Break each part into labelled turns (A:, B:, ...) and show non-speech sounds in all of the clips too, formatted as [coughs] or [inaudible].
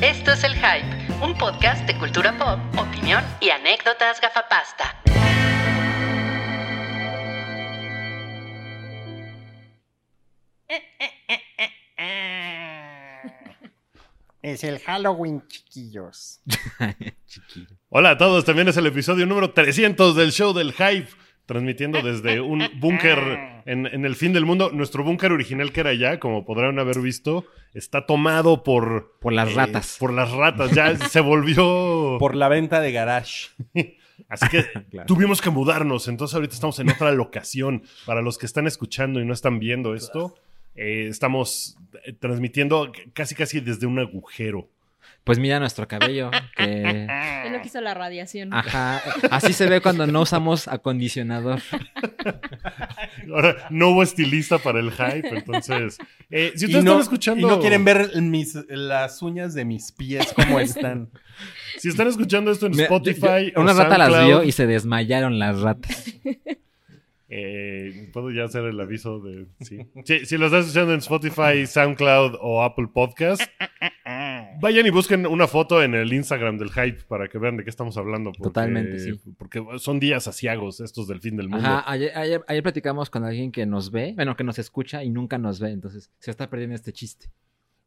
A: Esto es El Hype, un podcast de cultura pop, opinión y anécdotas gafapasta.
B: Es el Halloween, chiquillos.
C: Chiquillo.
D: Hola a todos, también es el episodio número 300 del show del Hype, transmitiendo
E: [laughs]
D: desde un búnker en, en el fin del mundo. Nuestro búnker original que era allá, como podrán haber visto, está tomado por...
C: Por las
D: eh,
C: ratas.
D: Por las ratas,
E: [laughs]
D: ya se volvió...
E: Por la venta de garage.
D: Así
E: [laughs]
D: que
C: Claro.
D: tuvimos que mudarnos, entonces ahorita estamos en otra locación. Para los que están escuchando y no están viendo esto, eh, estamos eh, transmitiendo c- casi casi desde un agujero.
C: Pues mira nuestro cabello, que...
F: Es lo que hizo la radiación.
C: Ajá, así se ve cuando no usamos [laughs] acondicionador.
D: Ahora, no hubo estilista para el hype, entonces... eh, si
E: Y
D: ustedes
E: no-
D: están escuchando...
E: Y no quieren ver mis, las uñas de mis pies cómo
D: [laughs]
E: están.
D: Si están escuchando esto en
C: Mira, yo-
D: Spotify,
C: yo- una rata las vio y se desmayaron las ratas.
D: eh, Puedo ya hacer el aviso de. Sí. Si, si lo están escuchando en Spotify, SoundCloud o Apple Podcast, vayan y busquen una foto en el Instagram del Hype para que vean de qué estamos hablando. porque-
C: Totalmente, sí.
D: Porque son días asiagos estos del fin del mundo.
C: Ajá, ayer, ayer, ayer platicamos con alguien que nos ve, bueno, que nos escucha y nunca nos ve, entonces se está perdiendo este chiste.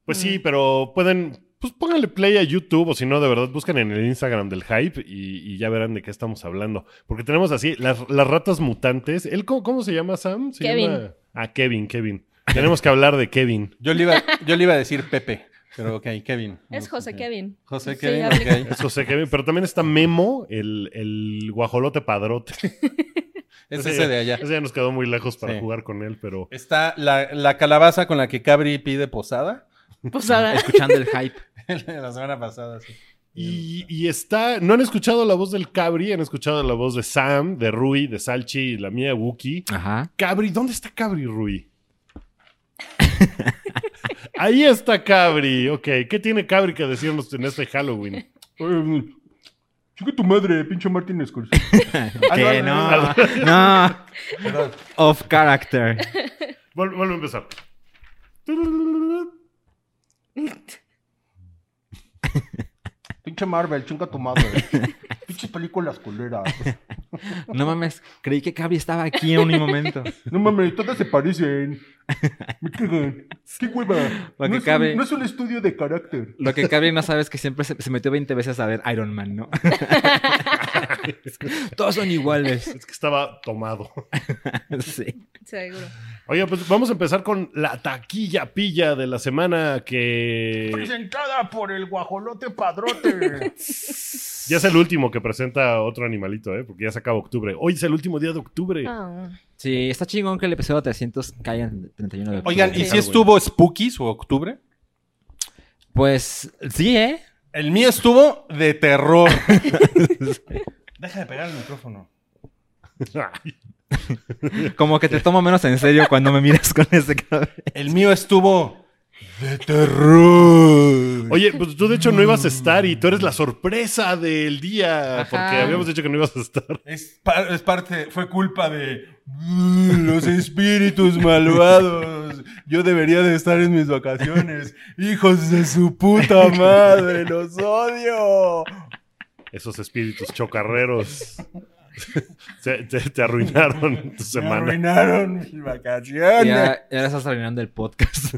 D: Pues sí, pero pueden. Pues pónganle play a YouTube o si no, de verdad, busquen en el Instagram del Hype y, y ya verán de qué estamos hablando. Porque tenemos así las, las ratas mutantes. ¿Él cómo, cómo se llama, Sam? ¿Se
F: Kevin.
D: llama- Ah, Kevin, Kevin. Tenemos que hablar de Kevin.
E: Yo le, iba, yo le iba a decir Pepe, pero ok, Kevin.
F: Es José
E: Ok.
F: Kevin.
E: José
F: Sí,
E: Kevin,
F: hablé con-
E: ok.
D: Eso sé, Kevin. Pero también está Memo, el, el
E: [laughs]
D: guajolote padrote.
E: Es ese de allá.
D: Ese ya nos quedó muy lejos para
E: Sí.
D: jugar con él, pero.
E: Está la, la calabaza con la que Cabri pide posada. [laughs]
F: Posada. [laughs]
C: Escuchando el hype.
E: la semana pasada, sí.
D: Y, y está. No han escuchado la voz del Cabri, han escuchado la voz de Sam, de Rui, de Salchi, la mía Wookie.
C: [laughs] Ajá.
D: Cabri, ¿dónde está Cabri Rui? [laughs] Ahí está Cabri, ok. ¿Qué tiene Cabri que decirnos en este Halloween?
E: Chica tu madre, pinche Martin Scorsese.
C: [laughs] Que no, no,
E: Perdón.
C: off character.
D: Vuelvo a empezar.
E: Pinche Marvel, chinga tu madre. Pinches películas culeras.
C: No mames, creí que Cabri estaba aquí en un momento.
E: No mames, todas se parecen. Me cagan. Qué hueva.
C: Lo que cabe-
E: un estudio de carácter.
C: Lo que Cabri no sabe es que siempre se, se metió 20 veces a ver Iron Man, ¿no? Todos son iguales. [laughs]
D: Es que estaba tomado.
C: Sí.
F: Seguro.
D: Oye, pues vamos a empezar con la taquilla pilla de la semana que
E: Presentada por el guajolote
C: [laughs]
E: padrote.
D: ya es el último que presenta otro animalito, ¿eh? porque ya se acaba octubre. Hoy es el último día de octubre.
F: Ah.
C: Sí, está chingón que el episodio 300 caiga en 31 de octubre.
E: Oigan, ¿y
F: Sí.
E: si estuvo Spooky su octubre?
C: Pues sí, ¿eh?
E: El mío estuvo de terror. Deja de pegar el micrófono.
C: Como que te tomo menos en serio cuando me miras con ese
F: [laughs]
C: cabello.
E: El mío estuvo de terror.
D: [laughs] Oye, pues tú de hecho no ibas a estar y tú eres la sorpresa del día,
C: Ajá.
D: porque habíamos dicho que no ibas a estar.
E: Es, par- es parte, fue culpa de "Mm, los espíritus malvados. Yo debería de estar en mis vacaciones. Hijos de su puta madre, los odio.
D: Esos espíritus chocarreros [laughs] Se- te, te arruinaron tu
E: Me
D: semana.
E: arruinaron mis vacaciones.
C: Ya, ya estás arruinando el podcast.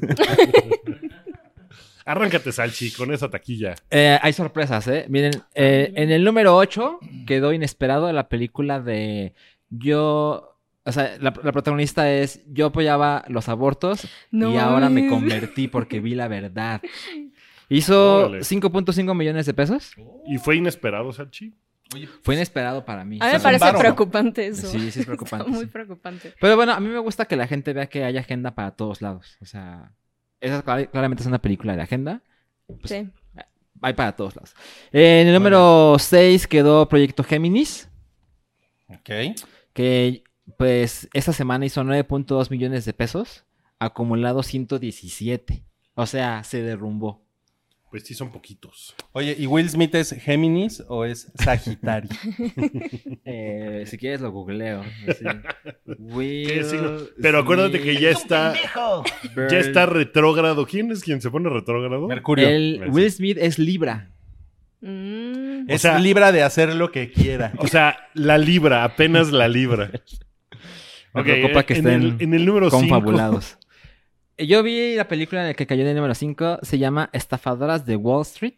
C: [laughs]
D: Arráncate, Salchi, con esa taquilla.
C: Eh, hay sorpresas, ¿eh? Miren, eh, en el número 8 quedó inesperado la película de yo... O sea, la, la protagonista es yo apoyaba los abortos
F: No
C: y ahora me
F: mames.
C: convertí porque vi la
F: [laughs]
C: verdad. Hizo
D: Órale.
C: 5.5 millones de pesos.
D: ¿Y fue inesperado, Salchi?
C: Fue inesperado para mí.
F: A mí
C: Se
F: me parece
E: zumbaron, ¿no?
F: preocupante eso.
C: Sí, sí es
F: [laughs] Está
C: preocupante,
F: muy
C: sí.
F: preocupante.
C: Pero bueno, a mí me gusta que la gente vea que hay agenda para todos lados. O sea, esa clar- claramente es una película de agenda. Pues,
F: Sí.
C: Hay para todos lados. Eh, en el número 6 quedó Proyecto Géminis,
E: Ok.
C: que pues esta semana hizo 9.2
D: [laughs]
C: millones de pesos, acumulado 117. O sea, se derrumbó.
D: Pues sí, son poquitos.
E: Oye, ¿y Will Smith es Géminis o es
D: [laughs]
E: Sagitario?
C: Eh, si quieres lo googleo. así. Will
D: [laughs] ¿Qué signo? Pero acuérdate que ya está,
C: Smith,
D: ya está retrógrado. ¿Quién es quien se pone retrógrado?
E: Mercurio.
C: El,
D: Gracias.
C: Will Smith es Libra.
F: Mm,
E: Es
D: o sea-
E: libra de hacer lo que quiera.
D: O sea, la libra, apenas la libra.
C: Me
D: Ok, eh,
C: preocupa que
D: en,
C: estén
D: el, en el número 5.
C: Confabulados. Eh, Yo vi la película en la que cayó en el número 5. Se llama Estafadoras de Wall Street.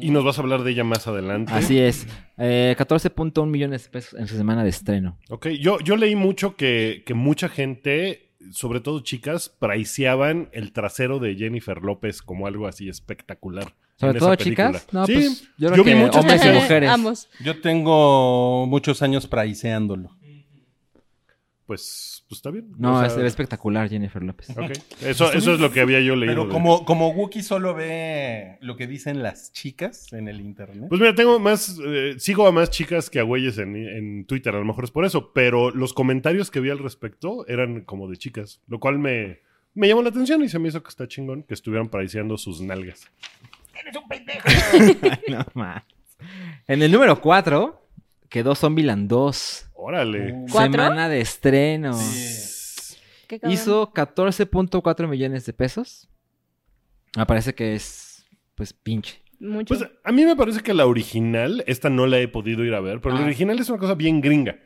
D: Y nos vas a hablar de ella más adelante.
C: Así es. Eh, 14.1 millones de pesos en su semana de estreno.
D: Ok, yo, yo leí mucho que, que mucha gente, sobre todo chicas, praiseaban el trasero de Jennifer López como algo así espectacular.
C: Sobre
D: en
C: todo
D: esa película.
C: chicas. No,
D: Sí,
C: pues, yo
D: yo,
C: creo
D: vi
C: que
D: muchos
F: [laughs]
C: hombres y
D: trasero-
C: mujeres.
F: Ambos.
E: Yo tengo muchos años praiseándolo.
D: Pues, pues está bien.
C: No,
D: O sea,
C: es, era espectacular Jennifer López. [laughs]
D: ok. Eso, eso es lo que había yo leído.
E: Pero
D: de-
E: como, como Wookie solo ve lo que dicen las chicas en el internet.
D: Pues mira, tengo más, eh, sigo a más chicas que a güeyes en, en Twitter, a lo mejor es por eso, pero los comentarios que vi al respecto eran como de chicas, lo cual me, me llamó la atención y se me hizo que está chingón que estuvieran pariciando sus nalgas.
C: No más. En el número 4 quedó Zombieland 2.
E: Oh.
D: Órale.
F: ¿Cuatro?
C: Semana de estreno.
F: qué cabrón.
C: Hizo 14.4 millones de pesos. Me parece que es, pues, pinche.
F: Mucho.
D: Pues a mí me parece que la original, esta no la he podido ir a ver, pero la
C: Ah.
D: original es una cosa bien gringa,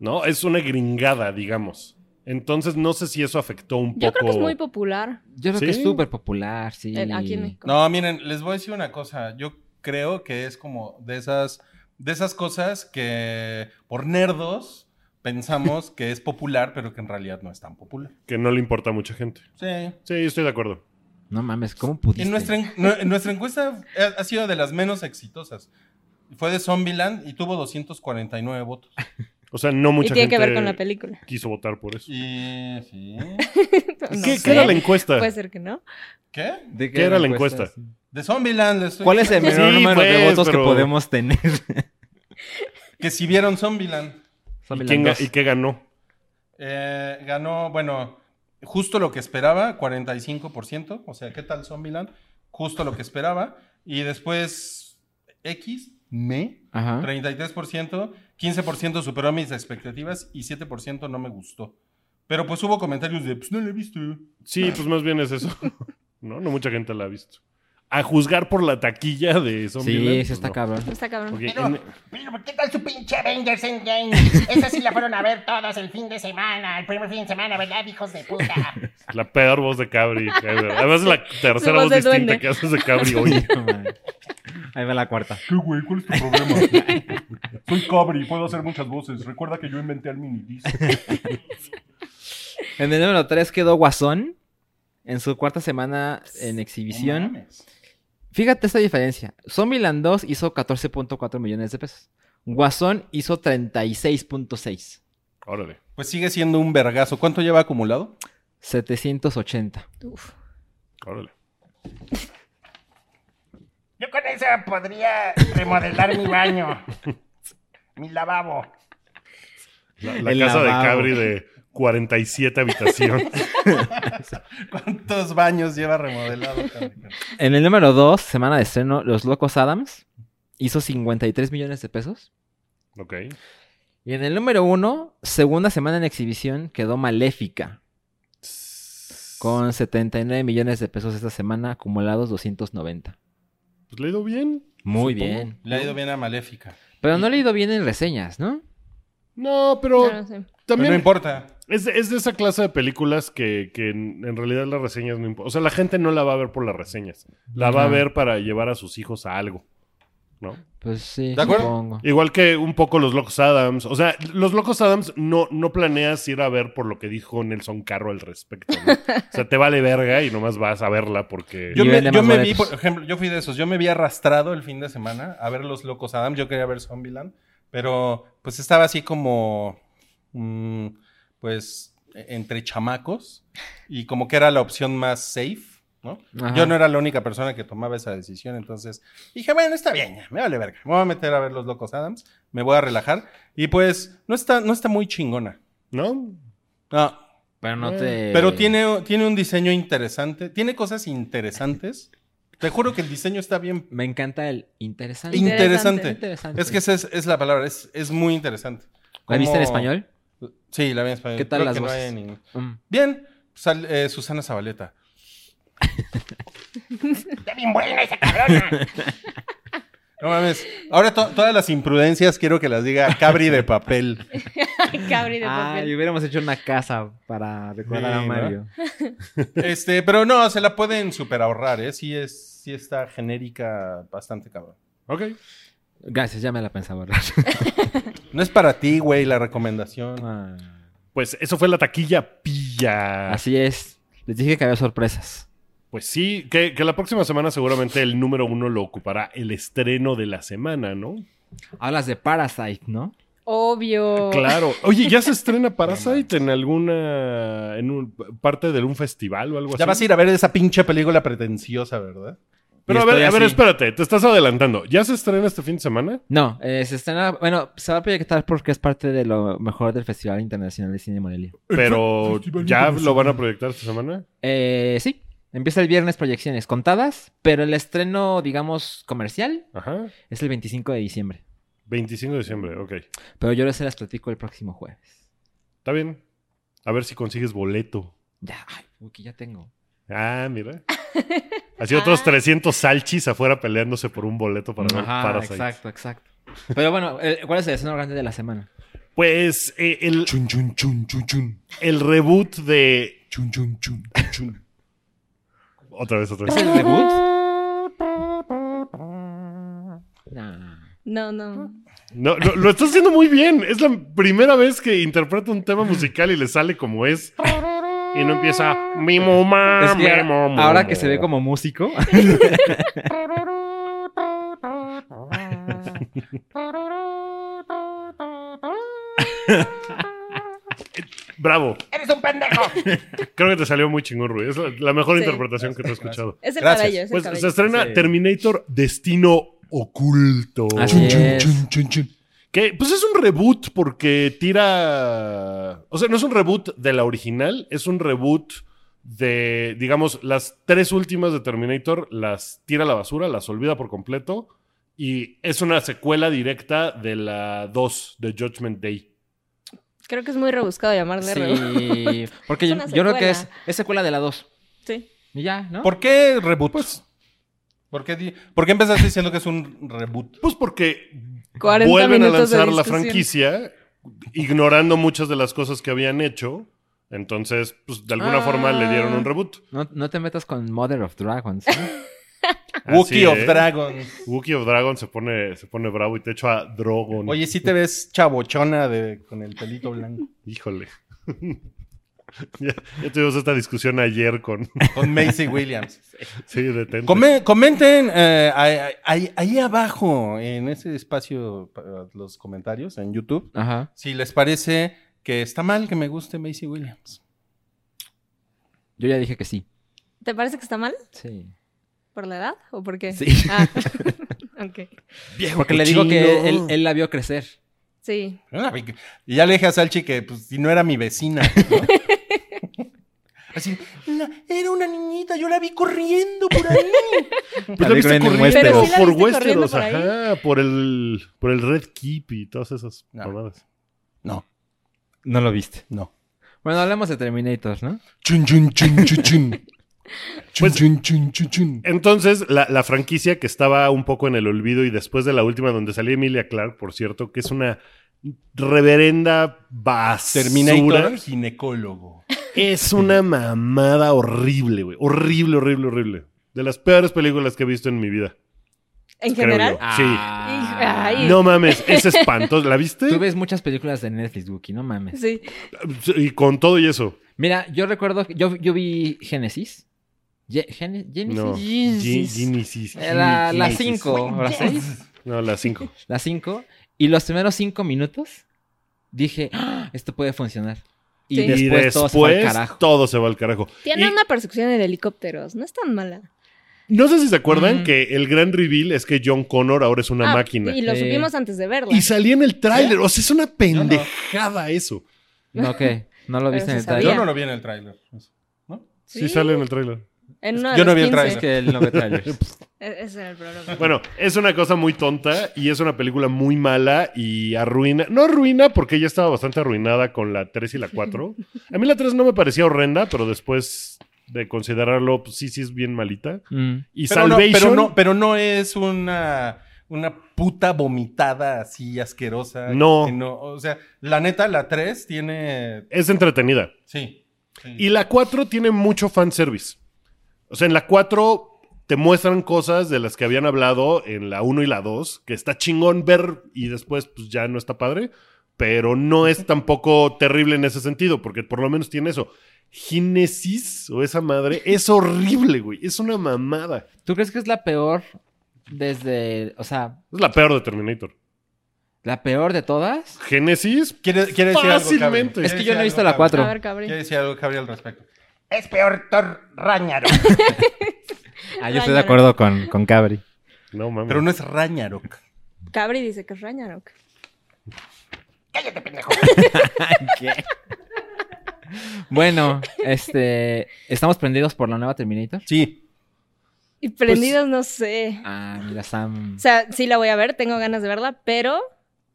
D: ¿no? Es una gringada, digamos. Entonces no sé si eso afectó un poco.
F: Yo creo que es muy popular
C: Yo creo
D: Sí.
C: que es súper popular, sí.
F: el- Eh, aquí en México.
E: No, miren, les voy a decir una cosa. Yo creo que es como de esas, de esas cosas que por nerdos
C: [laughs]
E: pensamos que es popular, pero que en realidad no es tan popular.
D: que no le importa a mucha gente.
E: Sí.
D: Sí, estoy de acuerdo.
C: No mames, ¿cómo pudiste?
E: En nuestra, en- no- en nuestra encuesta ha, ha sido de las menos exitosas. Fue de Zombieland y tuvo 249
C: [laughs]
E: votos.
D: O sea, no
F: Y
D: mucha
F: tiene
D: gente
F: que ver con la película. [laughs]
D: quiso votar por eso.
E: Y sí.
F: No
D: ¿Qué,
F: sé. Pues,
D: qué era la encuesta?
F: Puede ser que no.
E: ¿Qué?
C: ¿De
D: ¿Qué era la encuesta?
E: De Zombieland les estoy
C: ¿Cuál es el
E: diciendo.
C: menor
D: Sí,
C: número de
D: pues,
C: votos
D: pero-
C: que podemos tener?
E: Que si vieron Zombieland,
D: ¿Y,
C: Zombieland
D: quién ga-
C: 2.
D: y qué ganó?
E: eh, ganó, bueno, justo lo que esperaba, 45%. O sea, ¿qué tal Zombieland? Justo lo que esperaba. Y después X, me,
C: Ajá.
E: 33%, 15% superó mis expectativas y 7% no me gustó. Pero pues hubo comentarios de, pues no lo he visto.
F: Ah.
D: Sí, pues más bien es eso. [laughs] no, no mucha gente la ha visto. A juzgar por la taquilla de Zombieland.
C: Sí,
D: pues
C: sí está
D: no. [laughs]
C: cabrón.
F: No está cabrón.
D: Ok, en-
G: Pero, ¿qué tal su pinche Avengers Endgame? Esa sí la fueron a ver todos el fin de semana, el primer fin de semana, ¿verdad, hijos de puta?
D: La peor voz de
F: [laughs]
D: Cabri. ever. Además, es la tercera voz,
F: voz de
D: distinta
F: duende.
D: que haces de
F: [laughs]
D: Cabri hoy.
C: No mames. Ahí va la cuarta.
E: ¿Qué, güey? ¿Cuál es tu problema? [laughs] Soy Cabri, puedo hacer muchas voces. Recuerda que yo inventé al mini
C: En el número 3 quedó Guasón. En su cuarta semana en exhibición. Fíjate esta diferencia. Zombieland 2 hizo 14.4 millones de pesos. Guasón hizo 36.6.
D: [laughs] Órale.
E: Pues sigue siendo un vergazo. ¿Cuánto lleva acumulado?
C: 780.
F: Uf.
D: Órale.
G: Yo con esa podría remodelar mi baño, mi lavabo.
D: La, la
C: El
D: casa de
C: lavabo.
D: Cabri de 47 habitaciones.
E: [laughs]
C: [laughs]
E: ¿Cuántos baños lleva remodelado? Cabri?
C: En el número 2, semana de estreno, Los Locos Adams hizo 53 millones de pesos.
D: ok.
C: Y en el número 1, segunda semana en exhibición, quedó Maléfica. Con 79 millones de pesos esta semana, acumulados 290.
D: Pues le he ido bien.
C: Muy
D: Supongo.
C: bien.
E: Le ha ido bien a Maléfica.
C: Pero no le he ido bien en reseñas, ¿no?
D: No,
F: No,
D: pero
F: no sé. [laughs]
E: Pero
D: también
E: no importa.
D: es, de- es de esa clase de películas que, que en, en realidad las reseñas no importan. O sea, la gente no la va a ver por las reseñas. La va a
C: Ajá.
D: ver para llevar a sus hijos a algo. ¿No?
C: Pues sí,
E: ¿De acuerdo?
C: supongo.
D: Igual que un poco los Locos Adams. O sea, los Locos Adams no, no planeas ir a ver por lo que dijo Nelson Carro al respecto. ¿no? O sea, te vale verga y nomás vas a verla porque.
E: Yo
C: Y
E: me,
C: vende
E: yo
C: más
E: me vi,
C: boletos.
E: por ejemplo, yo fui de esos. Yo me vi arrastrado el fin de semana a ver Los Locos Adam. Yo quería ver Zombieland, pero pues estaba así como, mm, pues, e- entre chamacos y como que era la opción más safe, ¿no?
C: Ajá.
E: Yo no era la única persona que tomaba esa decisión, entonces dije, bueno, está bien, ya, me vale verga. Me voy a meter a ver Los Locos Adams, me voy a relajar y pues no está, no está muy chingona.
D: ¿No?
E: No,
C: Pero no
D: Eh,
C: te...
E: pero tiene, tiene un diseño interesante, tiene cosas interesantes Te juro que el diseño está bien
C: Me encanta el interesante.
E: interesante.
C: Interesante.
E: Es que esa es, es la palabra, es, es muy interesante.
C: ¿La viste en
E: Cómo-
C: español?
E: Sí, la vi en español.
C: ¿Qué tal
E: Creo
C: las
E: que no
C: voces?
E: hay ningún-
C: Mm.
E: Bien, sal- eh, Susana Zabaleta.
G: Está bien buena esa cabrona.
E: [laughs] No mames. Ahora to- todas las imprudencias quiero que las diga Cabri de papel.
F: Cabri de
C: Ah, y
F: papel.
C: hubiéramos hecho una casa para recordar
E: Sí,
C: a
E: ¿no?
C: Mario.
E: Este, pero no, se la pueden super ahorrar, ¿eh? Sí, es, sí está genérica bastante cabrón.
D: Ok.
C: Gracias, ya me la pensaba. borrar.
E: No es para ti, güey, la recomendación.
C: Ah,
D: Pues eso fue la taquilla pilla.
C: Así es. Les dije que había sorpresas.
D: Pues sí, que, que la próxima semana seguramente el número uno lo ocupará el estreno de la semana, ¿no?
C: Hablas de Parasite, ¿no?
F: Obvio.
D: Claro. Oye, ¿ya
E: [laughs]
D: se estrena Parasite en alguna. en un- parte de un festival o algo así?
E: Ya vas a ir a ver esa pinche película pretenciosa, ¿verdad?
D: Pero
C: Y
D: a ver,
C: estoy
D: a ver,
C: así.
D: espérate, te estás adelantando. ¿Ya se estrena este fin de semana?
C: No, eh, se estrena. Bueno, se va a proyectar porque es parte de lo mejor del Festival Internacional de Cine de Morelia.
D: Pero ya lo van a proyectar esta semana.
C: Eh, sí, empieza el viernes proyecciones contadas, pero el estreno, digamos, comercial
D: Ajá.
C: es el 25 de diciembre.
D: 25 de diciembre, ok.
C: Pero yo se las platico el próximo jueves.
D: Está bien. A ver si consigues boleto.
C: Ya, ay, uy, que ya tengo.
D: Ah, mira. Así otros 300 salchis afuera peleándose por un boleto para ver
C: Ajá,
D: Parasite.
C: exacto, exacto. Pero bueno, el- ¿cuál es el estreno grande de la semana?
D: Pues eh, el, el reboot de... Otra vez, otra
C: ¿Es
D: vez.
C: el reboot? Nah.
F: No, no.
D: No, no, lo estás haciendo muy bien. Es la primera vez que interpreta un tema musical y le sale como es. Y no empieza... Mi mamá,
C: Es que
D: mi mamá".
C: ahora que se ve como músico.
D: Bravo.
G: Eres un pendejo.
D: Creo que te salió muy chingón, Rui. Es la, la mejor
F: Sí.
D: interpretación que te he escuchado.
F: Es el
E: Gracias.
F: cabello, es el
D: Pues se
F: cabello.
D: estrena
C: Sí. Ah,
D: Terminator Destino Oculto.
C: Así es.
D: Que pues es un reboot porque tira. O sea, no es un reboot de la original, es un reboot de, digamos, las tres últimas de Terminator las tira a la basura, las olvida por completo. Y es una secuela directa de la 2 de Judgment Day.
F: Creo que es muy rebuscado llamarle reboot.
C: Sí,
F: [laughs]
C: porque
F: Es
C: yo,
F: una
C: yo creo que es,
F: secuela.
C: es secuela de la 2.
F: Sí.
C: Y ya, ¿no?
E: ¿Por qué reboot?
D: Pues,
E: ¿Por, qué di- por qué empezaste diciendo que es un reboot?
D: Pues porque
F: 40
D: vuelven a
F: minutos de
D: lanzar la
F: discusión.
D: franquicia, ignorando muchas de las cosas que habían hecho. Entonces, pues de alguna
F: Ah.
D: forma le dieron un reboot.
C: No, no te metas con Mother of Dragons.
D: [laughs]
C: ¿no?
E: Wookiee
D: Así
E: of
D: es.
E: Dragons.
D: Wookiee of Dragon se pone, se pone bravo y te echo a Drogon.
E: Oye, sí te ves chabochona de, con el pelito blanco.
D: Híjole. [laughs] ya, ya tuvimos esta discusión ayer con. [laughs]
E: Con Macy Williams.
D: sí, detente.
E: Come- comenten eh, ahí, ahí- ahí abajo, en ese espacio, para los comentarios en YouTube,
C: Ajá.
E: si les parece que está mal que me guste Macy Williams.
C: Yo ya dije que sí.
F: ¿Te parece que está mal?
C: Sí.
F: ¿Por la edad o por qué?
C: Sí.
F: Ah.
D: [laughs]
F: ok.
C: Porque le digo que él, él la vio crecer.
F: Sí.
E: Yo la vi que- ah, Y ya le dije a Salchi que pues, si no era mi vecina.
D: [laughs]
E: ¿no? Así, "La- era una niñita, yo la vi corriendo por ahí.
D: Pues la viste
C: Pero sí
D: corriendo
C: la viste
D: por
F: corriendo
D: Westeros,
F: por ahí.
D: ajá, por el, por el Red Keep y todas esas
E: No.
D: mamadas.
E: No,
C: No lo viste.
E: no.
C: Bueno, hablamos de Terminator, ¿no?
E: Chun, chun, chun, chun, chun. Chun,
D: Pues-
E: chun, chun, chun, chun.
D: Entonces, la, la franquicia que estaba un poco en el olvido y después de la última donde salió Emilia Clark, por cierto, que es una reverenda basura.
E: Terminator ginecólogo.
D: Es una mamada horrible, güey. Horrible, horrible, horrible. De las peores películas que he visto en mi vida.
F: ¿En
D: Creo
F: general? Ah.
D: yo. Sí.
F: Ay.
D: No mames, es espantoso. ¿La viste?
C: Tú ves muchas películas de Netflix, Wookie, no mames.
F: Sí.
D: Y con todo y eso.
C: Mira, yo recuerdo, que yo, yo vi Génesis. Ye- Gene-
D: No.
C: Génesis.
D: Genesis.
C: Era Eh, la
D: Genesis.
C: 5 o la 6.
D: No, la 5.
C: La 5. Y los primeros 5 minutos dije, "Ah, esto puede funcionar. Y
F: Sí.
C: después,
D: Y
C: todo se fue al
D: después
C: carajo.
D: todo se va al carajo.
F: Tiene
D: Y-
F: una persecución en helicópteros. No es tan mala.
D: No sé si se acuerdan
C: Mm.
D: que el gran reveal es que John Connor ahora es una
F: Ah,
D: máquina.
F: Y lo
C: Sí.
F: supimos antes de verla.
D: Y salía en el tráiler. O sea, es una pendejada eso.
C: No, ¿qué? No lo
F: Pero
C: viste en
F: se
C: el
F: sabía.
C: trailer.
E: Yo no lo vi en el tráiler.
D: Sí, sale en el tráiler.
F: En uno de
E: Yo no
F: los
E: vi el
F: 15.
E: tráiler.
C: Es que él no ve trailers.
F: E- Ese era el problema.
D: Bueno, es una cosa muy tonta y es una película muy mala y arruina. No arruina porque ya estaba bastante arruinada con la 3 y la 4. A mí la 3 no me parecía horrenda, pero después de considerarlo, pues sí, sí es bien malita.
C: Mm.
E: [laughs]
D: Y
E: Pero no,
D: Salvation.
E: pero, no, pero no es una, una puta vomitada así asquerosa.
D: No.
E: que no. O sea, la neta, la 3 tiene.
D: Es entretenida.
E: Sí. sí.
D: Y la 4 tiene mucho fanservice. O sea, en la 4 te muestran cosas de las que habían hablado en la 1 y la 2, que está chingón ver y después pues ya no está padre, pero no es tampoco terrible en ese sentido, porque por lo menos tiene eso. Ginesis o esa madre es horrible, güey. Es una mamada.
C: ¿Tú crees que es la peor desde, o sea,
D: Es la peor de Terminator.
C: la peor de
F: [laughs]
C: todas?
D: Génesis,
E: ¿Quiere, quiere decir algo, Cabri?
D: Fácilmente.
E: ¿Quiere
C: Es
D: Es
C: que
E: decir
C: yo no he
E: algo,
C: visto la
E: Cabri?
F: A
C: 4.
F: ver, Cabri.
E: Quiere decir algo, Cabri, al respecto.
G: Es peor Thor Ragnarok.
C: Ah, yo estoy de acuerdo con, con [laughs] Cabri.
D: no mames.
E: Pero no es Ragnarok.
F: Cabri dice que es Ragnarok.
G: Cállate, pendejo.
C: Bueno, este, ¿estamos prendidos por la nueva Terminator?
E: Sí.
F: Y
D: Pues-
F: prendidos, no sé.
C: Ah, mira, Sam.
F: O sea, sí la voy a ver, tengo ganas de verla, pero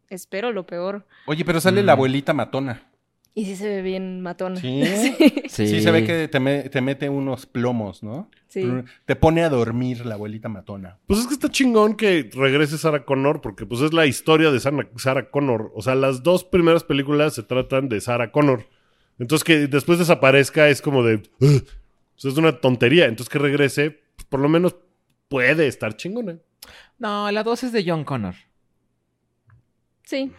F: espero lo peor.
E: Oye, pero sale
C: Mm.
E: la abuelita matona.
F: Y sí se ve bien matona.
E: Sí.
F: [laughs] Sí.
E: Sí, se ve que te, me- te mete unos plomos, ¿no?
F: Sí.
C: Mm.
E: Te pone a dormir la abuelita matona.
D: Pues es que está chingón que regrese Sarah Connor, porque pues es la historia de Sarah, Sarah Connor. O sea, las dos primeras películas se tratan de Sarah Connor. Entonces que después desaparezca es como de... "Ugh". O sea, es una tontería. Entonces que regrese, pues, por lo menos puede estar chingona.
C: No, la 2 es de John Connor.
F: Sí.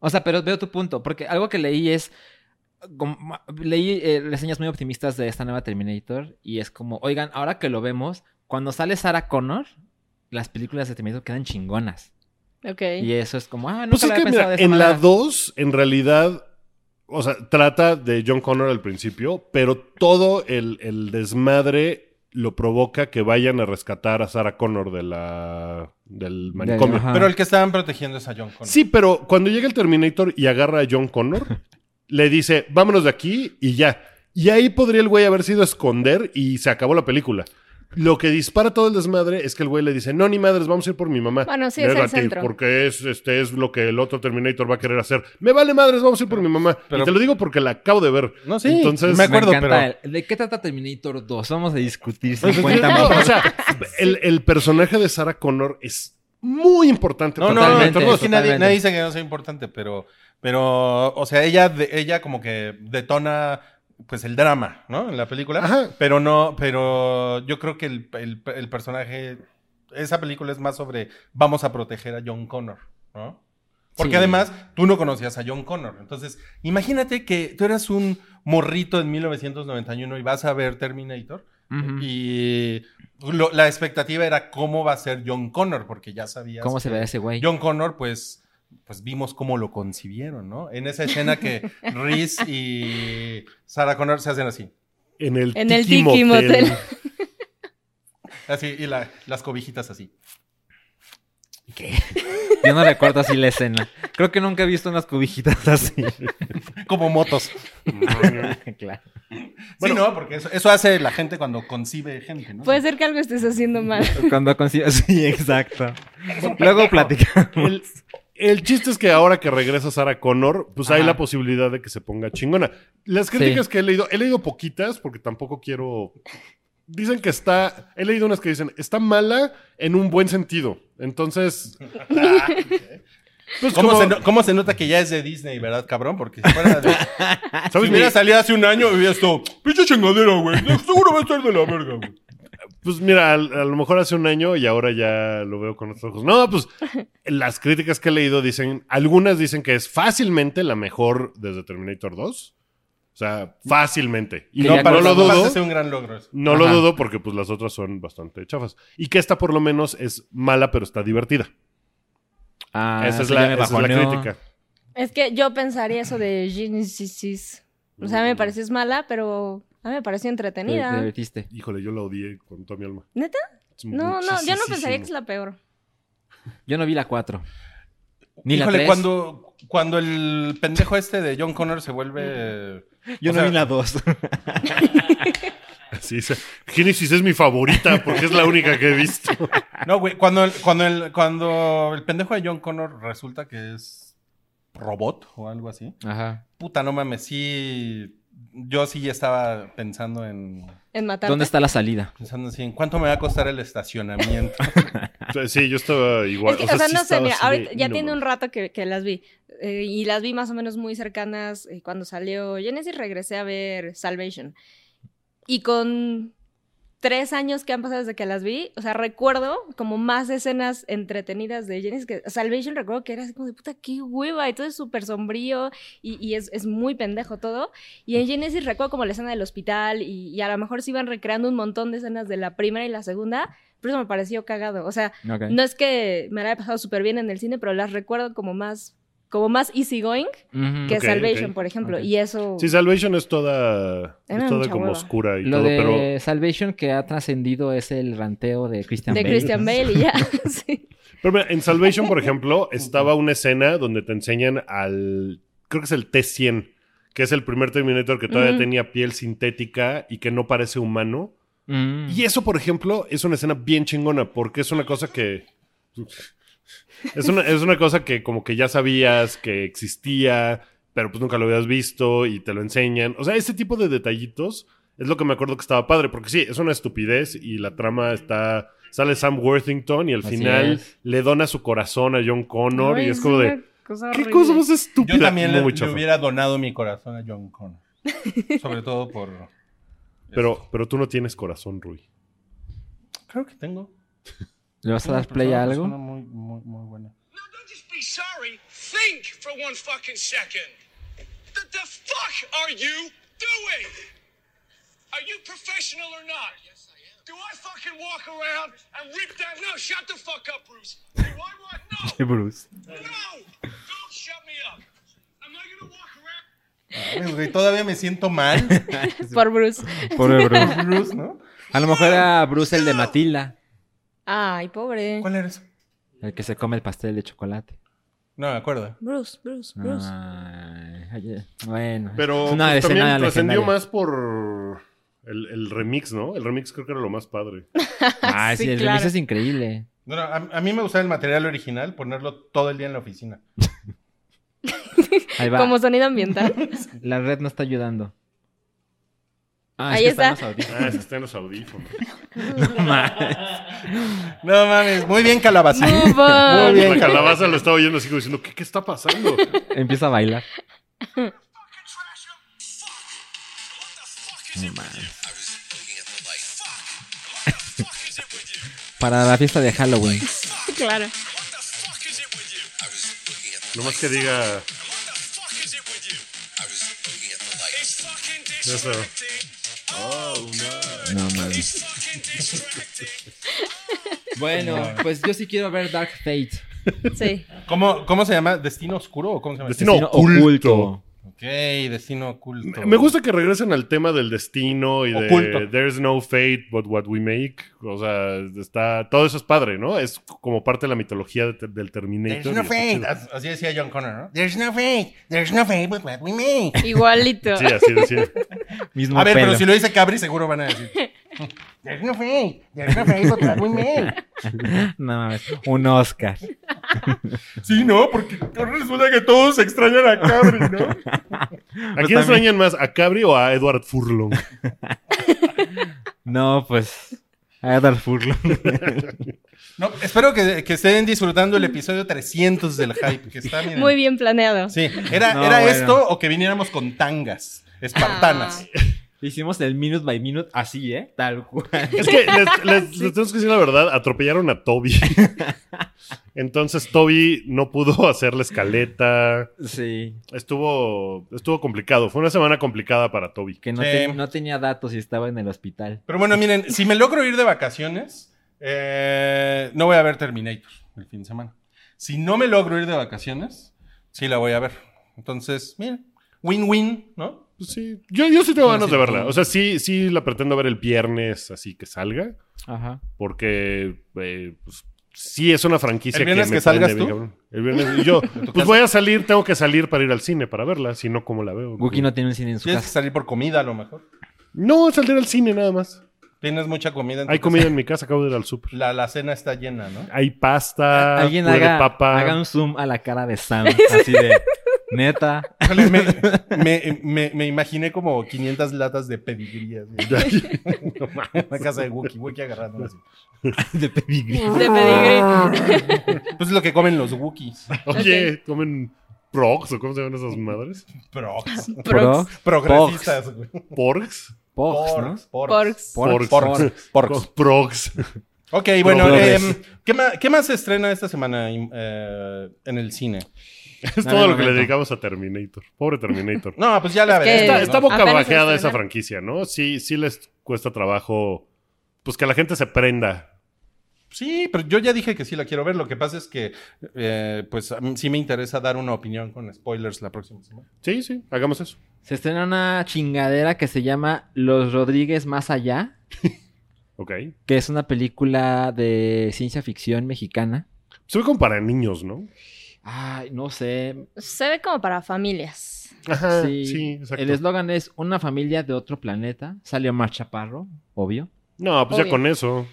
C: O sea, pero veo tu punto, porque algo que leí es... como- leí eh, reseñas muy optimistas de esta nueva Terminator y es como, oigan, ahora que lo vemos, cuando sale Sarah Connor, las películas de Terminator quedan chingonas.
F: Ok.
C: Y eso es como, ah, nunca
D: Pues
C: lo
D: es
C: había
D: que
C: pensado
D: mira,
C: de esa
D: en la
C: manera.
D: 2, en realidad, o sea, trata de John Connor al principio, pero todo el, el desmadre lo provoca que vayan a rescatar a Sarah Connor de la, del manicomio.
C: ajá. Ah.
E: Pero el que estaban protegiendo es a John Connor.
D: Sí, pero cuando llega el Terminator y agarra a
E: [laughs]
D: John Connor, le dice, vámonos de aquí y ya. Y ahí podría el güey haber sido a esconder y se acabó la película. Lo que dispara todo el desmadre es que el güey le dice, no, ni madres, vamos a ir por mi mamá.
F: Bueno, sí, es el
D: Negati,
F: centro.
D: Porque es, este, es lo que el otro Terminator va a querer hacer. Me vale madres, vamos a ir por mi mamá.
E: pero-
D: y te lo digo porque la acabo de ver.
E: No, sí,
D: Entonces,
E: me acuerdo,
C: Me encanta
E: pero-
C: el- ¿De qué trata Terminator 2? Vamos a discutir
D: Pues,
C: 50
D: no,
C: más.
D: o sea, [laughs] el, el personaje de Sarah Connor es muy importante.
E: No,
D: para
E: no,
D: Terminator
E: no, es
D: 2.
E: que nadie,
C: totalmente.
E: nadie dice que no sea importante, pero, pero, o sea, ella, de- ella como que detona, pues, el drama, ¿no? En la película.
D: Ajá.
E: Pero no, pero yo creo que el, el- el personaje, esa película es más sobre vamos a proteger a John Connor, ¿no? Porque
C: Sí.
E: además tú no conocías a John Connor. Entonces, imagínate que tú eras un morrito en 1991 y vas a ver Terminator.
C: Ujú.
E: Y lo- la expectativa era cómo va a ser John Connor, porque ya sabías.
C: ¿Cómo se
E: que
C: ve ese güey?
E: John Connor, pues, pues vimos cómo lo concibieron, ¿no? En esa escena
D: [laughs]
E: que Reese y Sarah Connor se hacen así.
D: En el,
F: En el
D: Tiki
F: Tiki Motel.
D: Motel.
E: Así, y la- las cobijitas así.
C: Yo no recuerdo así la escena. Creo que nunca he visto unas cubijitas así.
D: [laughs]
E: Como motos.
C: claro.
E: sí, ¿no? Porque eso, eso hace la gente cuando concibe gente, ¿no?
D: Pues,
F: Puede ser que algo estés haciendo mal.
C: Cuando consigo. Sí, exacto.
G: Eres un
C: Luego
G: pendejo.
C: platicamos.
D: El, el chiste es que ahora que regresa Sarah Connor, pues hay
C: Ajá.
D: la posibilidad de que se ponga chingona. Las críticas que he leído, he leído poquitas porque tampoco quiero. Dicen que está. He leído unas que dicen, está mala en un buen sentido. Entonces. pues
E: ¿Cómo,
D: como-
E: se no- cómo se nota que ya es de Disney, verdad, cabrón? Porque si fuera
D: [laughs]
E: de-
D: ¿sabes?
E: si hubiera salido hace un año, hubiera esto, pinche chingadera, güey. Seguro va a estar de la verga, güey.
D: Pues mira, al- a, lo mejor hace un año y ahora ya lo veo con otros ojos. No,
F: [laughs]
D: pues las críticas que he leído dicen, algunas dicen que es fácilmente la mejor desde Terminator 2. O sea, fácilmente. [laughs] Y
C: Que
D: no,
C: ya
D: no
E: para
D: lo
E: los papás
D: dudo.
E: es un gran logro. eso.
D: No lo
C: Ajá.
D: dudo porque pues las otras son bastante chafas. Y que esta por lo menos es mala pero está divertida.
C: Ah,
D: esa es
C: sí,
D: la,
C: ya me
D: esa es la
C: bajoneó.
D: crítica.
F: Es que yo pensaría eso de Genesis. O sea, me pareció es mala, pero a mí me pareció
C: Te, te
F: entretenida.
C: divertiste.
D: Híjole, yo la odié con toda mi alma.
F: ¿Neta?
D: Es
F: No, no, yo no pensaría que es
D: muchísimo.
F: la peor.
C: Yo no vi la 4. Ni
E: Híjole,
C: la 3.
E: cuando, cuando el
D: [laughs]
E: pendejo este de John Connor se vuelve.
C: Yo
E: o
C: no
E: sea,
C: vi la 2.
D: Sí, esa- Génesis es mi favorita porque es la única que he visto.
F: [laughs]
E: No, güey, cuando el, cuando, el, cuando el pendejo de John Connor resulta que es robot o algo así.
C: Ajá.
E: Puta, no mames, sí. Yo sí estaba pensando en.
F: En matar.
C: ¿Dónde está la salida?
E: Pensando así, ¿en cuánto me va a costar el estacionamiento?
D: O sea, Sí, yo estaba igual.
F: Es que, o sea,
D: sí
F: no sé,
D: estaba
F: mira,
D: así de,
F: ahorita ya
D: "No,
F: tiene un
D: mames".
F: rato que, que las vi. eh, y las vi más o menos muy cercanas eh, cuando salió Genesis. Regresé a ver Salvation. Y con tres años que han pasado desde que las vi, o sea, recuerdo como más escenas entretenidas de Genesis. Que Salvation recuerdo que era así como de puta, qué hueva. Y todo es súper sombrío y, y es, es muy pendejo todo. Y en Genesis recuerdo como la escena del hospital y, y a lo mejor se iban recreando un montón de escenas de la primera y la segunda. Pero eso me pareció cagado. O sea,
C: Ok.
F: no es que me la haya pasado súper bien en el cine, pero las recuerdo como más, como más easygoing
C: Ujú.
D: Mm.
F: que
D: Ok,
F: Salvation,
D: ok,
F: por ejemplo.
C: ok.
F: Y eso.
D: Sí, Salvation es toda, es
F: Era
D: toda
F: mucha
D: como
F: hueva.
D: oscura y
C: Lo
D: todo,
C: de
D: pero
C: Salvation que ha trascendido es el ranteo de Christian
F: de
C: Bale.
F: Christian Bale
D: [laughs]
F: y ya. [laughs] sí.
D: Pero mira, en Salvation,
F: [laughs]
D: por ejemplo, estaba una escena donde te enseñan al. Creo que es el T100, que es el primer Terminator que todavía
F: Ujú.
D: tenía piel sintética y que no parece humano.
C: Mm.
D: Y eso, por ejemplo, es una escena bien chingona, porque es una cosa que. [laughs] Es una, es una cosa que como que ya sabías que existía, pero pues nunca lo habías visto y te lo enseñan. O sea, ese tipo de detallitos es lo que me acuerdo que estaba padre, porque sí, es una estupidez y la trama está... Sale Sam Worthington y al
C: Así
D: final
C: es.
D: le dona su corazón a John Connor
F: Ay,
D: y es como de...
F: una cosa
D: ¿Qué
F: horrible.
D: cosa más estúpida?
E: Yo también le,
D: Muy
E: le
D: chafa.
E: hubiera donado mi corazón a John Connor. Sobre todo por.
D: pero, pero tú no tienes corazón, Rui.
E: Creo que tengo.
C: ¿Le vas a dar
E: Una
C: play
E: persona-
C: a algo?
E: persona Muy, muy, muy buena.
H: Don't just be sorry. Think for one fucking second. What the fuck are you doing? Are you professional or not? Yes, I am. Do I fucking walk around and rip that? No, shut the fuck up, Bruce. Do I walk?
C: [laughs]
H: No,
C: Bruce.
H: no. Don't shut me up. I'm not gonna walk around.
E: Ay, güey, todavía me siento mal.
F: Por Bruce.
C: Pobre Bruce.
E: Bruce, ¿no?
C: A lo mejor era Bruce el de Matilda,
F: Ay, pobre.
E: ¿Cuál eres?
C: el que se come el pastel de chocolate.
E: No me acuerdo.
F: Bruce, Bruce,
C: Ah,
F: Bruce.
C: Ay, Ah, oye, bueno,
D: Pero
C: es una
D: pues,
C: escena
D: también trascendió
C: legendaria.
D: más por el, el remix, ¿no? El remix creo que era lo más padre.
C: Ay, sí,
F: Sí,
C: el
F: claro.
C: remix es increíble.
E: No, no, a, a mí me gustaba el material original, ponerlo todo el día en la oficina.
C: Ahí va.
F: Como
C: [laughs]
F: sonido ambiental.
C: La red no está ayudando. Ah,
F: Ahí
C: que
F: está.
C: están
F: [laughs]
C: los audífonos.
D: Ah, es que está
C: [laughs]
D: en los audífonos.
E: No mames, muy bien calabacín.
F: Move
D: Muy
F: on.
D: bien. La calabaza lo estaba oyendo así como diciendo, ¿qué, qué está pasando?
C: Empieza a bailar.
H: Fucking trash him. Fuck. What the fuck is it with you? I was looking at the light. Fuck. What the fuck is it with you?
C: Para la fiesta de Halloween.
F: claro.
H: What the fuck is it with you? I was looking at the
D: Nomás que diga,
H: What the fuck is it with you? I was looking at the light. It's fucking
D: Yes, sir.
H: distracting. Oh, good.
C: No mames.
H: It's fucking distracting.
C: Bueno, pues yo sí quiero ver Dark Fate.
F: Sí.
E: ¿Cómo, ¿Cómo se llama? ¿Destino oscuro o cómo se llama?
D: Destino oculto.
E: Ok, destino oculto.
D: me gusta que regresen al tema del destino y de
E: Oculto.
D: There's no fate but what we make. O sea, está, todo eso es padre, ¿no? Es como parte de la mitología de- del Terminator.
B: There's no
D: y está
B: fate.
D: chido.
E: As- Así decía John Connor, ¿no?
B: There's no fate, there's no fate but what we make.
F: Igualito.
D: Sí, así decía.
C: Mismo
E: A ver,
C: pelo.
E: pero si lo dice Cabri, seguro van a
D: [laughs]
E: decir.
B: There's no fate, there's no fate but what
G: [laughs]
B: we make.
C: [laughs] No mames, un Oscar.
E: Sí, no, porque resulta que todos extrañan a Cabri, [laughs] ¿no? Pues
D: ¿A quién extrañan más? ¿A Cabri o a Edward Furlong?
C: No, pues. A Edward Furlong.
E: No, espero que, que estén disfrutando el episodio 300 del hype, que está miren.
F: Muy bien planeado.
E: Sí, era,
C: No,
E: era
C: bueno.
E: esto o que viniéramos con
F: Ah.
E: tangas espartanas.
C: Hicimos el minute by minute así, ¿eh? Tal cual.
D: Es que les, les- les tenemos que decir la verdad, atropellaron a
E: [laughs]
D: Toby. Entonces Toby no pudo [laughs] hacer la escaleta.
C: Sí.
D: Estuvo, estuvo complicado. Fue una semana complicada para Toby.
C: Que no,
E: Sí.
C: te- no tenía datos y estaba en el hospital.
E: Pero bueno, miren, si me logro ir de vacaciones, eh, no voy a ver Terminator el fin de semana. Si no me logro ir de vacaciones, sí la voy a ver. Entonces, miren, win-win, ¿no?
D: Pues sí, yo, yo sí tengo
E: Sí,
D: ganas
E: sí,
D: de verla.
E: sí.
D: O sea, sí, sí la pretendo ver el viernes, así que salga.
C: Ajá.
D: Porque eh, pues, sí es una franquicia.
E: ¿El viernes
D: me
E: que salgas
D: prende,
E: tú?
D: cabrón. El
E: [laughs]
D: viernes yo. Pues voy a salir, tengo que salir para ir al cine para verla. Si no, ¿cómo la veo?
C: Wookie no tiene un cine en su
E: Tienes que
C: casa.
E: salir por comida a lo mejor.
D: No, saldré al cine nada más.
E: Tienes mucha comida en tu
D: Hay
E: casa.
D: comida en mi casa, acabo de ir al súper.
E: La, la cena está llena, [laughs] ¿no?
D: Hay pasta,
C: Alguien
D: puré de
C: haga,
D: papa.
C: haga un zoom a la cara de [laughs] Sam. Así de, neta. [laughs]
E: Híjole, me, me- me- me imaginé como 500 latas de pedigrías. güey. [laughs] Una casa de Wookiee, Wookiee agarrando así.
C: De pedigrí.
F: De pedigrí.
D: Ah.
E: Pues es lo que comen los Wookiees.
D: Oye, comen progs o cómo se llaman esas madres.
E: Prox.
C: Pro.
E: Progresistas, güey.
D: Porgs.
C: Pogs, ¿no?
E: Porks, porks.
D: Porgs.
F: Porks.
E: Porks. Porks.
D: Progs.
C: [laughs]
E: Ok, bueno,
D: Progres.
E: em, ¿qué, más, ¿qué más se estrena esta semana im- eh, en el cine?
D: Es
C: Dame
D: todo
C: un
D: lo que le
C: momento.
D: dedicamos a Terminator. Pobre Terminator.
E: No, pues ya la
F: Es que-
E: veré.
D: Está,
F: [laughs] Eh,
D: está
F: no.
D: boca
F: Apenas
D: bajeada
F: estrenaron.
D: esa franquicia, ¿no? Sí, sí les cuesta trabajo. Pues que la gente se prenda.
E: Sí, pero yo ya dije que sí la quiero ver. Lo que pasa es que, eh, pues, a mí sí me interesa dar una opinión con spoilers la próxima semana.
D: Sí, sí, hagamos eso.
C: Se estrena una chingadera que se llama Los Rodríguez Más Allá,
D: Ok.
C: que es una película de ciencia ficción mexicana.
D: Se ve como para niños, ¿no?
C: Ay, no sé.
F: Se ve como para familias.
D: Ajá. Ah, Sí,
C: sí.
D: exacto.
C: El eslogan es Una familia de otro planeta. Salió Mar Chaparro, obvio.
D: No, pues ya
F: Obvio.
D: con eso.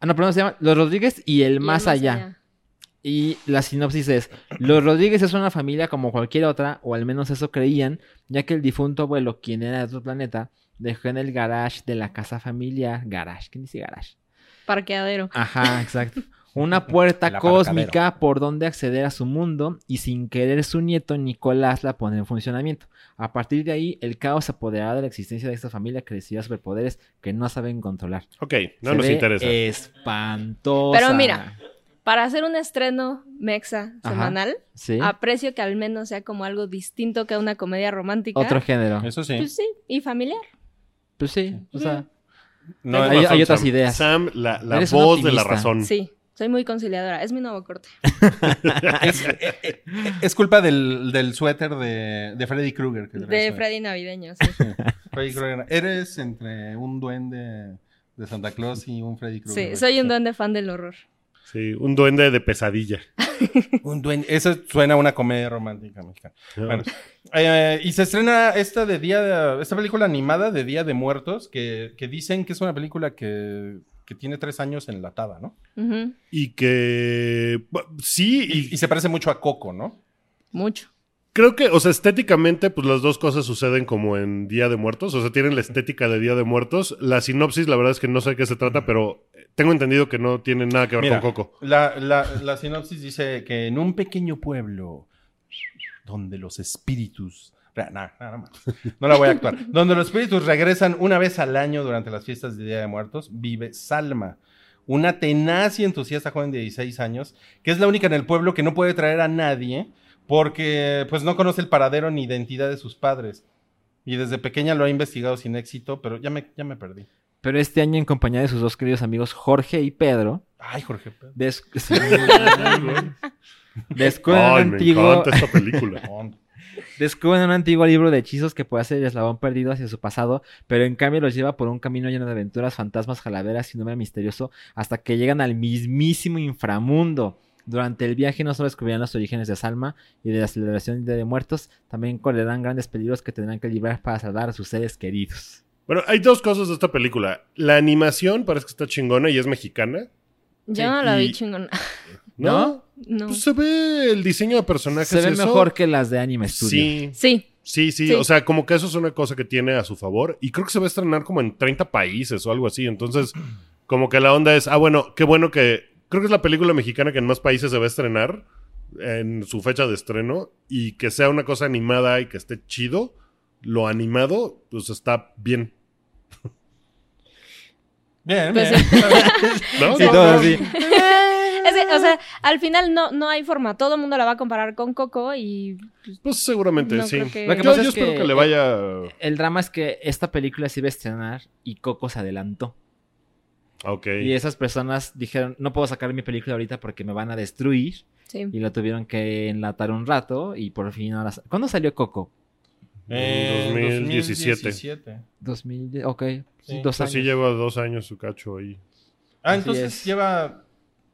C: Ah, no, perdón, se llama Los Rodríguez y el
F: Y
C: Más allá. Y la sinopsis es, los Rodríguez es una familia como cualquier otra, o al menos eso creían, ya que el difunto abuelo, quien era de otro planeta, dejó en el garage de la casa familiar, garage, ¿quién dice garage?
F: Parqueadero.
C: Ajá, exacto.
D: [laughs]
C: Una puerta
E: El
C: cósmica por donde acceder a su mundo y sin querer su nieto Nicolás la pone en funcionamiento. A partir de ahí, el caos se apoderará de la existencia de esta familia que recibirá superpoderes que no saben controlar.
D: Ok, no
C: Se
D: nos
C: ve
D: interesa.
C: Espantosa.
F: Pero mira. Para hacer un estreno mexa
C: Ajá.
F: semanal,
C: Sí.
F: aprecio que al menos sea como algo distinto que una comedia romántica.
C: Otro género.
E: Eso sí.
F: Pues sí, y familiar.
C: Pues sí, o sea,
E: No,
D: Tienes
C: hay-
D: razón,
C: hay otras
D: Sam.
C: ideas.
D: Sam, la, la
C: Eres un
D: voz de la
C: optimista.
D: razón.
F: Sí, soy muy conciliadora. Es mi nuevo corte.
E: es, eh, eh, es culpa del, del suéter de, de Freddy Krueger. que traes,
F: De
E: eh.
F: Freddy Navideño, sí.
E: Freddy Krueger. Eres entre un duende de Santa Claus y un Freddy Krueger.
F: Sí,
E: güey.
F: soy un duende fan del horror.
D: Sí, un duende de pesadilla.
E: Un duende. Eso suena a una comedia romántica mexicana.
D: ¿no?
E: Bueno, eh, y se estrena esta de día de- esta película animada de Día de Muertos que, que dicen que es una película que, que tiene tres años enlatada, ¿no?
F: Ujú,
D: Y que. bu- Sí, y,
E: Y se parece mucho a Coco, ¿no?
F: Mucho.
D: creo que, o sea, estéticamente, pues las dos cosas suceden como en Día de Muertos. O sea, tienen la estética de Día de Muertos. La sinopsis, la verdad es que no sé de qué se trata, pero tengo entendido que no tiene nada que ver
E: Mira, [laughs]
D: con Coco.
E: La, la- la sinopsis dice que en un pequeño pueblo donde los espíritus... Nah, nah, nada más. No la voy a actuar. Donde los espíritus regresan una vez al año durante las fiestas de Día de Muertos, vive Salma, una tenaz y entusiasta joven de 16 años, que es la única en el pueblo que no puede traer a nadie porque pues no conoce el paradero ni identidad de sus padres. Y desde pequeña lo ha investigado sin éxito, pero ya me, ya me perdí.
C: Pero este año, en compañía de sus dos queridos amigos Jorge y Pedro,
E: Ay, Jorge. Pedro.
C: des- [laughs]
D: Ay,
C: descubren, un
D: me
C: antiguo,
D: encanta esta película.
C: descubren un antiguo libro de hechizos que puede ser el eslabón perdido hacia su pasado, pero en cambio los lleva por un camino lleno de aventuras, fantasmas, jalaveras y un hombre misterioso hasta que llegan al mismísimo inframundo. Durante el viaje no solo descubrirán los orígenes de Salma y de la celebración del Día de muertos, también correrán grandes peligros que tendrán que librar para salvar a sus seres queridos.
D: Bueno, hay dos cosas de esta película. La animación parece que está chingona y es mexicana.
F: Yo
D: Sí,
F: no la
D: y-
F: vi chingona.
D: ¿No?
F: [laughs] No.
D: Pues se ve el diseño de personajes.
C: Se ve
D: y eso.
C: mejor que las de Anime Studio.
D: Sí,
F: Sí,
D: Sí, sí,
F: Sí.
D: o sea, como que eso es una cosa que tiene a su favor y creo que se va a estrenar como en 30 países o algo así, entonces como que la onda es, ah, bueno, qué bueno que creo que es la película mexicana que en más países se va a estrenar en su fecha de estreno y que sea una cosa animada y que esté chido, lo animado pues está bien.
E: Bien,
F: Pues
E: bien.
D: ¿no?
C: Sí, todo así.
F: es que, o sea, al final no, no hay forma. Todo el mundo la va a comparar con Coco y
D: Pues seguramente,
F: No
D: sí.
F: creo que-
D: Yo,
F: Lo que
C: pasa es
D: yo espero que,
C: que-
D: le vaya...
C: El drama es que esta película se iba a estrenar y Coco se adelantó.
D: Ok.
C: Y esas personas dijeron, no puedo sacar mi película ahorita porque me van a destruir.
F: sí.
C: Y lo tuvieron que enlatar un rato y por fin ahora... sa- ¿Cuándo salió Coco?
E: Eh,
D: 2017.
E: 2017.
C: 2000, ok,
E: Sí,
C: dos años.
D: Así lleva dos años su cacho ahí.
E: Ah,
C: Así
E: entonces
C: es.
E: lleva,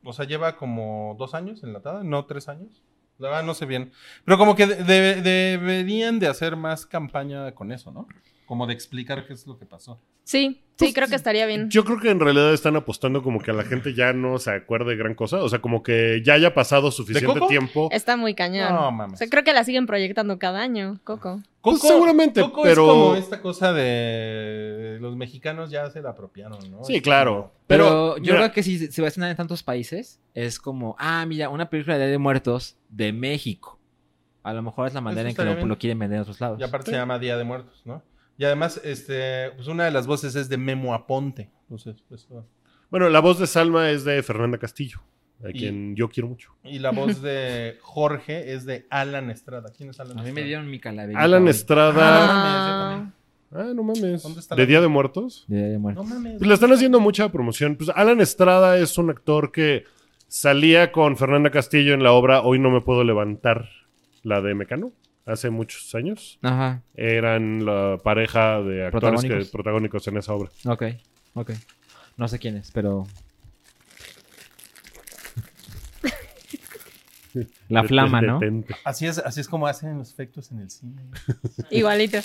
E: o sea, lleva como dos años enlatada, no tres años. La verdad no sé bien. Pero como que de- de- deberían de hacer más campaña con eso, ¿no? como de explicar qué es lo que pasó.
F: Sí, sí, creo que estaría bien.
D: Yo creo que en realidad están apostando como que a la gente ya no se acuerde gran cosa. O sea, como que ya haya pasado suficiente
E: Coco?
D: tiempo.
F: Está muy cañón.
E: No, mames.
F: O sea, creo que la siguen proyectando cada año, Coco.
D: Pues seguramente,
E: Coco
D: pero-
E: es como esta cosa de los mexicanos ya se la apropiaron, ¿no?
D: Sí,
E: Es
D: claro.
C: Pero, yo
D: mira,
C: creo que si se va a estrenar en tantos países, es como, ah, mira, una película de Día de Muertos de México. A lo mejor es la manera en que
E: estaría
C: lo,
E: bien.
C: lo quieren vender a otros lados.
E: como- Y aparte se llama Día de Muertos, ¿no? Y además, este, pues una de las voces es de Memo Aponte. Entonces, pues, ah.
D: Bueno, la voz de Salma es de Fernanda Castillo, a
E: Y-
D: quien yo quiero mucho.
E: y la voz de Jorge es de Alan Estrada. ¿Quién es Alan
C: A mí me
E: Estrada?
C: dieron mi calaverita.
D: Alan
C: hoy,
D: Estrada.
E: Ah.
D: Ah, no mames.
E: ¿Dónde está
D: ¿De
E: la-
D: Día de Muertos?
C: de Día de Muertos.
E: No mames.
D: Pues le están haciendo mucha promoción. Pues Alan Estrada es un actor que salía con Fernanda Castillo en la obra Hoy no me puedo levantar, la de Mecano, hace muchos años.
C: Ajá,
D: Eran la pareja de actores que-
C: Protagónicos.
D: protagónicos en esa obra.
C: ok, ok. No sé quién es,
D: [laughs]
C: pero... La
D: Det-
C: flama, ¿no?
D: detente.
E: Así es, así es como hacen los efectos en el cine.
F: Igualito.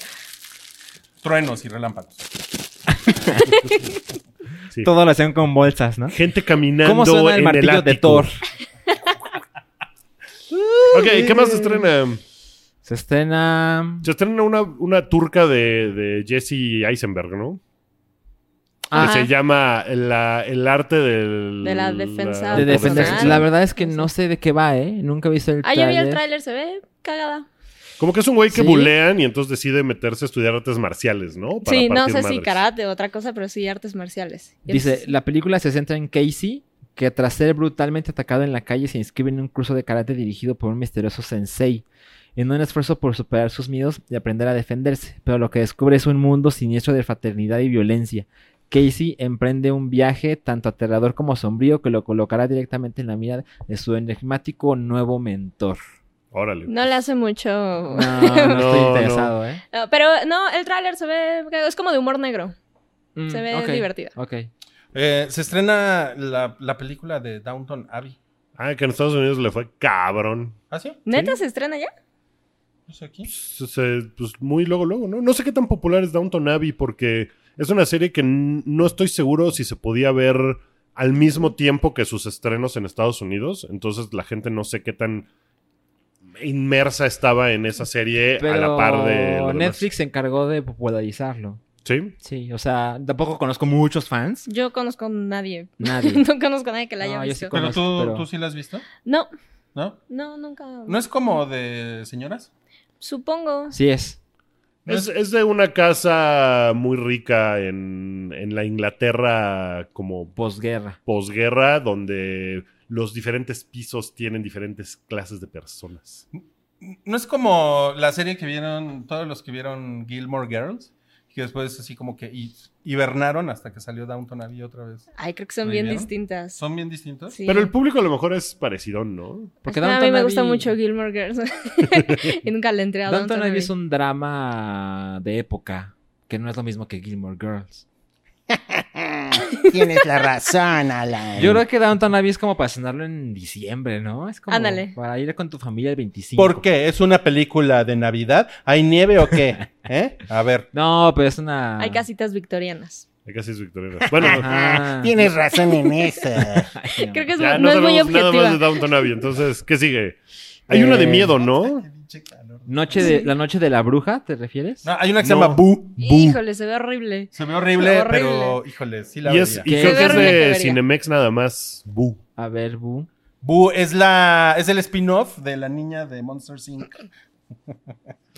E: Truenos y relámpagos.
D: Sí.
C: Todo lo hacían con bolsas, ¿no?
D: Gente caminando
C: ¿Cómo suena el
D: en el
C: martillo de
D: ático.
C: Thor?
D: Ok, ¿qué más se estrena?
C: Se estrena...
D: Se estrena una, una turca de, de Jesse Eisenberg, ¿no?
F: Ah.
D: Que se llama la- El arte del...
F: De la defensa
C: de
F: Ah,
C: defender.
F: personal.
C: La verdad es que no sé de qué va, ¿eh? Nunca he visto el
F: Ah, ya vi el
C: tráiler.
F: tráiler, se ve cagada.
D: Como que es un güey que
C: Sí.
D: bulean y entonces decide meterse a estudiar artes marciales, ¿no? Para
F: sí, no
D: partir
F: sé si
D: madres.
F: karate o otra cosa, pero sí artes marciales. Y
C: Dice,
F: entonces-
C: la película se centra en Casey, que tras ser brutalmente atacado en la calle se inscribe en un curso de karate dirigido por un misterioso sensei, en un esfuerzo por superar sus miedos y aprender a defenderse, pero lo que descubre es un mundo siniestro de fraternidad y violencia. Casey emprende un viaje tanto aterrador como sombrío que lo colocará directamente en la mira de su enigmático nuevo mentor.
D: Órale.
F: No le hace mucho.
C: [laughs] No, no estoy
D: No,
C: interesado, ¿eh?
F: No, Pero no, el tráiler se ve. Es como de humor negro.
C: Mm,
F: Se ve
C: ok,
F: divertida.
C: Ok.
E: Eh, se estrena la, la película de Downton Abbey.
D: Ah, que en Estados Unidos le fue cabrón.
E: ¿Ah, sí?
F: ¿Neta se estrena ya?
E: Pues aquí.
D: Se- se- pues muy luego, luego, ¿no? No sé qué tan popular es Downton Abbey porque es una serie que n- no estoy seguro si se podía ver al mismo tiempo que sus estrenos en Estados Unidos. Entonces la gente no sé qué tan inmersa estaba en esa serie
C: Pero
D: a la par de... lo demás.
C: Netflix se encargó de popularizarlo.
D: Sí.
C: Sí, o sea, tampoco conozco muchos fans.
F: Yo conozco a nadie.
C: Nadie.
F: [laughs] no conozco a nadie que la haya
C: Ah, No, yo sí
F: visto.
C: con-
E: Pero,
C: Conozco,
E: tú,
C: pero-
E: tú sí la has visto,
F: No,
E: ¿no?
F: no, nunca.
E: ¿No es como de señoras?
F: Supongo.
C: [laughs] Sí es.
D: Es, es de una casa muy rica en, en la Inglaterra como
C: Posguerra.
D: posguerra, donde los diferentes pisos tienen diferentes clases de personas.
E: ¿No es como la serie que vieron todos los que vieron Gilmore Girls? Que después así como que hi- hibernaron hasta que salió Downton Abbey otra vez.
F: Ay, creo que son
E: ¿Me
F: bien
E: vieron?
F: distintas.
E: ¿Son bien distintos?
F: Sí.
D: Pero el público a lo mejor es parecido, ¿no?
C: Porque
F: Ah, a mí
C: Downton
F: me gusta
C: Abbey-
F: mucho Gilmore Girls. [laughs] y nunca le entré a
C: Downton
F: Downton
C: Abbey
F: Abbey.
C: es un drama de época, que no es lo mismo que Gilmore Girls.
B: Tienes la razón, Alan.
C: Yo creo que Downton Abbey es como para cenarlo en diciembre, ¿no? Es como
F: Ándale.
C: para ir con tu familia el 25.
E: ¿Por qué? ¿Es una película de Navidad? ¿Hay nieve o qué?
D: [laughs]
E: ¿Eh? A ver.
C: No, pero es una...
F: Hay casitas victorianas.
D: Hay casi es victoriana.
E: [laughs]
D: Bueno,
C: Ajá.
B: Ah, Tienes razón en eso.
C: [laughs] Ay, no.
F: Creo que es
D: ya
F: muy- no es
D: sabemos
F: muy
D: nada más de
F: objetiva.
D: Downton Abbey, entonces,
E: [laughs]
D: ¿qué sigue? Hay una de
B: Eh,
D: miedo, ¿no?
C: Noche de... ¿La noche de la bruja, te refieres?
E: No, hay una que se
D: No.
E: llama Boo.
F: Híjole, se ve horrible.
E: Se ve horrible,
F: Horrible.
E: pero híjole, sí la
D: Y, es,
E: vería.
D: y
C: ¿Qué?
D: creo que es
F: Verla que
D: de
F: vería.
D: Cinemex nada más. Bu.
C: A ver, Bu.
E: Boo es la es el spin-off de la niña de Monster
D: [laughs]
E: Inc.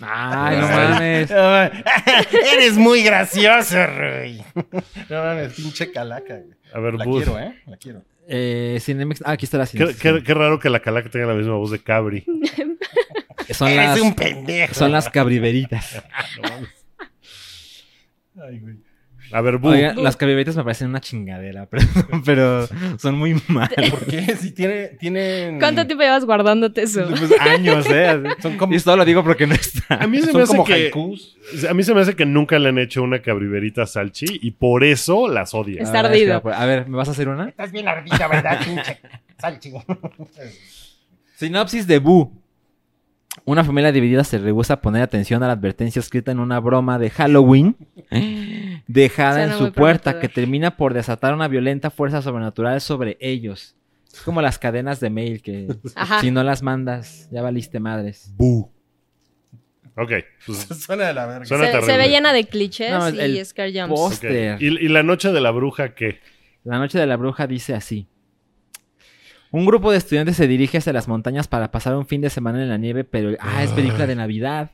C: Ay, no
D: Ah,
C: mames.
B: Eres muy gracioso, Rui.
E: No mames, pinche calaca. güey.
D: A ver,
E: La
D: Bu.
E: quiero, ¿eh? La quiero.
C: Eh, Cinemex... Ah, aquí está la
D: Qué,
C: Cinemex.
D: qué- qué raro que la calaca tenga la misma voz de Cabri.
C: Son las...
B: Eres un pendejo.
C: Son las cabriberitas.
E: Ay, güey.
D: A ver, Bu.
C: Oigan, las cabriberitas me parecen una chingadera, [laughs] pero, pero son muy malas.
E: ¿Por qué? Si tiene, tienen.
F: ¿Cuánto tiempo llevas guardándote eso?
E: [laughs] Pues,
C: años,
F: [laughs]
C: ¿eh?
E: Son
D: [laughs]
E: como,
C: Y esto lo digo porque no está.
D: A mí se
E: son
D: me hace
E: como
D: que...
E: haikus. [laughs]
D: A mí se me hace que nunca le han hecho una cabriverita a Salchi y por eso las odia.
F: Es-
C: La verdad que
F: ardido.
C: la apu- A ver, ¿me vas a hacer una?
B: Estás bien ardido, ¿verdad, pinche salchi?
C: Sinopsis de Boo. Una familia dividida se rehúsa a poner atención a la advertencia escrita en una broma de
F: [gasps]
C: Halloween dejada
F: Suena
C: en su
F: muy
C: puerta
F: prometedor.
C: que termina por desatar una violenta fuerza sobrenatural sobre ellos. Es como las cadenas de mail que
F: [laughs] Ajá.
C: si no las mandas ya valiste madres.
D: Ok. pues,
E: Suena de la verga. Ah,
D: Suena
F: Se, se
D: terrible.
F: ve llena de clichés
C: No, el
F: y Scar Jumps.
C: post-
D: ok. ¿Y, y la noche de la bruja qué?
C: La noche de la bruja dice así. Un grupo de estudiantes se dirige hacia las montañas para pasar un fin de semana en la nieve, pero... Ah, es película de Navidad.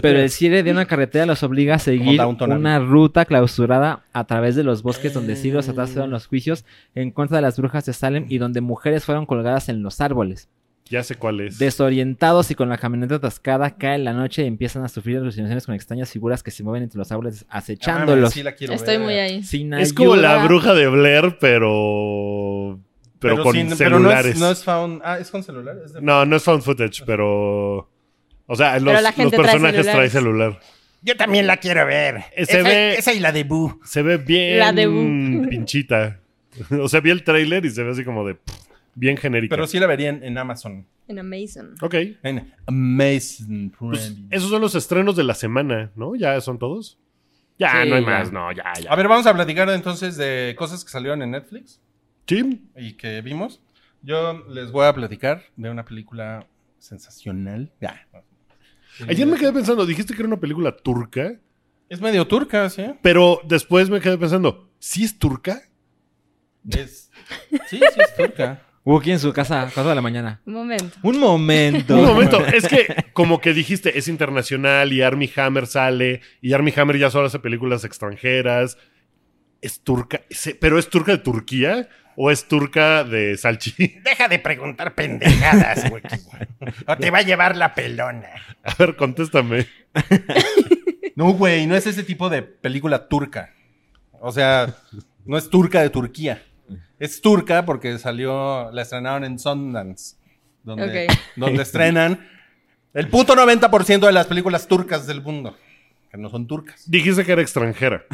C: Pero el cierre de una carretera los obliga a seguir
E: Downton Abbey.
C: una ruta clausurada a través de los bosques donde siglos atrás fueron los juicios en contra de las brujas de Salem y donde mujeres fueron colgadas en los árboles.
D: Ya sé cuál es.
C: Desorientados y con la camioneta atascada, cae la noche y empiezan a sufrir alucinaciones con extrañas figuras que se mueven entre los árboles acechándolos.
E: Sí la quiero
F: Estoy
E: ver.
F: muy ahí.
C: Sin
D: es como la
C: ayuda.
D: bruja de Blair, pero. Pero, con
E: sin- pero no es-
D: celulares.
E: no es found- Ah, es con celulares.
D: no, no, es found footage, pero. O sea, los,
F: Pero la
D: los
F: gente trae
D: personajes trae
F: celulares.
D: celular.
B: Yo también la quiero ver.
D: Ese
B: esa,
D: ve-
B: esa y la de Boo.
D: Se ve bien.
F: La de Bu.
D: Pinchita. [laughs] O sea, vi el tráiler y se ve así como de. pff, Bien genérica.
E: Pero sí la verían en Amazon.
F: En Amazon.
D: Ok.
E: En Amazon Prime.
D: Pues, esos son los estrenos de la semana, ¿no? ¿Ya son todos? Ya,
C: Sí,
D: no hay
C: ya.
D: más. No, ya,
E: A
D: ya.
E: ver, vamos a platicar entonces de cosas que salieron en Netflix
D: Sí.
E: y que vimos. Yo les voy a platicar de una película sensacional. Ya.
D: Ayer me quedé pensando, dijiste que era una película turca,
E: Es medio turca, ¿sí?
D: pero después me quedé pensando, ¿sí es turca?
E: Es- Sí, sí es turca.
C: Wookie en su casa, 4 de la mañana.
F: Un momento.
C: Un momento.
D: Un
I: [laughs]
D: momento, es que como que dijiste, es internacional y Army Hammer sale y Army Hammer ya solo hace películas extranjeras. ¿Es turca? ¿Es- ¿Pero es turca de Turquía o es turca de Salchi? [laughs]
B: Deja de preguntar pendejadas, güey. O te va a llevar la pelona.
D: A ver, contéstame.
E: No, güey, no es ese tipo de película turca. O sea, no es turca de Turquía. Es turca porque salió, la estrenaron en Sundance, donde,
F: Ok.
E: donde estrenan el puto 90% de las películas turcas del mundo, que no son turcas.
D: Dijiste que era extranjera.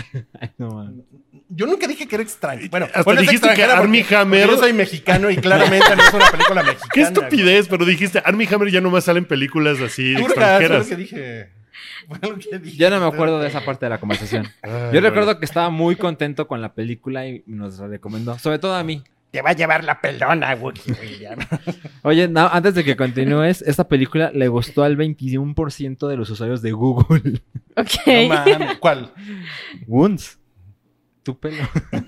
C: No, man.
E: Yo nunca dije que era extraño. Bueno,
D: Hasta
E: bueno, es
D: dijiste que
E: extranjera
D: Armie
E: porque-
D: Hammer-
E: porque Yo soy mexicano y claramente no es una película mexicana.
D: [laughs] Qué estupidez, pero dijiste, Army Hammer ya nomás salen películas así
E: güey. Turca, fue lo
D: extranjeras.
E: que dije. [laughs] Fue lo que dije.
C: Yo no me acuerdo de esa parte de la conversación.
D: [laughs] Ay,
C: Yo
D: bueno.
C: recuerdo que estaba muy contento con la película y nos la recomendó, sobre todo a mí.
B: Te va a llevar la pelona, Wookie William.
C: Oye, no, antes de que continúes, esta película le gustó al 21% de los usuarios de Google.
I: [laughs]
E: No
F: [laughs] Ok.
E: mames, ¿Cuál?
C: Wounds. Tu
D: [laughs]
C: pelo.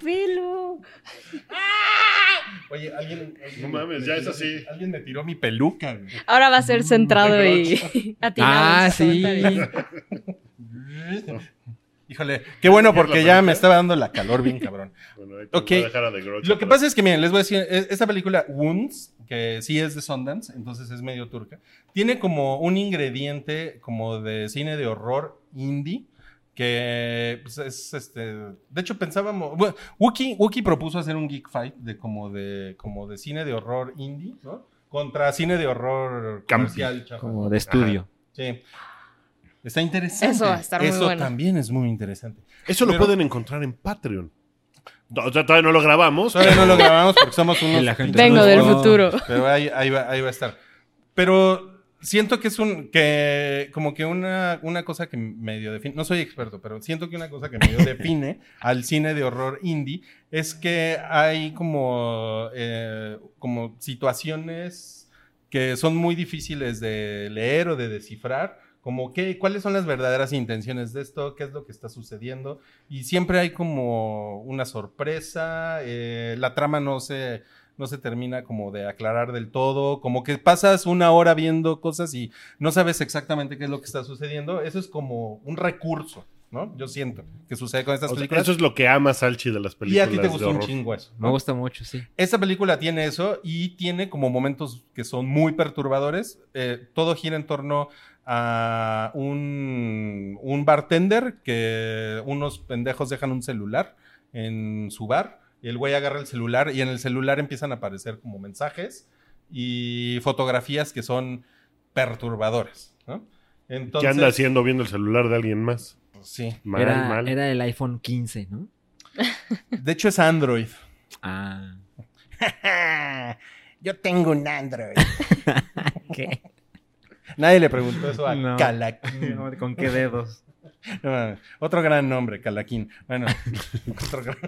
F: Pelo.
E: Oye, alguien. alguien-
D: No mames, ya es así.
E: Alguien me tiró mi peluca. güey.
F: Ahora va a ser centrado y [laughs] atinado.
C: Ah,
F: en sus
C: sí.
F: comentarios.
E: Híjole, qué bueno porque Ah, ya me estaba dando la calor bien cabrón.
D: Bueno, ahí
E: Ok.
D: voy a dejar a The Grudge
E: Lo que
D: atrás.
E: pasa es que, miren, les voy a decir, e- esta película Wounds, que sí es de Sundance, entonces es medio turca, tiene como un ingrediente como de cine de horror indie, que pues, es este... De hecho, pensábamos... Bueno, Wookie, Wookie propuso hacer un geek fight de como de, como de cine de horror indie, ¿no? Contra cine de horror
D: Campi.
E: comercial, chafa.
C: Como de estudio.
E: Sí. Está interesante.
F: Eso va a estar muy
E: Eso
F: bueno.
E: también es muy interesante.
D: Eso lo
E: Pero-
D: pueden encontrar en Patreon. No, o sea, todavía no lo grabamos.
E: Todavía no lo grabamos porque
C: [laughs]
E: somos unos.
C: Y la gente
E: pinches
F: Vengo del
E: gordos,
F: futuro.
E: Pero ahí, ahí va, ahí va a estar. Pero siento que es un. que Como que una, una cosa que medio define. No soy experto, pero siento que una cosa que medio
C: [laughs]
E: define al cine de horror indie es que hay como. eh, como situaciones que son muy difíciles de leer o de descifrar. Como que, cuáles son las verdaderas intenciones de esto, qué es lo que está sucediendo. Y siempre hay como una sorpresa, eh, la trama no se, no se termina como de aclarar del todo, como que pasas una hora viendo cosas y no sabes exactamente qué es lo que está sucediendo. Eso es como un recurso, ¿no? Yo siento que sucede con estas
D: O sea,
E: películas.
D: eso es lo que ama Salchi de las
E: y
D: películas.
E: a ti te
D: de
E: gustó un
D: horror.
E: chingo eso.
C: Me gusta mucho, sí.
E: Esta película tiene eso y tiene como momentos que son muy perturbadores. Eh, todo gira en torno a un, un bartender que unos pendejos dejan un celular en su bar. Y el güey agarra el celular y en el celular empiezan a aparecer como mensajes y fotografías que son perturbadores. ¿no?
D: ¿Qué
E: Entonces,
D: anda haciendo viendo el celular de alguien más?
E: pues, sí.
D: Mal,
C: era,
D: mal.
C: era el iPhone 15, ¿no?
E: De hecho es Android.
C: Ah.
B: [laughs]
D: [laughs]
B: Yo tengo un Android. [laughs]
C: ¿Qué?
E: Nadie le preguntó eso a
I: No.
E: Calaquín.
I: No, ¿Con qué dedos?
E: No mames. Otro gran nombre, Calaquín. Bueno, otro gran-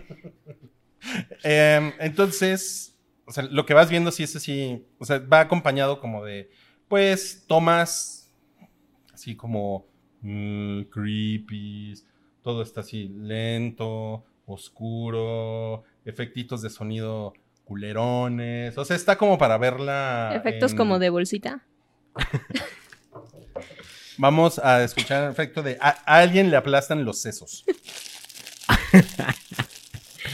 E: Em, entonces, o sea, lo que vas viendo sí es así, o sea, va acompañado como de, pues, tomas así como mm, creepies, todo está así lento, oscuro, efectitos de sonido culerones, o sea, está como para verla.
F: Efectos
E: en-
F: como de bolsita.
E: Vamos a escuchar el efecto de a, a alguien le aplastan los sesos.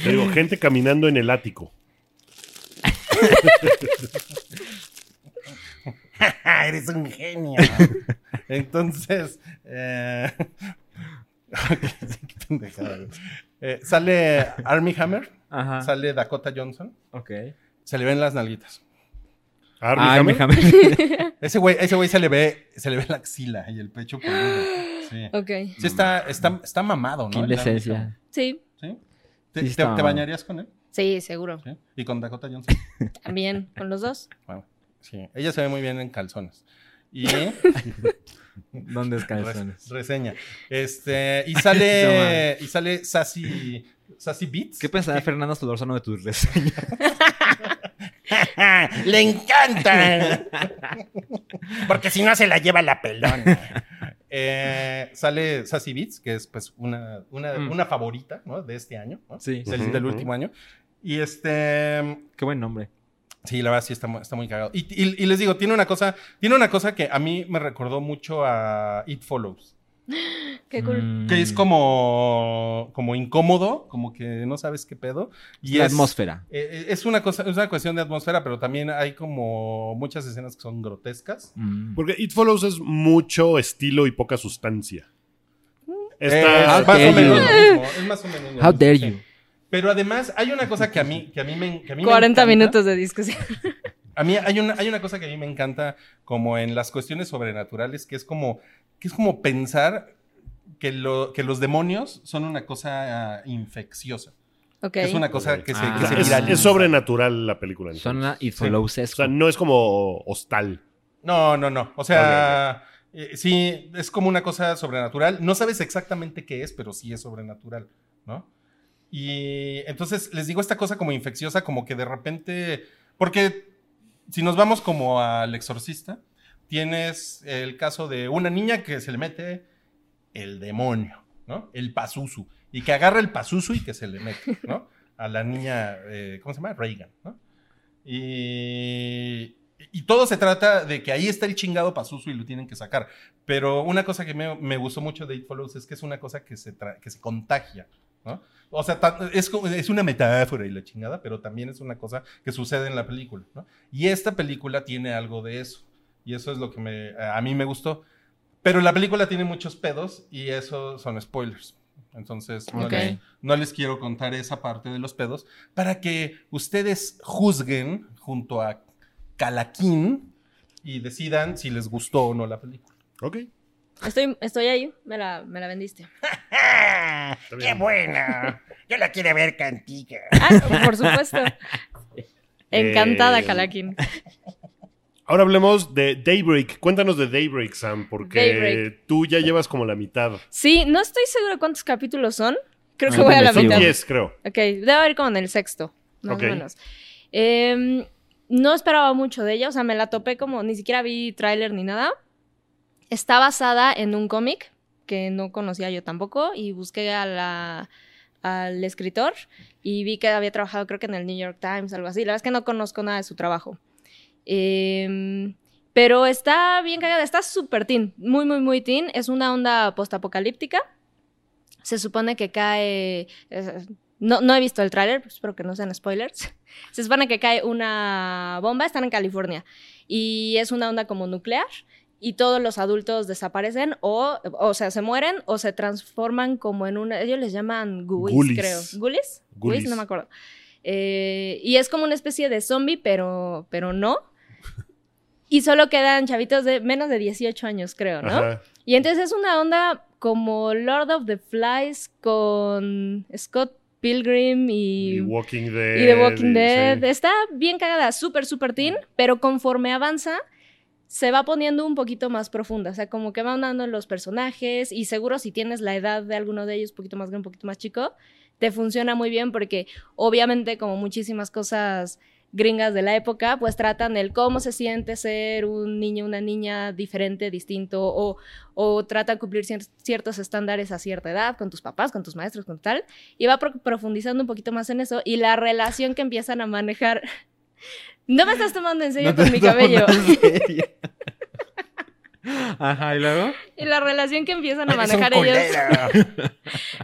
D: Te digo, gente caminando en el ático.
B: Ah, eres un genio. [laughs]
E: Entonces, [laughs] eh, [laughs] ok, sí, qué pendejada, güey. Eh, sale Army Hammer,
C: Ajá.
E: sale Dakota Johnson,
C: Ok.
E: se le ven las nalguitas.
D: Armie
C: Ay, mi
D: Hammer. [laughs]
C: jamás.
E: Ese güey, ese güey se le ve, se le ve la axila y el pecho peludo. Sí,
F: Ok.
E: Sí, está, está, está mamado, ¿no?
C: Qué
E: El Armie Hammer,
C: indecencia.
F: Sí.
E: ¿sí? ¿Te,
C: Sí,
E: te-
C: está
E: te
C: mamado.
E: bañarías con él?
F: Sí, seguro.
E: ¿Sí? ¿Y con Dakota Johnson?
F: También, con los dos.
E: Bueno, sí. Ella se ve muy bien en calzones.
C: [laughs]
E: Y
C: ¿Dónde es
E: Res-
C: calzones?
E: reseña. Este, y
C: [laughs] No
E: sale,
C: mames.
E: y sale Sassy, Sassy Beats.
C: ¿Qué pensará Fernando Solorzano de tus reseñas?
D: [laughs]
B: Le encanta. Porque si no se la lleva la
D: [laughs]
B: pelona. [laughs]
E: Eh, sale Sassy Beats, que es pues una, una,
C: Mm.
E: una favorita ¿no? de este año, ¿no?
C: Sí.
E: del,
D: Ujú,
E: del
D: ujú.
E: último año. Y este,
C: Qué buen nombre.
E: sí, la verdad sí está, mu- está muy cagado. Y, y- y les digo, tiene una cosa, tiene una cosa que a mí me recordó mucho a It Follows,
F: Qué cool.
C: Mm.
E: que es como, como incómodo, como que no sabes qué pedo. Y
C: la
E: es,
C: atmósfera.
E: eh, eh, es una cosa, es una cuestión de atmósfera, pero también hay como muchas escenas que son grotescas.
C: Mm.
D: Porque It Follows es mucho estilo y poca sustancia. Está-
E: Eh,
C: How
E: es, más
C: dare
E: o menos
C: you.
E: lo mismo, es más o menos lo
C: How
E: mismo,
C: dare
E: sí.
C: you.
E: Pero además hay una cosa que a mí, que a mí me, que a mí me
F: 40
E: encanta.
F: minutos de discusión. [laughs]
E: A mí hay una, hay una cosa que a mí me encanta como en las cuestiones sobrenaturales, que es como, que es como pensar que, lo, que los demonios son una cosa ah, infecciosa.
F: Ok.
E: Que es una cosa que se,
C: Ah.
E: que se
D: es,
E: viraliza.
D: es sobrenatural la película. entonces.
C: Son una It
E: Sí.
C: Follows
D: O sea, no es como hostal.
E: No, no, no. O sea, eh, sí, es como una cosa sobrenatural. No sabes exactamente qué es, pero sí es sobrenatural, ¿no? Y entonces les digo esta cosa como infecciosa, como que de repente, porque si nos vamos como al exorcista, tienes el caso de una niña que se le mete el demonio, ¿no? El pasusu. Y que agarra el pasusu y que se le mete, ¿no? A la niña, eh, ¿cómo se llama? Reagan, ¿no? Y, y todo se trata de que ahí está el chingado pasusu y lo tienen que sacar. Pero una cosa que me, me gustó mucho de It Follows es que es una cosa que se, tra- que se contagia, ¿no? O sea, ta- es, como- es una metáfora y la chingada, pero también es una cosa que sucede en la película, ¿no? Y esta película tiene algo de eso. Y eso es lo que me, a mí me gustó. Pero la película tiene muchos pedos y eso son spoilers. Entonces, no,
F: Ok.
E: les, no les quiero contar esa parte de los pedos para que ustedes juzguen junto a Calaquín y decidan si les gustó o no la película.
D: Ok.
F: Estoy, estoy ahí. Me la, me la
E: [laughs]
F: vendiste.
B: Ah, ¡Qué
D: bien.
B: bueno! Yo la quiero ver cantiga.
F: Ah, por supuesto. Encantada,
D: Eh,
F: Calaquín.
D: Ahora hablemos de Daybreak. Cuéntanos de Daybreak, Sam, porque
F: Daybreak.
D: tú ya llevas como la mitad.
F: Sí, no estoy segura cuántos capítulos son. Creo que
C: Ah,
F: voy a la
C: sí,
D: Son
F: mitad.
C: bueno.
D: 10, creo.
F: Ok, debe haber como en el sexto, más
D: Ok.
F: o menos. Em, no esperaba mucho de ella, o sea, me la topé como, ni siquiera vi tráiler ni nada. Está basada en un cómic que no conocía yo tampoco y busqué a la, al escritor y vi que había trabajado creo que en el New York Times, algo así. La verdad es que no conozco nada de su trabajo. Em, pero está bien cagada, está súper teen, muy, muy, muy teen. Es una onda postapocalíptica. Se supone que cae... eh, no, no he visto el tráiler, pero espero que no sean spoilers. [laughs] Se supone que cae una bomba, están en California, y es una onda como nuclear, y todos los adultos desaparecen, o, o sea, se mueren, o se transforman como en una... Ellos les llaman ghouls,
D: Ghoulies.
F: creo. ¿Ghoulies?
D: Ghoulies.
F: Ghoulies, no me acuerdo. Eh, y es como una especie de zombie, pero, pero no. Y solo quedan chavitos de menos de 18 años, creo, ¿no?
D: Ajá.
F: Y entonces es una onda como Lord of the Flies con Scott Pilgrim y,
D: Y Walking Dead.
F: y The Walking
D: y-
F: Dead.
D: sí.
F: Está bien cagada, súper, súper teen, pero conforme avanza, se va poniendo un poquito más profunda, o sea, como que van dando los personajes y seguro si tienes la edad de alguno de ellos, un poquito más grande, un poquito más chico, te funciona muy bien porque obviamente como muchísimas cosas gringas de la época, pues tratan el cómo se siente ser un niño, una niña diferente, distinto, o, o trata de cumplir cier- ciertos estándares a cierta edad con tus papás, con tus maestros, con tal, y va pro- profundizando un poquito más en eso y la relación que empiezan a manejar. [laughs] No me estás tomando en serio
C: No te
F: con mi
C: tomo
F: cabello.
C: nada en serio. [laughs] Ajá, y luego.
F: Y la relación que empiezan a
B: Eres un
F: manejar ellos
B: culero.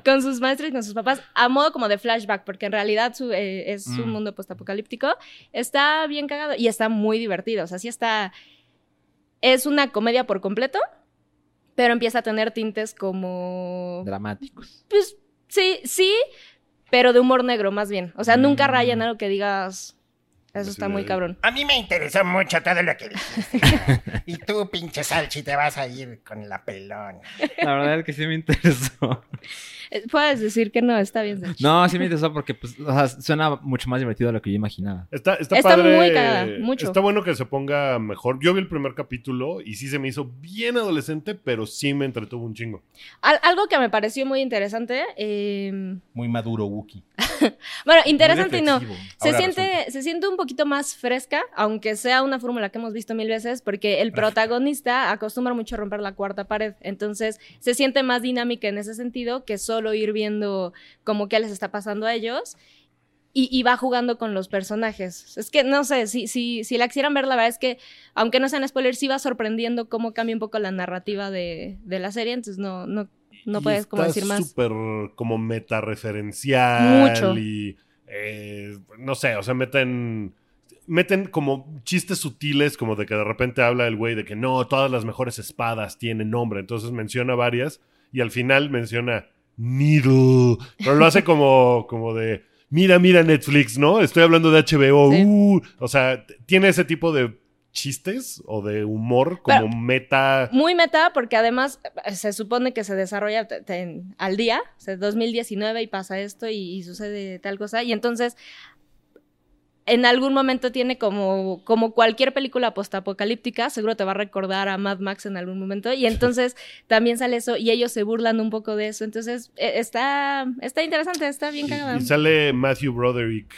F: con sus maestros y con sus papás a modo como de flashback, porque en realidad su- eh, es
C: Mm.
F: un mundo postapocalíptico, está bien cagado y está muy divertido. O sea, sí está... Es una comedia por completo, pero empieza a tener tintes como...
C: Dramáticos.
F: Pues sí, sí, pero de humor negro más bien. O sea, nunca
C: Mm. Pues
F: raya en algo que digas... Eso
D: Así
F: está
D: de-
F: muy cabrón.
B: A mí me interesó mucho todo lo que
D: [laughs]
B: dijiste. Y tú, pinche Salchi, te vas a ir con la pelona.
C: La verdad es que sí me interesó.
F: Eh, Puedes decir que no, está bien. Sancho.
C: [laughs] No, sí me interesó porque pues, o sea, suena mucho más divertido de lo que yo imaginaba.
D: Está, está,
F: Está
D: padre,
F: muy cagada, mucho.
D: Está bueno que se ponga mejor. Yo vi el primer capítulo y sí se me hizo bien adolescente, pero sí me entretuvo un chingo.
F: Al- algo que me pareció muy interesante... eh,
E: Muy maduro, Wookie.
F: bueno, interesante y no. Se
E: Ahora
F: siente, se siente un poquito más fresca, aunque sea una fórmula que hemos visto mil veces, porque el protagonista acostumbra mucho a romper la cuarta pared. Entonces, se siente más dinámica en ese sentido que solo ir viendo como qué les está pasando a ellos y, y va jugando con los personajes. Es que, no sé, si, si, si la quisieran ver, la verdad es que, aunque no sean spoilers, sí va sorprendiendo cómo cambia un poco la narrativa de, de la serie. Entonces, no, no, no
D: Y
F: puedes como
D: está
F: decir más.
D: súper como metareferencial.
F: Mucho.
D: Y eh, no sé, o sea, meten. Meten como chistes sutiles, como de que de repente habla el güey de que no, todas las mejores espadas tienen nombre. Entonces menciona varias y al final menciona Needle. Pero lo hace como, [laughs] como de. Mira, mira Netflix, ¿no? Estoy hablando de HBO.
F: Sí.
D: uh". o sea, t- tiene ese tipo de chistes o de humor como
F: Pero-
D: meta.
F: Muy meta porque además eh, se supone que se desarrolla te- te- en- al día, o sea, 2019 y pasa esto y, y sucede tal cosa. Y entonces, en algún momento tiene como, como cualquier película postapocalíptica, seguro te va a recordar a Mad Max en algún momento.
D: [laughs]
F: Y entonces también sale eso y ellos se burlan un poco de eso. Entonces, eh, está, está interesante, está bien cagada.
D: Y, y sale Matthew Broderick.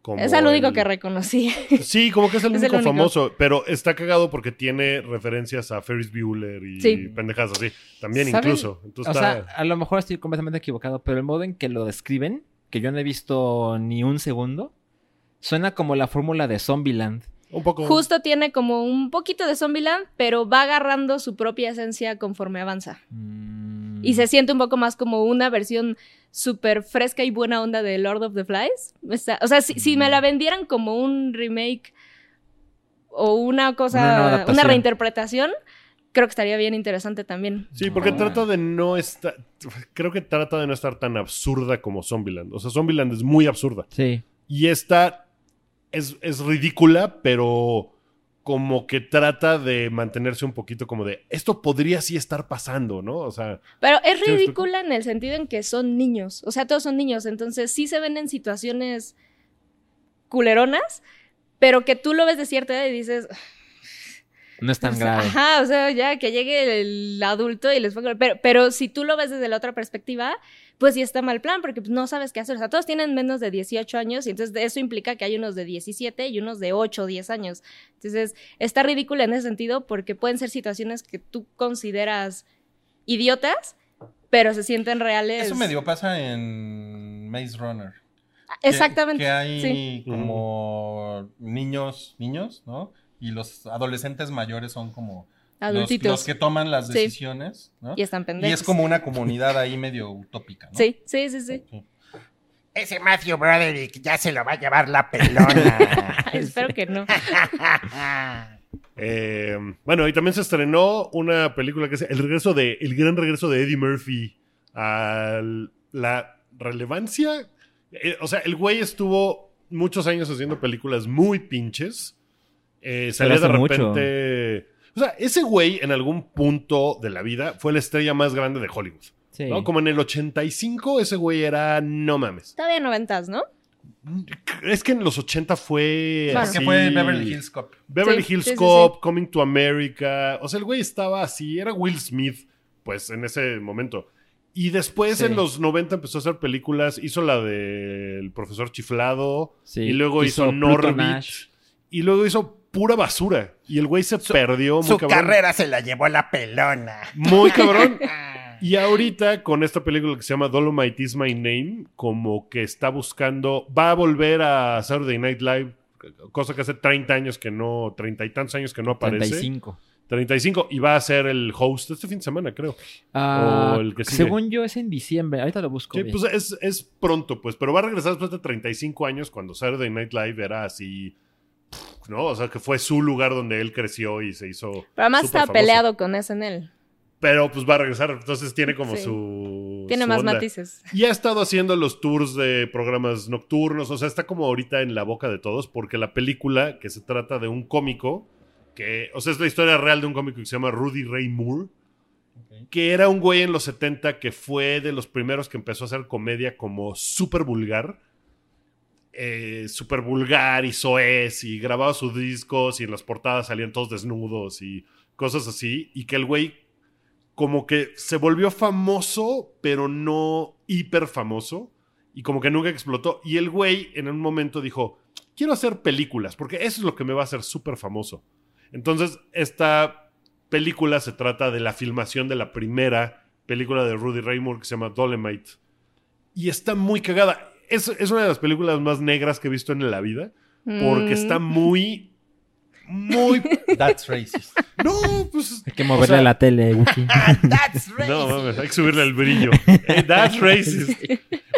D: Como
F: Es el único
D: el-
F: que reconocí.
D: Sí, como que es el,
F: [laughs] Es el
D: único,
F: único.
D: famoso, pero está cagado porque tiene referencias a Ferris Bueller y
F: Sí.
D: pendejas así. También
C: ¿Saben?
D: incluso. Entonces
C: O sea,
D: Pues está-
C: a lo mejor estoy completamente equivocado, pero el modo en que lo describen, que yo no he visto ni un segundo, suena como la fórmula de Zombieland.
D: un poco.
F: Justo tiene como un poquito de Zombieland, pero va agarrando su propia esencia conforme avanza.
C: Mm.
F: Y se siente un poco más como una versión súper fresca y buena onda de Lord of the Flies. Está- o sea, si, si me la vendieran como un remake o una
C: Una nueva
F: cosa, una,
C: adaptación.
F: reinterpretación, creo que estaría bien interesante también.
D: Sí, porque
C: Ah.
D: trata de no estar. Creo que trata de no estar tan absurda como Zombieland. O sea, Zombieland es muy absurda.
C: Sí.
D: Y esta es, es ridícula, pero como que trata de mantenerse un poquito como de esto podría sí estar pasando, ¿no? O sea,
F: Pero es
D: me explico?
F: ridícula en el sentido en que son niños. O sea, todos son niños. Entonces sí se ven en situaciones culeronas, pero que tú lo ves de cierta edad y dices,
C: No es tan
F: O sea,
C: grave.
F: Pues, Ajá, o sea, ya que llegue el adulto y les ponga. Pero, pero si tú lo ves desde la otra perspectiva, pues sí está mal plan, porque pues, no sabes qué hacer. O sea, todos tienen menos de 18 años, y entonces eso implica que hay unos de 17 y unos de 8 o 10 años. Entonces, está ridícula en ese sentido, porque pueden ser situaciones que tú consideras idiotas, pero se sienten reales.
E: Eso medio pasa en Maze Runner. Que-
F: Exactamente.
E: Que, hay
F: sí.
E: como niños, niños, ¿no? Y los adolescentes mayores son como los-
F: Adultitos.
E: Los, que toman las
F: Sí.
E: decisiones, ¿no?
F: Y están
E: Y
F: pendejos.
E: es como una comunidad ahí medio utópica, ¿no?
F: Sí, sí, sí, sí.
B: Ese Matthew Broderick ya se lo va a llevar la
D: [laughs]
B: pelona. [laughs]
F: Ay, espero
E: [laughs]
F: que no.
D: Eh, bueno, y también se estrenó una película que es el regreso de el gran regreso de Eddie Murphy a la relevancia. Eh, o sea, el güey estuvo muchos años haciendo películas muy pinches. Eh, salía de
C: hace mucho.
D: repente. O sea, ese güey en algún punto de la vida fue la estrella más grande de Hollywood.
C: Sí.
D: ¿no? Como en el 85, ese güey era no mames.
F: Todavía noventas, ¿no?
D: Es que en los 80 fue.
F: Claro.
D: así.
E: Que fue Beverly Hills Cop.
D: Beverly
F: Sí,
D: Hills
F: sí, sí,
D: Cop, Coming to America. O sea, el güey estaba así, era Will Smith, pues en ese momento. Y después
C: Sí.
D: en los 90 empezó a hacer películas, hizo la del profesor chiflado,
C: Sí,
D: y luego hizo,
C: hizo Pluto
D: Norbit,
C: Nash.
D: y luego hizo pura basura. Y el güey se perdió muy
B: Su
D: cabrón.
B: carrera se la llevó la pelona.
D: Muy cabrón.
B: Pues,
D: Y ahorita con esta película que se llama Dolomite is My Name, como que está buscando, va a volver a Saturday Night Live, cosa que hace 30 años que no, 30 y tantos años que no aparece.
C: 35.
D: 35 y va a ser el host este fin de semana, creo.
C: Ah,
D: O el que sigue.
C: según yo es en diciembre. Ahorita lo busco.
D: Sí,
C: bien.
D: pues es, es pronto, pues, pero va a regresar después de 35 años cuando Saturday Night Live era así, pff, ¿no? O sea, que fue su lugar donde él creció y se hizo...
F: Pero además
D: súper
F: está
D: famoso.
F: peleado con SNL.
D: Pero pues va a regresar, entonces tiene como
F: Sí.
D: su...
F: Tiene
D: su
F: más
D: Pues onda.
F: matices.
D: [laughs] Y ha estado haciendo los tours de programas nocturnos, o sea, está como ahorita en la boca de todos, porque la película que se trata de un cómico, que, o sea, es la historia real de un cómico que se llama Rudy Ray Moore, que era un güey en los 70 que fue de los primeros que empezó a hacer comedia como súper vulgar, eh, súper vulgar y soez, y grababa sus discos y en las portadas salían todos desnudos y cosas así, y que el güey como que se volvió famoso, pero no hiper famoso, y como que nunca explotó. Y el güey en un momento dijo, quiero hacer películas, porque eso es lo que me va a hacer súper famoso. Entonces, esta película se trata de la filmación de la primera película de Rudy Ray Moore que se llama Dolemite. Y está muy cagada. Es, es una de las películas más negras que he visto en la vida, porque
F: Mm.
D: está muy, muy...
E: That's racist.
D: No, pues
C: Hay que moverle
D: o sea-
C: la tele,
D: [laughs]
C: Wookie.
D: no, mames, hay que subirle el brillo. Eh, that's racist.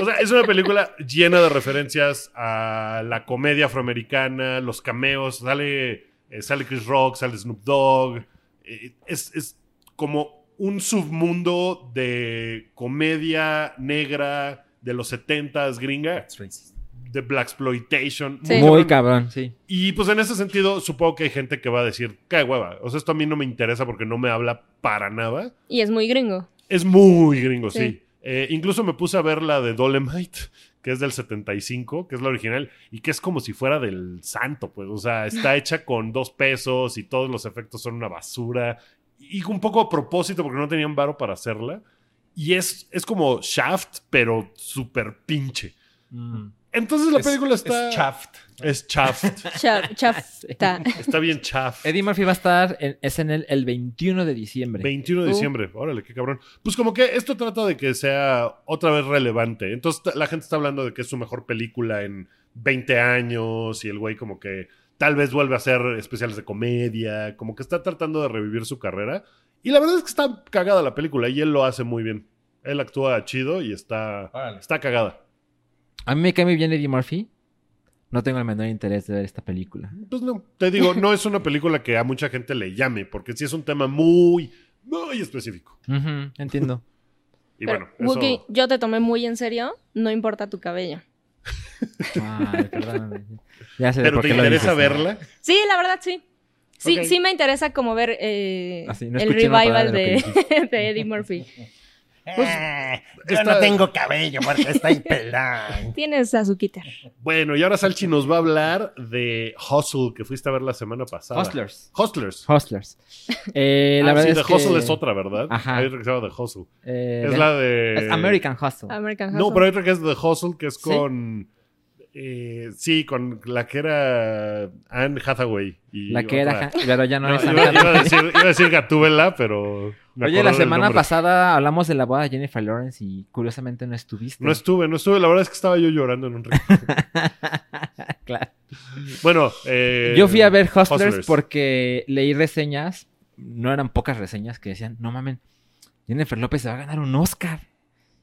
D: O sea, es una película llena de referencias a la comedia afroamericana, los cameos. Sale, eh, sale Chris Rock, sale Snoop Dogg. Eh, es, es como un submundo de comedia negra de los 70s gringa,
E: That's racist.
D: de Black Exploitation.
F: Sí.
C: Muy cabrón, sí.
D: Y pues en ese sentido, supongo que hay gente que va a decir, qué hueva. O sea, esto a mí no me interesa porque no me habla para nada.
F: Y es muy gringo.
D: Es muy gringo, sí.
F: Sí.
D: Eh, incluso me puse a ver la de Dolemite, que es del 75, que es la original, y que es como si fuera del santo, pues. O sea, está hecha con dos pesos y todos los efectos son una basura. Y un poco a propósito, porque no tenían varo para hacerla. Y es, es como Shaft, pero súper pinche.
C: Mm.
D: Entonces la
E: Es-
D: película está.
E: Es chaft.
D: Es
E: [laughs]
D: Shaft. [laughs]
F: Cha- chafta.
D: está bien Shaft.
C: Eddie Murphy va a estar en SNL el 21 de diciembre.
D: 21 de
F: Uh.
D: diciembre, órale, qué cabrón. Pues como que esto trata de que sea otra vez relevante. Entonces t- la gente está hablando de que es su mejor película en 20 años y el güey como que tal vez vuelve a hacer especiales de comedia, como que está tratando de revivir su carrera. Y la verdad es que está cagada la película y él lo hace muy bien. Él actúa chido y está,
E: Órale.
D: está cagada.
C: A mí me cae muy bien Eddie Murphy. No tengo el menor interés de ver esta película.
D: Pues no, te digo, no es una película que a mucha gente le llame, porque sí es un tema muy, muy específico.
C: Ujú, [laughs] entiendo.
D: Y
F: Pero,
D: bueno,
F: Wookie,
D: eso,
F: yo te tomé muy en serio. No importa tu cabello.
C: Ay, Ah, perdóname. Ya sé de
D: pero
C: por
D: te
C: qué lo
D: interesa
C: dices, ¿no?
D: verla.
F: Sí, la verdad sí. Sí,
D: Ok.
F: sí me interesa como ver eh,
C: Así, no
F: el
C: escuché una palabra
F: revival
C: de lo
F: de,
C: que
F: [laughs] de Eddie Murphy.
D: Pues,
B: Ah, yo
D: esta-
B: no tengo cabello porque estoy pelón.
F: Tienes a Zuquita.
D: Bueno, y ahora Salchi nos va a hablar de Hustle, que fuiste a ver la semana
C: [laughs]
D: pasada.
C: Hustlers.
D: Hustlers.
C: Hustlers. Eh, la
D: Ah,
C: verdad
D: sí,
C: es
D: The
C: que,
D: Hustle es otra, ¿verdad?
C: Ajá.
D: Hay otra que se llama The Hustle.
C: eh,
D: es
C: vean,
D: la de...
C: es American Hustle.
F: American Hustle.
D: No, pero hay otra que es The Hustle, que es
C: ¿Sí?
D: con... eh, sí, con la que era Anne Hathaway. Y
C: la que era...
D: otra.
C: [laughs] Pero ya no,
D: [laughs] No,
C: es
D: iba,
C: Anne
D: iba a
C: Hathaway.
D: decir, iba a decir Gatúbela, pero... me
C: Oye,
D: acordé
C: la
D: del
C: semana
D: nombre.
C: pasada hablamos de la boda de Jennifer Lawrence y curiosamente no estuviste.
D: No estuve, no estuve. La verdad es que estaba yo llorando en un rincón.
C: [laughs] Claro.
D: Bueno, eh,
C: Yo fui a ver Hustlers,
D: Hustlers.
C: porque leí reseñas, no eran pocas reseñas, que decían, no mamen, Jennifer López se va a ganar un Oscar.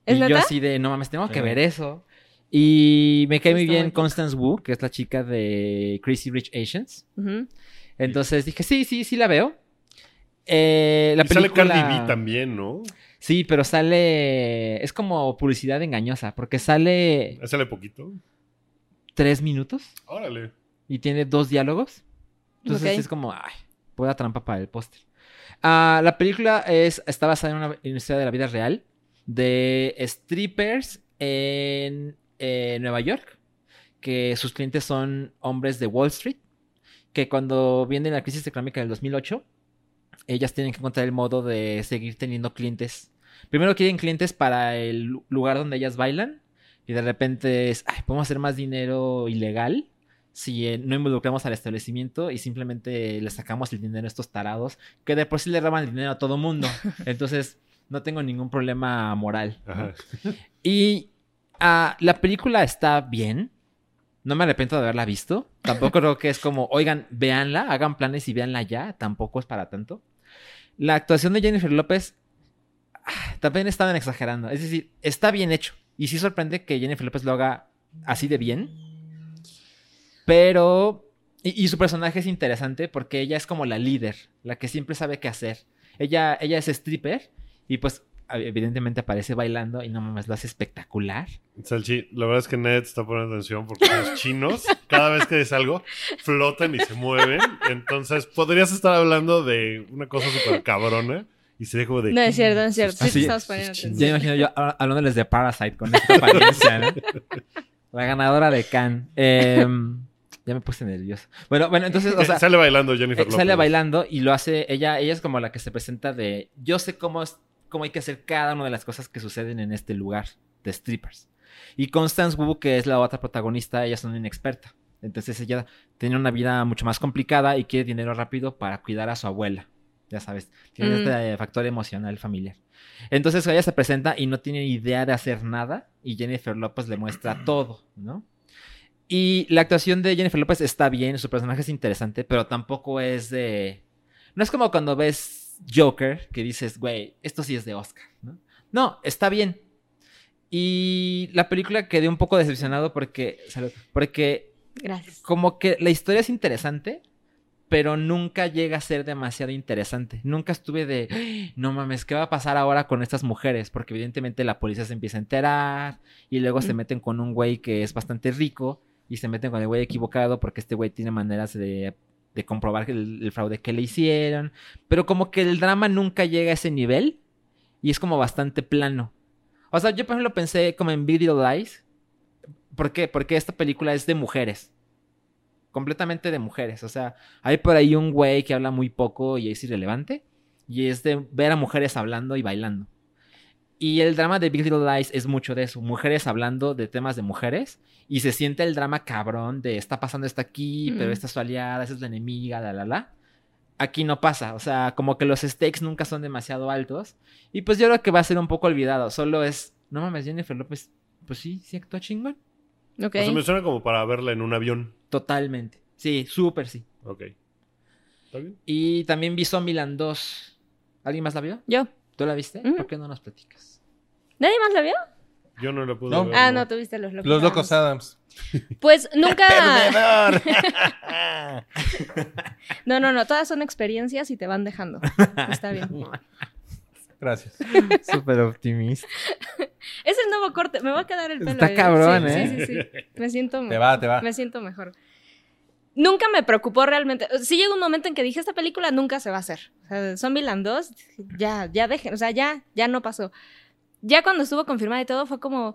F: ¿Es
C: y yo
F: neta?
C: así de, no mames, tengo que
E: Sí.
C: ver eso. Y me cae muy
F: Está
C: bien
F: bonito.
C: Constance Wu, que es la chica de Crazy Rich Asians.
F: Ujú.
C: Entonces dije, sí, sí, sí la veo. Eh, la
D: y
C: película...
D: sale Cardi B también, ¿no?
C: Sí, pero sale... Es como publicidad engañosa, porque sale
D: Sale poquito.
C: tres minutos
D: Órale.
C: y tiene dos diálogos. Entonces
F: Ok.
C: es como, ay, pueda trampa para el póster. Ah, la película es, está basada en una en una historia de la vida real de strippers en eh, Nueva York que sus clientes son hombres de Wall Street, que cuando viene la crisis económica del 2008, ellas tienen que encontrar el modo de seguir teniendo clientes. Primero quieren clientes para el lu- lugar donde ellas bailan y de repente es, ay, podemos hacer más dinero ilegal si eh, no involucramos al establecimiento y simplemente le sacamos el dinero a estos tarados que de por sí le roban el dinero a todo mundo. Entonces, no tengo ningún problema moral. ¿no?
D: Ajá.
C: Y ah, la película está bien. No me arrepiento de haberla visto. Tampoco creo que es como, oigan, véanla, hagan planes y véanla ya. Tampoco es para tanto. La actuación de Jennifer López ah, también estaban exagerando. Es decir, está bien hecho. Y sí sorprende que Jennifer López lo haga así de bien. Pero. Y, y su personaje es interesante porque ella es como la líder, la que siempre sabe qué hacer. Ella, ella es stripper y pues evidentemente aparece bailando y no mames, lo hace espectacular.
D: Salchi, la verdad es que Ned está poniendo atención porque los chinos, cada vez que dices algo, flotan y se mueven. Entonces, podrías estar hablando de una cosa súper cabrona y sería como de. eh,
F: No es cierto, no es cierto. Sí,
C: Así-
F: te estabas poniendo atención.
C: Ah, Ya me imagino yo a- hablándoles de Parasite con esta apariencia, ¿no? La ganadora de Cannes. Eh, ya me puse nervioso. Bueno, bueno, entonces, o
D: Eh,
C: sea,
D: [laughs] sale bailando Jennifer
C: eh,
D: López.
C: sale bailando y lo hace, ella, ella es como la que se presenta de, yo sé cómo, es, cómo hay que hacer cada una de las cosas que suceden en este lugar de strippers. Y Constance Wu, que es la otra protagonista, ella es una inexperta. Entonces ella tiene una vida mucho más complicada y quiere dinero rápido para cuidar a su abuela. Ya sabes, tiene
F: Mm.
C: este factor emocional familiar. Entonces ella se presenta y no tiene idea de hacer nada y Jennifer López le muestra todo, ¿no? Y la actuación de Jennifer López está bien, su personaje es interesante, pero tampoco es de... No es como cuando ves Joker que dices, güey, esto sí es de Oscar, ¿no? No, está bien. Y la película quedé un poco decepcionado porque, salud, porque
F: Gracias.
C: como que la historia es interesante, pero nunca llega a ser demasiado interesante. Nunca estuve de, "Ah, no mames, ¿qué va a pasar ahora con estas mujeres? Porque evidentemente la policía se empieza a enterar y luego se
F: Mm.
C: meten con un güey que es bastante rico y se meten con el güey equivocado porque este güey tiene maneras de, de comprobar el, el fraude que le hicieron. Pero como que el drama nunca llega a ese nivel y es como bastante plano. O sea, yo por ejemplo pensé como en Video Lies. ¿Por qué? Porque esta película es de mujeres completamente de mujeres. O sea, hay por ahí un güey que habla muy poco y es irrelevante. Y es de ver a mujeres hablando y bailando. Y el drama de Big Little Lies es mucho de eso. Mujeres hablando de temas de mujeres. Y se siente el drama cabrón de está pasando esto aquí, pero
F: Mm.
C: esta es su aliada, esa es la enemiga, la la la. Aquí no pasa. O sea, como que los stakes nunca son demasiado altos. Y pues yo creo que va a ser un poco olvidado. Solo es, no mames, Jennifer López, pues sí, sí actúa chingón.
F: Ok.
D: O sea, me suena como para verla en un avión.
C: Totalmente. Sí, súper sí.
D: Ok. ¿Está bien?
C: Y también vi Zombieland 2. ¿Alguien más la vio?
F: Yo.
C: ¿Tú la viste?
F: Ujú.
C: ¿Por qué no nos platicas?
F: ¿Nadie más la vio?
D: Yo no la pude
E: No.
D: ver.
F: Ah, no, tuviste los locos.
E: Los locos
F: Adams.
E: Adams.
F: Pues nunca.
B: Perdedor.
F: [laughs] No, no, no. Todas son experiencias y te van dejando. Está bien.
E: Gracias.
C: [laughs] Súper optimista.
F: Es el nuevo corte. Me va a quedar el pelo.
C: Está cabrón,
F: sí,
C: ¿eh?
F: Sí, sí, sí. Me siento.
E: Te va, te va.
F: Me siento mejor. Nunca me preocupó realmente. O sea, Sí llegó un momento en que dije, esta película nunca se va a hacer. O sea, Zombieland 2, ya, ya dejen. O sea, ya, ya no pasó. Ya cuando estuvo confirmada y todo, fue como,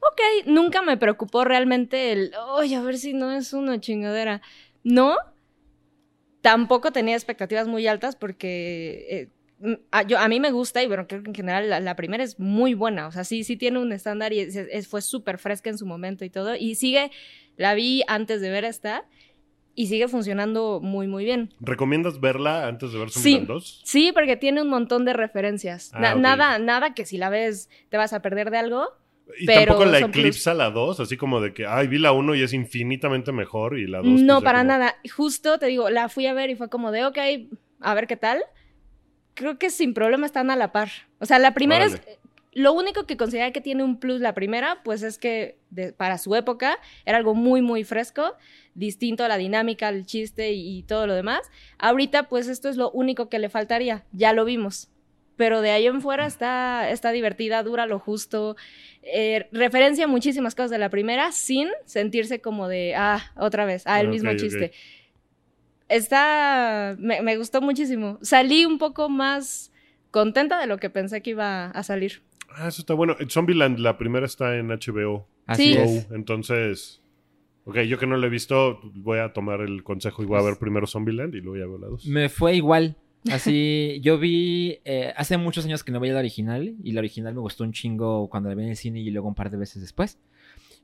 F: ok, nunca me preocupó realmente el, oye, a ver si no es una chingadera. No, tampoco tenía expectativas muy altas porque eh, m- a, yo, a mí me gusta y bueno, creo que en general la, la primera es muy buena. O sea, sí, sí tiene un estándar y es- es- fue súper fresca en su momento y todo. Y sigue, la vi antes de ver esta y sigue funcionando muy, muy bien.
D: ¿Recomiendas verla antes de ver
F: Sí.
D: Zombieland 2?
F: Sí, porque tiene un montón de referencias.
D: Ah,
F: Na-
D: ok.
F: Nada, nada que si la ves te vas a perder de algo.
D: Y
F: Pero
D: tampoco la
F: son plus.
D: eclipsa la 2, así como de que, ay, vi la 1 y es infinitamente mejor y la 2.
F: No,
D: pues, ya
F: para
D: como-
F: nada. Justo te digo, la fui a ver y fue como de, ok, a ver qué tal. Creo que sin problema están a la par. O sea, la primera es. Lo único que considera que tiene un plus la primera, pues es que de- para su época era algo muy, muy fresco, distinto a la dinámica, el chiste y, y todo lo demás. Ahorita, pues esto es lo único que le faltaría. Ya lo vimos. Pero de ahí en fuera está, está divertida, dura lo justo. eh, referencia muchísimas cosas de la primera sin sentirse como de, ah, otra vez, ah, el
D: Ok,
F: mismo
D: ok.
F: chiste está, me, me gustó muchísimo. Salí un poco más contenta de lo que pensé que iba a salir.
D: Ah, eso está bueno. Zombieland, la primera está en HBO
C: Así
F: Sí.
D: Go,
C: es.
D: entonces Ok, yo que no lo he visto, voy a tomar el consejo y voy a ver primero Zombieland y luego ya veo la 2.
C: Me fue igual. Así, [laughs] yo vi eh, hace muchos años que no veía la original y la original me gustó un chingo cuando la vi en el cine y luego un par de veces después.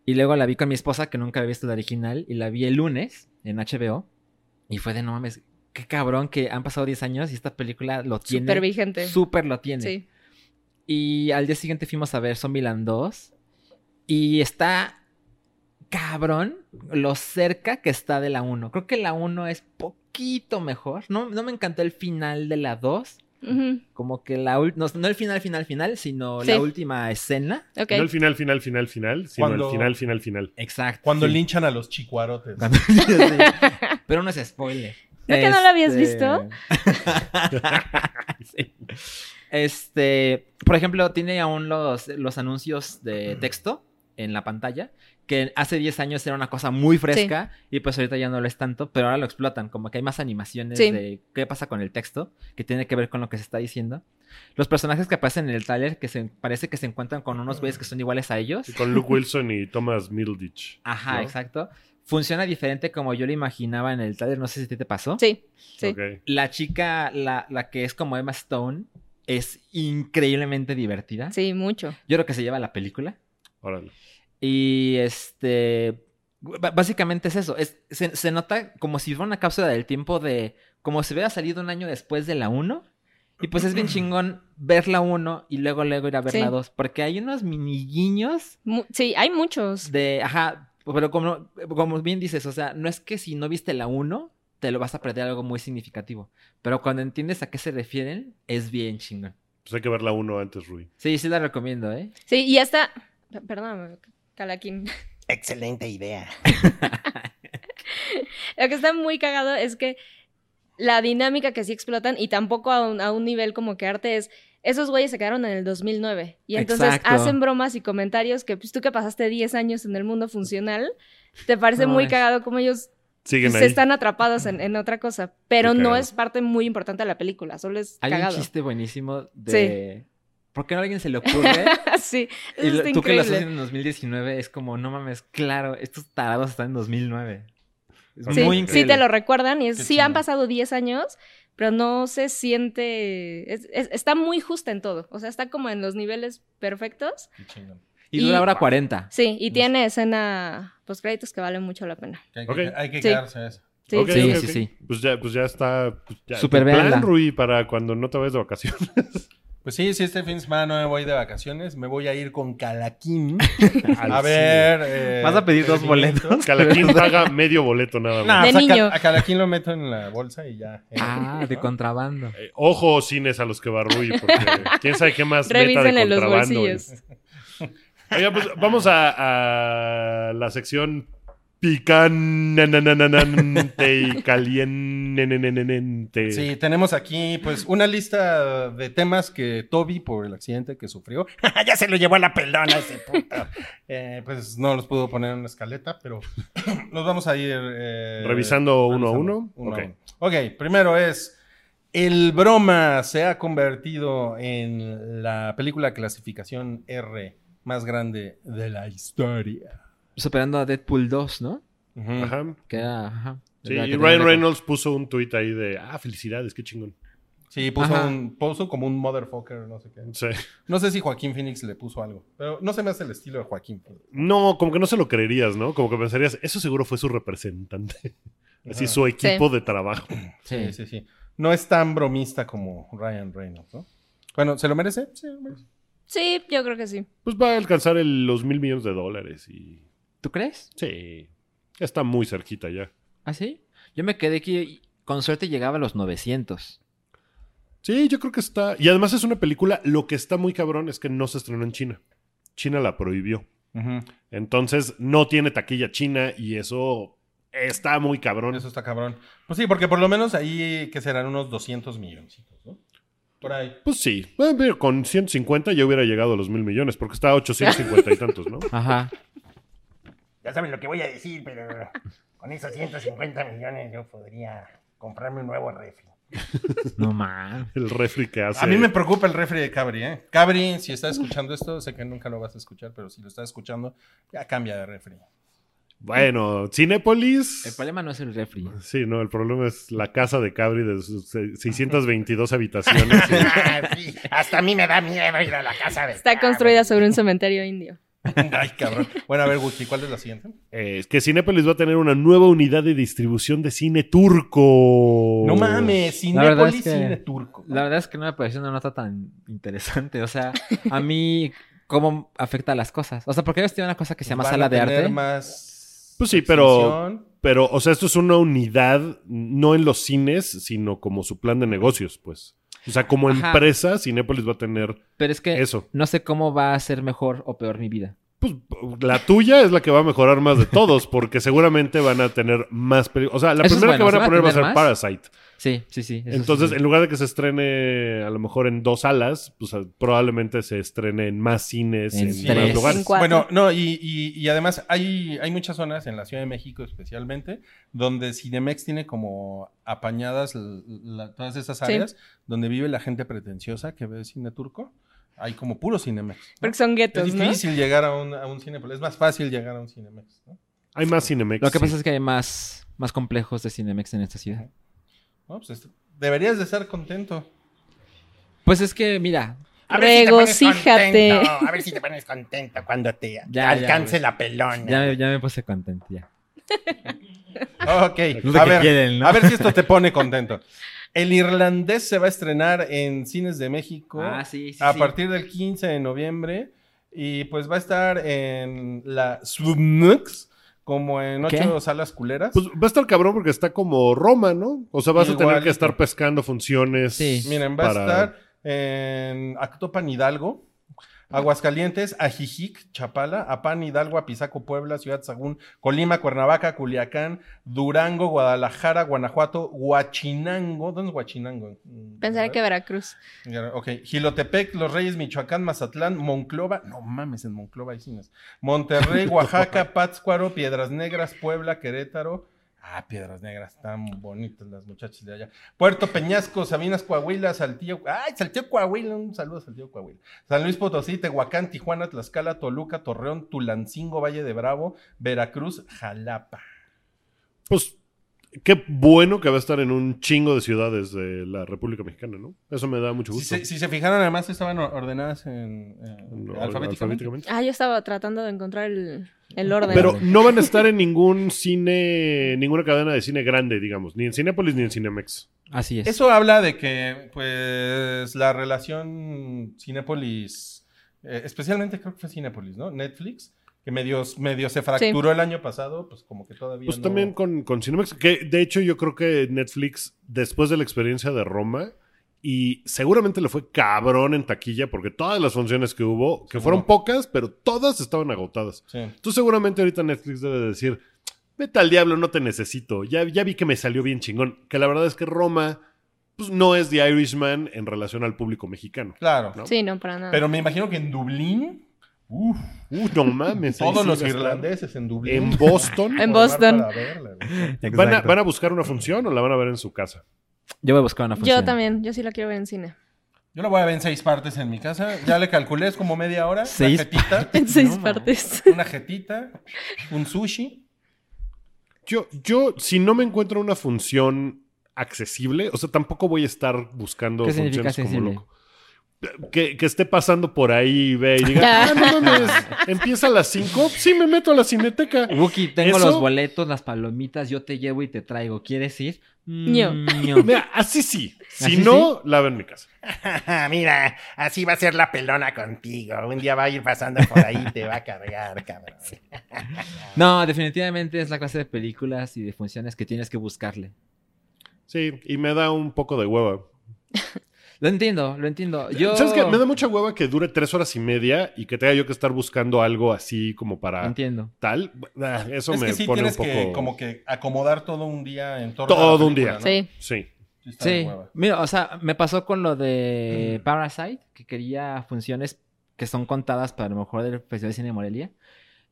C: Y luego la vi con mi esposa que nunca había visto la original y la vi el lunes en HBO y fue de no mames, qué cabrón que han pasado 10 años y esta película lo tiene.
F: Súper vigente.
C: Súper lo tiene.
F: Sí.
C: Y al día siguiente fuimos a ver Zombieland 2 y está cabrón lo cerca que está de la 1. Creo que la 1 es poquito mejor. No, no me encantó el final de la 2.
F: Ujú,
C: Como que la ul- no, no el final, final, final, sino
F: Sí.
C: la última escena.
F: ok.
D: No el final, final, final, final, sino
E: Cuando-
D: el final, final, final.
C: Exacto.
E: Cuando
C: sí.
E: linchan a los chicuarotes.
C: Cuando- [laughs]
F: [laughs]
C: sí. Pero no es spoiler. Este,
F: ¿No que no lo habías visto?
C: [laughs] Sí. Este, por ejemplo, tiene aún los, los anuncios de texto en la pantalla, que hace 10 años era una cosa muy fresca y pues ahorita ya no lo es tanto, pero ahora lo explotan, como que hay más animaciones
F: Sí.
C: de qué pasa con el texto, que tiene que ver con lo que se está diciendo. Los personajes que aparecen en el trailer, que se, parece que se encuentran con unos güeyes que son iguales a ellos.
D: Y con
F: [laughs]
D: Luke Wilson y Thomas Middleditch.
C: Ajá,
D: ¿no?
C: exacto. Funciona diferente como yo lo imaginaba en el trailer, no sé si a ti te pasó.
F: Sí, sí.
D: Ok.
C: La chica, la, la que es como Emma Stone, es increíblemente divertida.
F: Sí, mucho.
C: Yo creo que se lleva la película.
D: Órale.
C: Y este. b- Básicamente es eso. Es, se, se nota como si fuera una cápsula del tiempo de. Como si hubiera salido un año después de la 1. Y pues es
F: [clears throat]
C: bien chingón ver la 1 y luego, luego ir a ver
F: Sí.
C: la 2. Porque hay unos mini guiños
F: Mu- sí, hay muchos.
C: de. Ajá. Pero como, como bien dices, o sea, no es que si no viste la 1, te lo vas a perder algo muy significativo. Pero cuando entiendes a qué se refieren, es bien chingón.
D: Pues hay que ver la 1 antes, Rui.
C: Sí, sí la recomiendo, ¿eh?
F: Sí, y hasta. P- Perdóname, Calaquín.
B: [laughs] Excelente idea.
F: Lo que está muy cagado es que la dinámica que sí explotan y tampoco a un, a un nivel como que arte es. Esos güeyes se quedaron en el 2009 y entonces
C: Exacto.
F: hacen bromas y comentarios que pues, tú que pasaste 10 años en el mundo funcional, te parece
C: No
F: muy
C: mames.
F: cagado como ellos
D: Siguen
F: se
D: ahí.
F: están atrapados en, en otra cosa, pero
D: Qué
F: no
D: cagado.
F: es parte muy importante de la película, solo es
C: Hay
F: cagado.
C: un chiste buenísimo de. ¿Por qué a alguien se le ocurre?
F: [laughs] sí, [laughs] eso
C: y lo-
F: está
C: tú que lo
F: increíble.
C: haces en 2019 es como, no mames, claro, estos tarados están en 2009. Es
D: Sí,
C: muy
F: Sí, sí
C: increíble.
F: te lo recuerdan y es-
E: Qué
F: sí
E: chido.
F: han pasado 10 años, pero no se siente, es- es- está muy justa en todo, o sea, está como en los niveles perfectos.
E: Qué chingón.
C: Y dura
F: y-
C: ahora 40.
F: [laughs] Sí, y tiene escena post créditos que vale mucho la pena.
E: Que hay que,
D: Ok.
E: hay que
F: Sí.
E: quedarse a eso.
F: Sí,
D: Ok,
C: sí,
D: ok,
C: sí,
D: ok.
C: sí.
D: Pues ya, pues ya está. pues ya,
C: Súper
D: tu
C: véanla.
D: plan, Rui, para cuando no te vayas de vacaciones. [laughs]
E: Pues sí, si este fin de semana no me voy de vacaciones, me voy a ir con Calaquín.
C: [laughs]
D: Al
E: a ver. eh,
C: ¿Vas a pedir dos
E: Terminator.
D: cine. Calaquín paga medio boleto nada
E: Nah,
D: más.
F: De
E: pues a Cal-
F: niño.
E: A Calaquín lo meto en la bolsa y ya. eh,
C: [laughs] Ah, de
E: ¿no?
C: contrabando.
D: Eh, ojo cines a los que va Rui, porque
F: [laughs]
D: quién sabe qué más meta de
F: Revísenle los
D: contrabando.
F: bolsillos.
D: Oiga, pues vamos a, a la sección picanante y caliente.
E: Sí, tenemos aquí pues una lista de temas que Toby, por el accidente que sufrió,
B: [laughs] ya se lo llevó a la pelona ese puto.
E: eh, pues no los pudo poner en una escaleta,
D: [coughs]
E: pero los vamos a ir... eh,
D: Revisando uno a
E: revisando,
D: uno.
E: uno
D: Ok.
E: a uno. Ok, primero es... El broma se ha convertido en la película clasificación R más grande de la historia.
C: Superando a Deadpool 2, ¿no?
E: Ujú.
D: Ajá.
C: Que era, ajá.
D: Sí,
C: Era que
D: y
C: tenía
D: Ryan
C: la-
D: Reynolds puso un tuit ahí de, ah, felicidades, qué chingón.
E: Sí, puso,
C: Ajá.
E: un, puso como un motherfucker, no sé qué.
D: Sí.
E: No sé si Joaquín Phoenix le puso algo, pero no se me hace el estilo de Joaquín.
D: No, como que no se lo creerías, ¿no? Como que pensarías, eso seguro fue su representante. Así,
E: Ajá.
D: su equipo de trabajo.
E: Sí,
C: Sí,
E: sí, sí. No es tan bromista como Ryan Reynolds, ¿no? Bueno, ¿se lo merece? Sí, lo merece.
F: Sí, yo creo que sí.
D: Pues va a alcanzar el- los mil millones de dólares y...
C: ¿Tú crees?
D: Sí. Ya está muy cerquita ya.
C: ¿Ah, sí? Yo me quedé que con suerte llegaba a los 900.
D: Sí, yo creo que está. Y además es una película, lo que está muy cabrón es que no se estrenó en China. China la prohibió.
E: Ujú.
D: Entonces no tiene taquilla china y eso está muy cabrón.
E: Eso está cabrón. Pues sí, porque por lo menos ahí que serán unos 200 milloncitos, ¿no? Por ahí.
D: Pues sí, Bueno, pero con 150 ya hubiera llegado a los mil millones porque está a 850 y tantos,
E: [laughs]
D: ¿no?
C: Ajá.
G: Ya saben lo que voy a decir, pero con esos 150 millones yo podría comprarme un nuevo refri.
C: [laughs] No mames.
D: El refri que hace.
E: A mí me preocupa el refri de Cabri, ¿eh? Cabri, si estás escuchando esto, sé que nunca lo vas a escuchar, pero si lo estás escuchando, ya cambia de refri. [laughs]
D: Bueno, Cinépolis.
C: El problema no es el refri.
D: Sí, no, el problema es la casa de Cabri de sus se- 622
E: [laughs]
D: habitaciones.
B: [laughs] Ah, sí, Hasta a mí me da miedo ir a la casa de.
F: Está construida sobre un cementerio indio.
E: Ay, cabrón. Bueno, a ver, Gucci, ¿cuál es la siguiente?
D: Eh, es que Cinépolis va a tener una nueva unidad de distribución de cine turco.
E: No mames,
C: La verdad
E: Cinépolis,
C: es que-
E: cine turco.
C: La verdad es que no me pareció una nota tan interesante. O sea, a mí, ¿cómo afecta las cosas? O sea, porque ellos tienen una cosa que se llama
E: Van a
C: sala de
E: tener
C: arte.
E: más
D: Pues sí, pero-
E: exhibición.
D: Pero, o sea, esto es una unidad, no en los cines, sino como su plan de negocios, pues. O sea, como
C: Ajá. Eh.
D: empresa, Cinépolis va a tener
C: Pero es que
D: eso.
C: no sé cómo va a ser mejor o peor mi vida.
D: Pues la tuya es la que va a mejorar más de todos, porque seguramente van a tener más películas. O sea, la
C: Eso es
D: primera que
C: bueno, ¿se
D: van a
C: van a
D: poner va a ser
C: tener más?
D: Parasite.
C: Sí, sí, sí. eso sí.
D: Entonces, en lugar de que se estrene a lo mejor en dos salas, pues a- probablemente se estrene en más cines,
C: En
D: en, más
C: tres.
D: lugares.
F: En cuatro.
E: Bueno, no, y, y- y además hay, hay muchas zonas en la Ciudad de México especialmente donde Cinemex tiene como apañadas l- la- todas esas
F: Sí.
E: áreas donde vive la gente pretenciosa que ve cine turco. Hay como puro Cinemex. ¿no?
F: Porque son
E: Es
F: guetos, ¿no?
E: difícil llegar a un, a un cine, pero es más fácil llegar a un Cinemex. ¿no?
D: Hay más Cinemex.
C: Lo que pasa es que hay más, más complejos de Cinemex en esta ciudad.
E: No, pues, es- deberías de estar contento.
C: Pues es que, mira,
B: A ver si te pones
F: Regocíjate.
B: contento, A ver si te pones contento cuando [laughs] te te
C: ya,
B: alcance
C: güey.
B: la pelona.
C: ya, me- ya me puse contento ya.
F: Ah.
E: Ok,
C: Es lo
E: a
C: que
E: ver,
C: quieren, ¿no?
E: a ver si esto te pone contento. El irlandés se va a estrenar en cines de México
C: Ah, sí,
E: a partir del 15 de noviembre y pues va a estar en la Swmux como en
C: ¿Qué?
E: ocho salas culeras.
D: Pues va a estar cabrón porque está como Roma, ¿no? O sea, vas a tener
E: Igualito.
D: que estar pescando funciones.
C: Sí.
E: Miren, va
D: para-
E: a estar en Actopan Hidalgo, Aguascalientes, Ajijic, Chapala, Apán Hidalgo, Apizaco, Puebla, Ciudad Sagún, Colima, Cuernavaca, Culiacán, Durango, Guadalajara, Guanajuato, Huachinango. ¿Dónde es Huachinango? Mm,
F: Pensaré que Veracruz.
E: Ya, Ok, Gilotepec, Los Reyes, Michoacán, Mazatlán, Monclova, no mames, en Monclova hay cines. Monterrey, Oaxaca, Pátzcuaro, Piedras Negras, Puebla, Querétaro. Ah, Piedras Negras, tan bonitas las muchachas de allá. Puerto Peñasco, Sabinas, Coahuila, Saltillo. Ay, Saltillo, Coahuila, un saludo a Saltillo, Coahuila. San Luis Potosí, Tehuacán, Tijuana, Tlaxcala, Toluca, Torreón, Tulancingo, Valle de Bravo, Veracruz, Jalapa.
D: Pues qué bueno que va a estar en un chingo de ciudades de la República Mexicana, ¿no? Eso me da mucho
E: Si
D: gusto.
E: se, si se fijaron, además estaban or- ordenadas en, eh,
D: No,
E: alfabéticamente.
D: alfabéticamente.
F: Ah, yo estaba tratando de encontrar el, el orden.
D: Pero no van a estar en ningún cine, ninguna cadena de cine grande, digamos, ni en Cinépolis ni en Cinemex.
C: Así es.
E: Eso habla de que, pues, la relación Cinépolis, eh, especialmente creo que fue Cinépolis, ¿no? Netflix, que medio, medio se fracturó el año pasado, pues como que todavía
D: Pues
E: no-
D: también con, con Cinemex, que de hecho yo creo que Netflix, después de la experiencia de Roma, y seguramente le fue cabrón en taquilla, porque todas las funciones que hubo, que
E: Seguro.
D: fueron pocas, pero todas estaban agotadas.
E: Sí.
D: Tú seguramente ahorita Netflix debe decir, vete al diablo, no te necesito. Ya, ya vi que me salió bien chingón. Que la verdad es que Roma pues, no es The Irishman en relación al público mexicano.
E: Claro.
D: ¿no?
F: Sí, no, para nada.
E: Pero me imagino que en Dublín, uf,
D: Uh, no mames. ahí
E: todos
D: sí
E: los
D: gastaron.
E: irlandeses en Dublín. [laughs]
C: [laughs]
D: En Boston.
E: Formar
F: En Boston.
E: para verla, güey.
D: ¿Van a,
C: Exacto.
D: van a buscar una función o la van a ver en su casa?
C: Yo voy a buscar una función.
F: Yo también, yo sí lo quiero ver en cine.
E: Yo la voy a ver en seis partes en mi casa. Ya le calculé, es como media hora.
C: Seis
E: una jetita.
F: En seis
C: man.
F: partes.
E: Una jetita. Un sushi.
D: Yo, yo, si no me encuentro una función accesible, o sea, tampoco voy a estar buscando
C: ¿Qué
D: funciones
C: significa
D: como
C: sensible?
D: loco. Que, que esté pasando por ahí y ve y diga,
F: Ya.
D: ah,
C: [laughs]
D: no mames, empieza a las 5, sí me meto a la cineteca.
C: Wookie, tengo
D: Eso-
C: los boletos, las palomitas, yo te llevo y te traigo. ¿Quieres ir? Mm,
F: Ño.
C: ño.
D: [laughs] Mira, así sí. Si
C: ¿Así
D: no, la veo en mi casa.
B: Ajá, [laughs] Mira, así va a ser la pelona contigo. Un día va a ir pasando por ahí y te va a cargar, cabrón.
C: No, definitivamente es la clase de películas y de funciones que tienes que buscarle.
D: Sí, y me da un poco de hueva.
C: Lo entiendo, lo entiendo. Yo...
D: Eh, ¿Sabes qué? Me da mucha hueva que dure tres horas y media y que tenga yo que estar buscando algo así como para
C: Entiendo.
D: tal. Ah, Eso
E: es
D: me
E: que sí
D: pone un
E: tienes
D: poco.
E: que como que acomodar todo un día en torno
D: Todo un
E: película,
D: día.
E: ¿no?
F: Sí.
D: Sí.
E: Sí, está de
C: Sí,
E: hueva. Mm.
C: mira, o sea, me pasó con lo de Parasite, que quería funciones que son contadas para lo mejor del Festival de Cine de Morelia.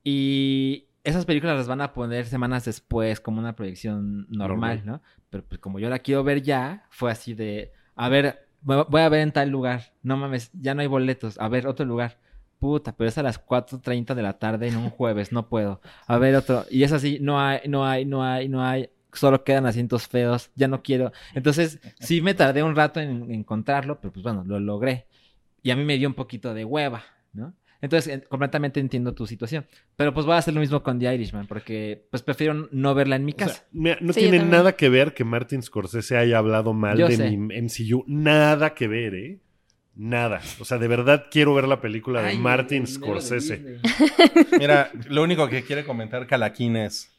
C: Y esas películas las van a poner semanas después como una proyección normal, ¿no? Pero pues como yo la quiero ver ya, fue así de, a ver, vo- voy a ver en tal lugar, no mames, ya no hay boletos, a ver, otro lugar. Puta, pero es a las 4.30 de la tarde en un jueves, no puedo. A ver otro. Y es así, no hay, no hay, no hay, no hay. Solo quedan asientos feos, ya no quiero. Entonces, sí me tardé un rato en encontrarlo, pero pues bueno, lo logré. Y a mí me dio un poquito de hueva, ¿no? Entonces, en- completamente entiendo tu situación. Pero pues voy a hacer lo mismo con The Irishman, porque pues prefiero no verla en mi
D: O
C: casa.
D: sea, mira, no
F: Sí, yo
D: tiene
F: también.
D: nada que ver que Martin Scorsese haya hablado mal
C: Yo
D: de
C: sé.
D: mi MCU. Nada que ver, ¿eh? Nada. O sea, de verdad quiero ver la película de Martin Scorsese.
E: Mira, lo único que quiere comentar Calaquín es.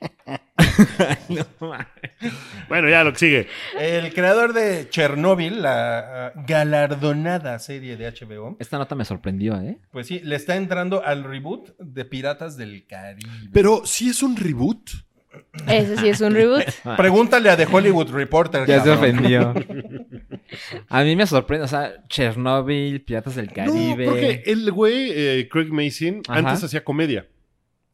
C: [laughs] No, ma.
D: Bueno, ya lo que sigue.
E: El creador de Chernobyl, la ah, galardonada serie de HBO,
C: Esta nota me sorprendió, ¿eh?
E: pues sí, le está entrando al reboot de Piratas del Caribe.
D: Pero si es un reboot.
F: Ese sí es un reboot.
E: Pregúntale a The Hollywood Reporter.
C: Ya se
E: cabrón.
C: ofendió. [laughs] A mí me sorprende, o sea, Chernobyl, Piratas del Caribe.
D: No, porque el güey, eh, Craig Mason,
C: Ajá.
D: antes hacía comedia.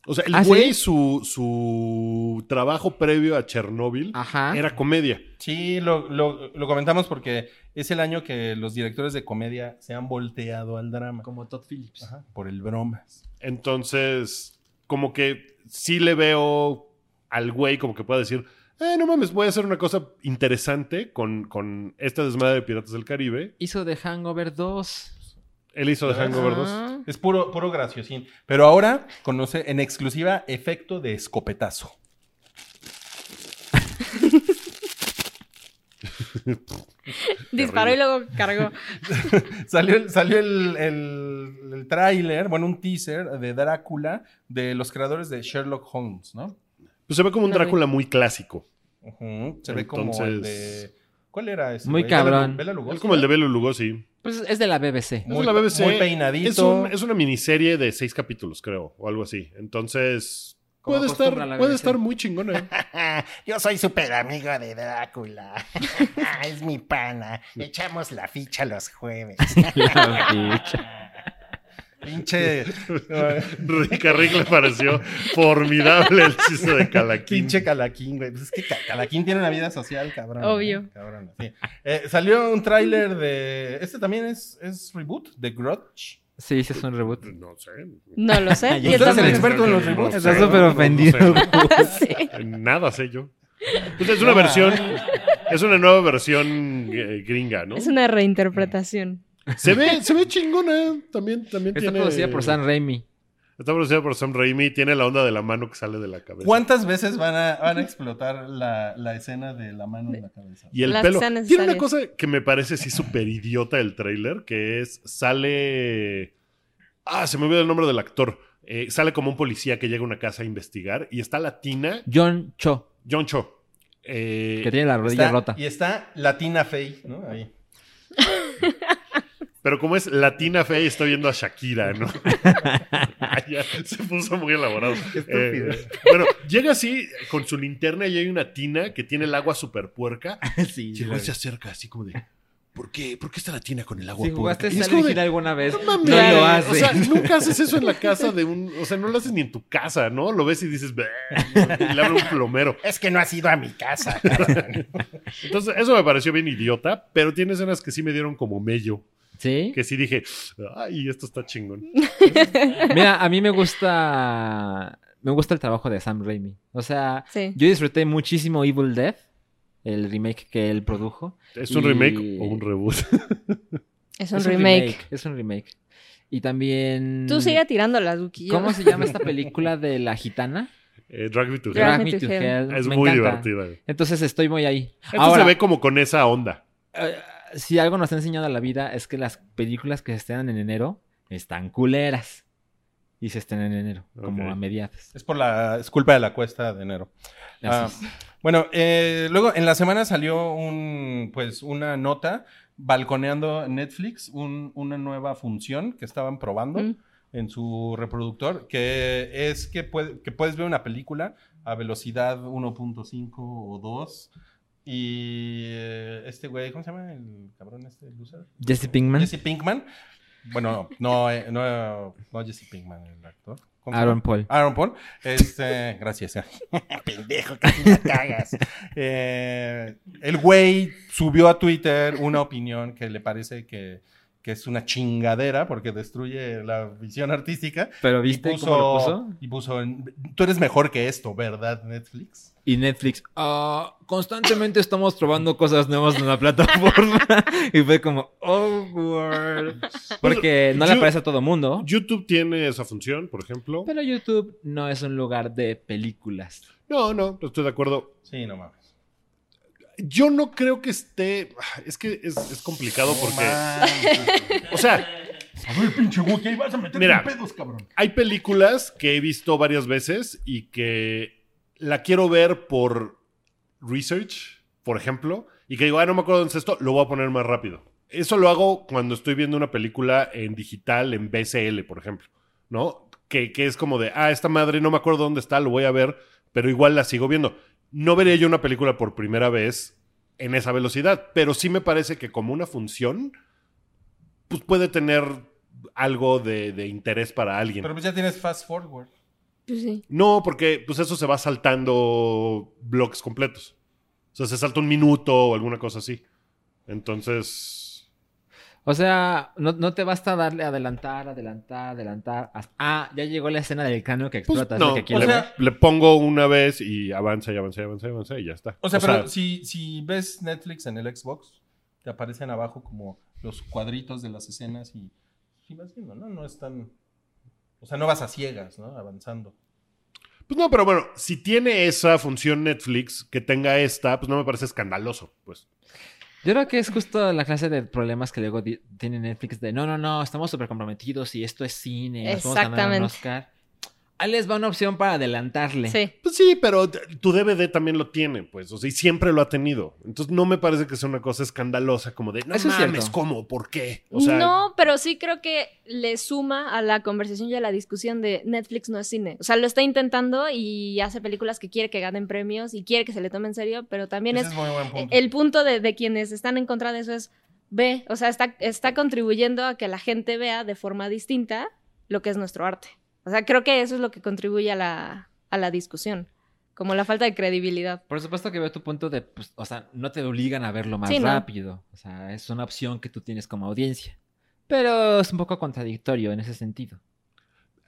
D: O sea, el
C: ¿Ah,
D: güey,
C: sí?
D: su, su trabajo previo a Chernobyl
C: Ajá.
D: era comedia.
E: Sí, lo, lo- lo comentamos porque es el año que los directores de comedia se han volteado al drama.
C: como Todd Phillips.
E: Ajá, por el bromas.
D: Entonces, como que sí le veo al güey como que pueda decir, eh, no mames, voy a hacer una cosa interesante con, con esta desmadre de Piratas del Caribe.
C: Hizo The Hangover 2.
D: Él hizo The Hangover 2.
F: Ah.
E: Es puro, puro graciosín. Pero ahora conoce en exclusiva efecto de escopetazo. [laughs]
F: Disparó y luego cargó.
E: Salió, el- salió el, el- el tráiler, bueno, un teaser de Drácula de los creadores de Sherlock Holmes, ¿no?
D: Pues se ve como un
F: No, güey.
D: Drácula muy clásico.
E: Ujú, Se ve como el
D: Entonces-
E: de... ¿Cuál era ese?
C: Muy
E: güey? Bela Lu-
C: cabrón.
E: Bela Lugosi,
D: Es como el de
E: ¿no?
D: Belo Lugosi.
C: Pues es de la BBC. [laughs]
D: Es
E: Muy-
D: de la BBC.
E: muy peinadito.
D: Es, un- es una miniserie de seis capítulos, creo, o algo así. Entonces,
C: Como
D: puede
C: acostumbra la
D: estar, puede
C: BBC.
D: estar muy ¿eh? chingona.
B: [laughs] Yo soy súper amigo de Drácula. [laughs] es mi pana. Echamos la ficha los jueves.
D: [laughs]
E: Pinche...
D: [laughs]
E: [laughs]
D: Rica Rick le pareció formidable el chiste de Calaquín.
E: Pinche Calaquín, güey. Pues es que Ca- Calaquín tiene una vida social, cabrón.
F: Obvio.
E: ¿no? Cabrón, sí. Eh, salió un tráiler de... Este también es, es reboot, de Grudge.
C: Sí, sí, es un reboot.
D: No sé.
F: No lo sé.
C: Yo
F: Yo
E: Usted es el
F: tampoco.
E: experto en los
D: No
E: reboots.
D: sé,
C: Estás súper
D: no, no [laughs]
C: ofendido.
D: sé.
F: Sí.
D: Nada sé yo. Pues es una versión, es una nueva versión eh, gringa, ¿no?
F: Es una reinterpretación.
D: Se ve, se ve chingona. También, también
C: Está
D: tiene-
C: producida por San Raimi.
D: Está producida por Sam Raimi y tiene la onda de la mano que sale de la cabeza.
E: ¿Cuántas veces van a, van a explotar la, la escena de la mano en la cabeza?
D: Y el
F: Las que
D: pelo.
F: sean
D: Tiene
F: necesarias.
D: una cosa que me parece sí súper idiota el trailer, que es, sale... Ah, se me olvidó el nombre del actor. Eh, sale como un policía que llega a una casa a investigar y está latina,
C: John Cho,
D: John Cho. Eh,
C: que tiene la rodilla
E: Está-
C: rota.
E: Y está Latina Fey, ¿no? Ahí.
D: Pero como es latina fe, estoy viendo a Shakira, ¿no? [laughs] Ay, ya, se puso muy elaborado.
E: estúpido.
D: Eh, bueno, llega así con su linterna y hay una tina que tiene el agua súper puerca.
C: Sí,
D: Llegó y se acerca así como de... ¿Por qué? ¿Por qué está la tina con el agua
C: si
D: puerca?
C: jugaste
D: Y es
C: Silent
D: como de,
C: Hill alguna vez, no,
D: mames.
C: lo
D: O
C: haces.
D: sea, nunca haces eso en la casa de un. O sea, no lo haces ni en tu casa, ¿no? Lo ves y dices, "Bleh", y le abre un plomero. [laughs]
B: es que no has ido a mi casa. cabrón.
D: Entonces, eso me pareció bien idiota, pero tiene escenas que sí me dieron como mello.
C: ¿Sí?
D: Que sí dije, ay, esto está chingón.
C: Mira, a mí me gusta... Me gusta el trabajo de Sam Raimi. O sea,
F: Sí.
C: yo disfruté muchísimo Evil Dead, el remake que él produjo.
D: ¿Es un
C: Y-
D: remake o un reboot? [laughs]
F: Es un
C: Es
F: remake.
C: Es un remake. Y también...
F: Tú sigue tirándolas, Duki.
C: ¿Cómo se llama esta película de la gitana?
D: Eh, Drag Me to Hell.
F: Drag
C: Drag Me to Hell.
D: Es
C: Me
D: muy
C: encanta.
D: divertida.
C: Entonces estoy muy ahí.
D: Esto
C: Ahora,
D: se ve como con esa onda.
C: eh, si algo nos ha enseñado la vida es que las películas que se estrenan en enero están culeras. Y se estrenan en enero,
D: Ok.
C: como a mediados.
E: Es por la... Es culpa de la cuesta de enero. Ah,
C: Así es.
E: bueno, eh, luego en la semana salió un, pues, una nota balconeando Netflix, un- una nueva función que estaban probando
F: Mm.
E: en su reproductor, que es que, puede- que puedes ver una película a velocidad 1.5 o 2. Y eh, este güey, ¿cómo se llama el cabrón este loser?
C: Jesse Pinkman,
E: Jesse Pinkman. Bueno, no, eh, no, no Jesse Pinkman, el actor. ¿Cómo se
C: Aaron
E: llama?
C: Paul.
E: Aaron Ah, Paul. Este, gracias.
B: Pendejo, casi la cagas.
E: [laughs] Eh, el güey subió a Twitter una opinión que le parece que, que que es una chingadera porque destruye la visión artística.
C: Pero
E: Y
C: viste
E: puso-
C: cómo lo puso.
E: Y puso, en- tú eres mejor que esto, ¿verdad, Netflix?
C: Y Netflix, "Ah, constantemente estamos probando cosas nuevas en la plataforma. [laughs] y fue como, oh, world. Porque no le
D: Yo-
C: aparece a todo mundo.
D: YouTube tiene esa función, por ejemplo.
C: Pero YouTube no es un lugar de películas.
D: No, no, no estoy de acuerdo.
E: Sí, no mames.
D: Yo no creo que esté. ah, Es que es, es complicado porque. [laughs] O sea,
E: A ver, pinche Wookie, ahí vas a meter
D: Mira.
E: en pedos, cabrón.
D: hay películas que he visto varias veces y que la quiero ver por research, por ejemplo, y que digo, ah, no me acuerdo dónde está esto, lo voy a poner más rápido. Eso lo hago cuando estoy viendo una película en digital, en BCL, por ejemplo, ¿no? Que, que es como de, ah, esta madre no me acuerdo dónde está, lo voy a ver, pero igual la sigo viendo. No vería yo una película por primera vez en esa velocidad, pero sí me parece que como una función, pues puede tener algo de, de interés para alguien.
E: Pero pues ya tienes fast forward.
F: Pues sí.
D: No, porque pues eso se va saltando bloques completos. O sea, se salta un minuto o alguna cosa así. Entonces,
C: O sea, no, no te basta darle adelantar, adelantar, adelantar. hasta- Ah, ya llegó la escena del cráneo que
D: pues,
C: explota. es lo
D: no,
C: que aquí
D: le,
C: le-
E: sea-
D: le pongo una vez y avanza y avanza y avanza y avanza y ya está.
E: O sea, pero si, si ves Netflix en el Xbox, te aparecen abajo como los cuadritos de las escenas y, y vas viendo, ¿no? No están... O sea, no vas a ciegas, ¿no? Avanzando.
D: Pues no, pero bueno, si tiene esa función Netflix que tenga esta, pues no me parece escandaloso. Pues
C: Yo creo que es justo la clase de problemas que luego di- tiene Netflix de no, no, no, estamos súper comprometidos y esto es cine. Nos vamos a ganar un
F: Exactamente.
C: Oscar. Ahí les va una opción para adelantarle.
F: Sí.
D: Pues sí, pero t- tu DVD también lo tiene, pues, o sea, y siempre lo ha tenido. Entonces no me parece que sea una cosa escandalosa como de, no
C: Eso es cierto.
D: mames, ¿cómo? ¿Por qué? O sea,
F: no, pero sí creo que le suma a la conversación y a la discusión de Netflix no es cine. O sea, lo está intentando y hace películas que quiere que ganen premios y quiere que se le tome en serio, pero también
E: Ese
F: es,
E: es muy buen punto.
F: el punto de, de quienes están en contra de eso es ve, o sea, está, está contribuyendo a que la gente vea de forma distinta lo que es nuestro arte. O sea, creo que eso es lo que contribuye a la, a la discusión, como la falta de credibilidad.
C: Por supuesto que veo tu punto de, pues, o sea, no te obligan a verlo más
F: Sí, ¿no?
C: rápido. O sea, es una opción que tú tienes como audiencia. Pero es un poco contradictorio en ese sentido.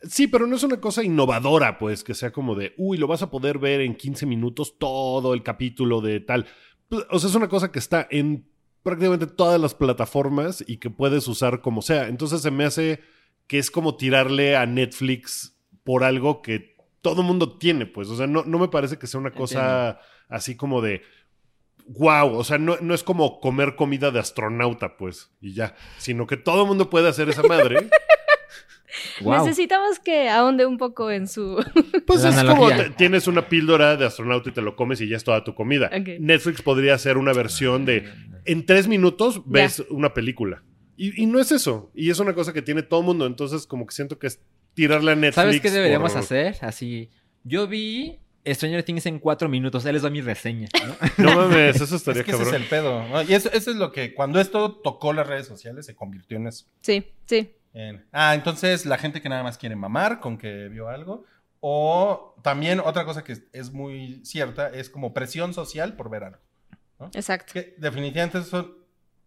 D: Sí, pero no es una cosa innovadora, pues, que sea como de, uy, lo vas a poder ver en 15 minutos todo el capítulo de tal. Pues, O sea, es una cosa que está en prácticamente todas las plataformas y que puedes usar como sea. Entonces se me hace que es como tirarle a Netflix por algo que todo mundo tiene, pues. O sea, no, no me parece que sea una cosa así como de, wow, o sea, no, no es como comer comida de astronauta, pues, y ya, sino que todo mundo puede hacer esa madre.
C: Wow.
F: Necesitamos que ahonde un poco en su...
D: Pues
C: La
D: es
C: analogía.
D: como te- tienes una píldora de astronauta y te lo comes y ya es toda tu comida.
F: Ok.
D: Netflix podría hacer una versión de
C: Eh,
D: en tres minutos ves una película. Y, y no es eso. Y es una cosa que tiene todo mundo. Entonces, como que siento que es tirarle a Netflix.
C: ¿Sabes qué deberíamos
D: por-
C: hacer? Así, yo vi Stranger Things en cuatro minutos. Él les da mi reseña. ¿no?
F: [laughs]
D: No mames, eso
E: [laughs]
D: estaría
E: Es que ese es
D: cabrón.
E: el pedo. ¿no? Y eso, eso es lo que, cuando esto tocó las redes sociales, se convirtió en eso.
F: Sí, sí.
E: En, ah, entonces la gente que nada más quiere mamar con que vio algo. O también otra cosa que es- es muy cierta es como presión social por ver algo.
F: Exacto.
E: Que definitivamente eso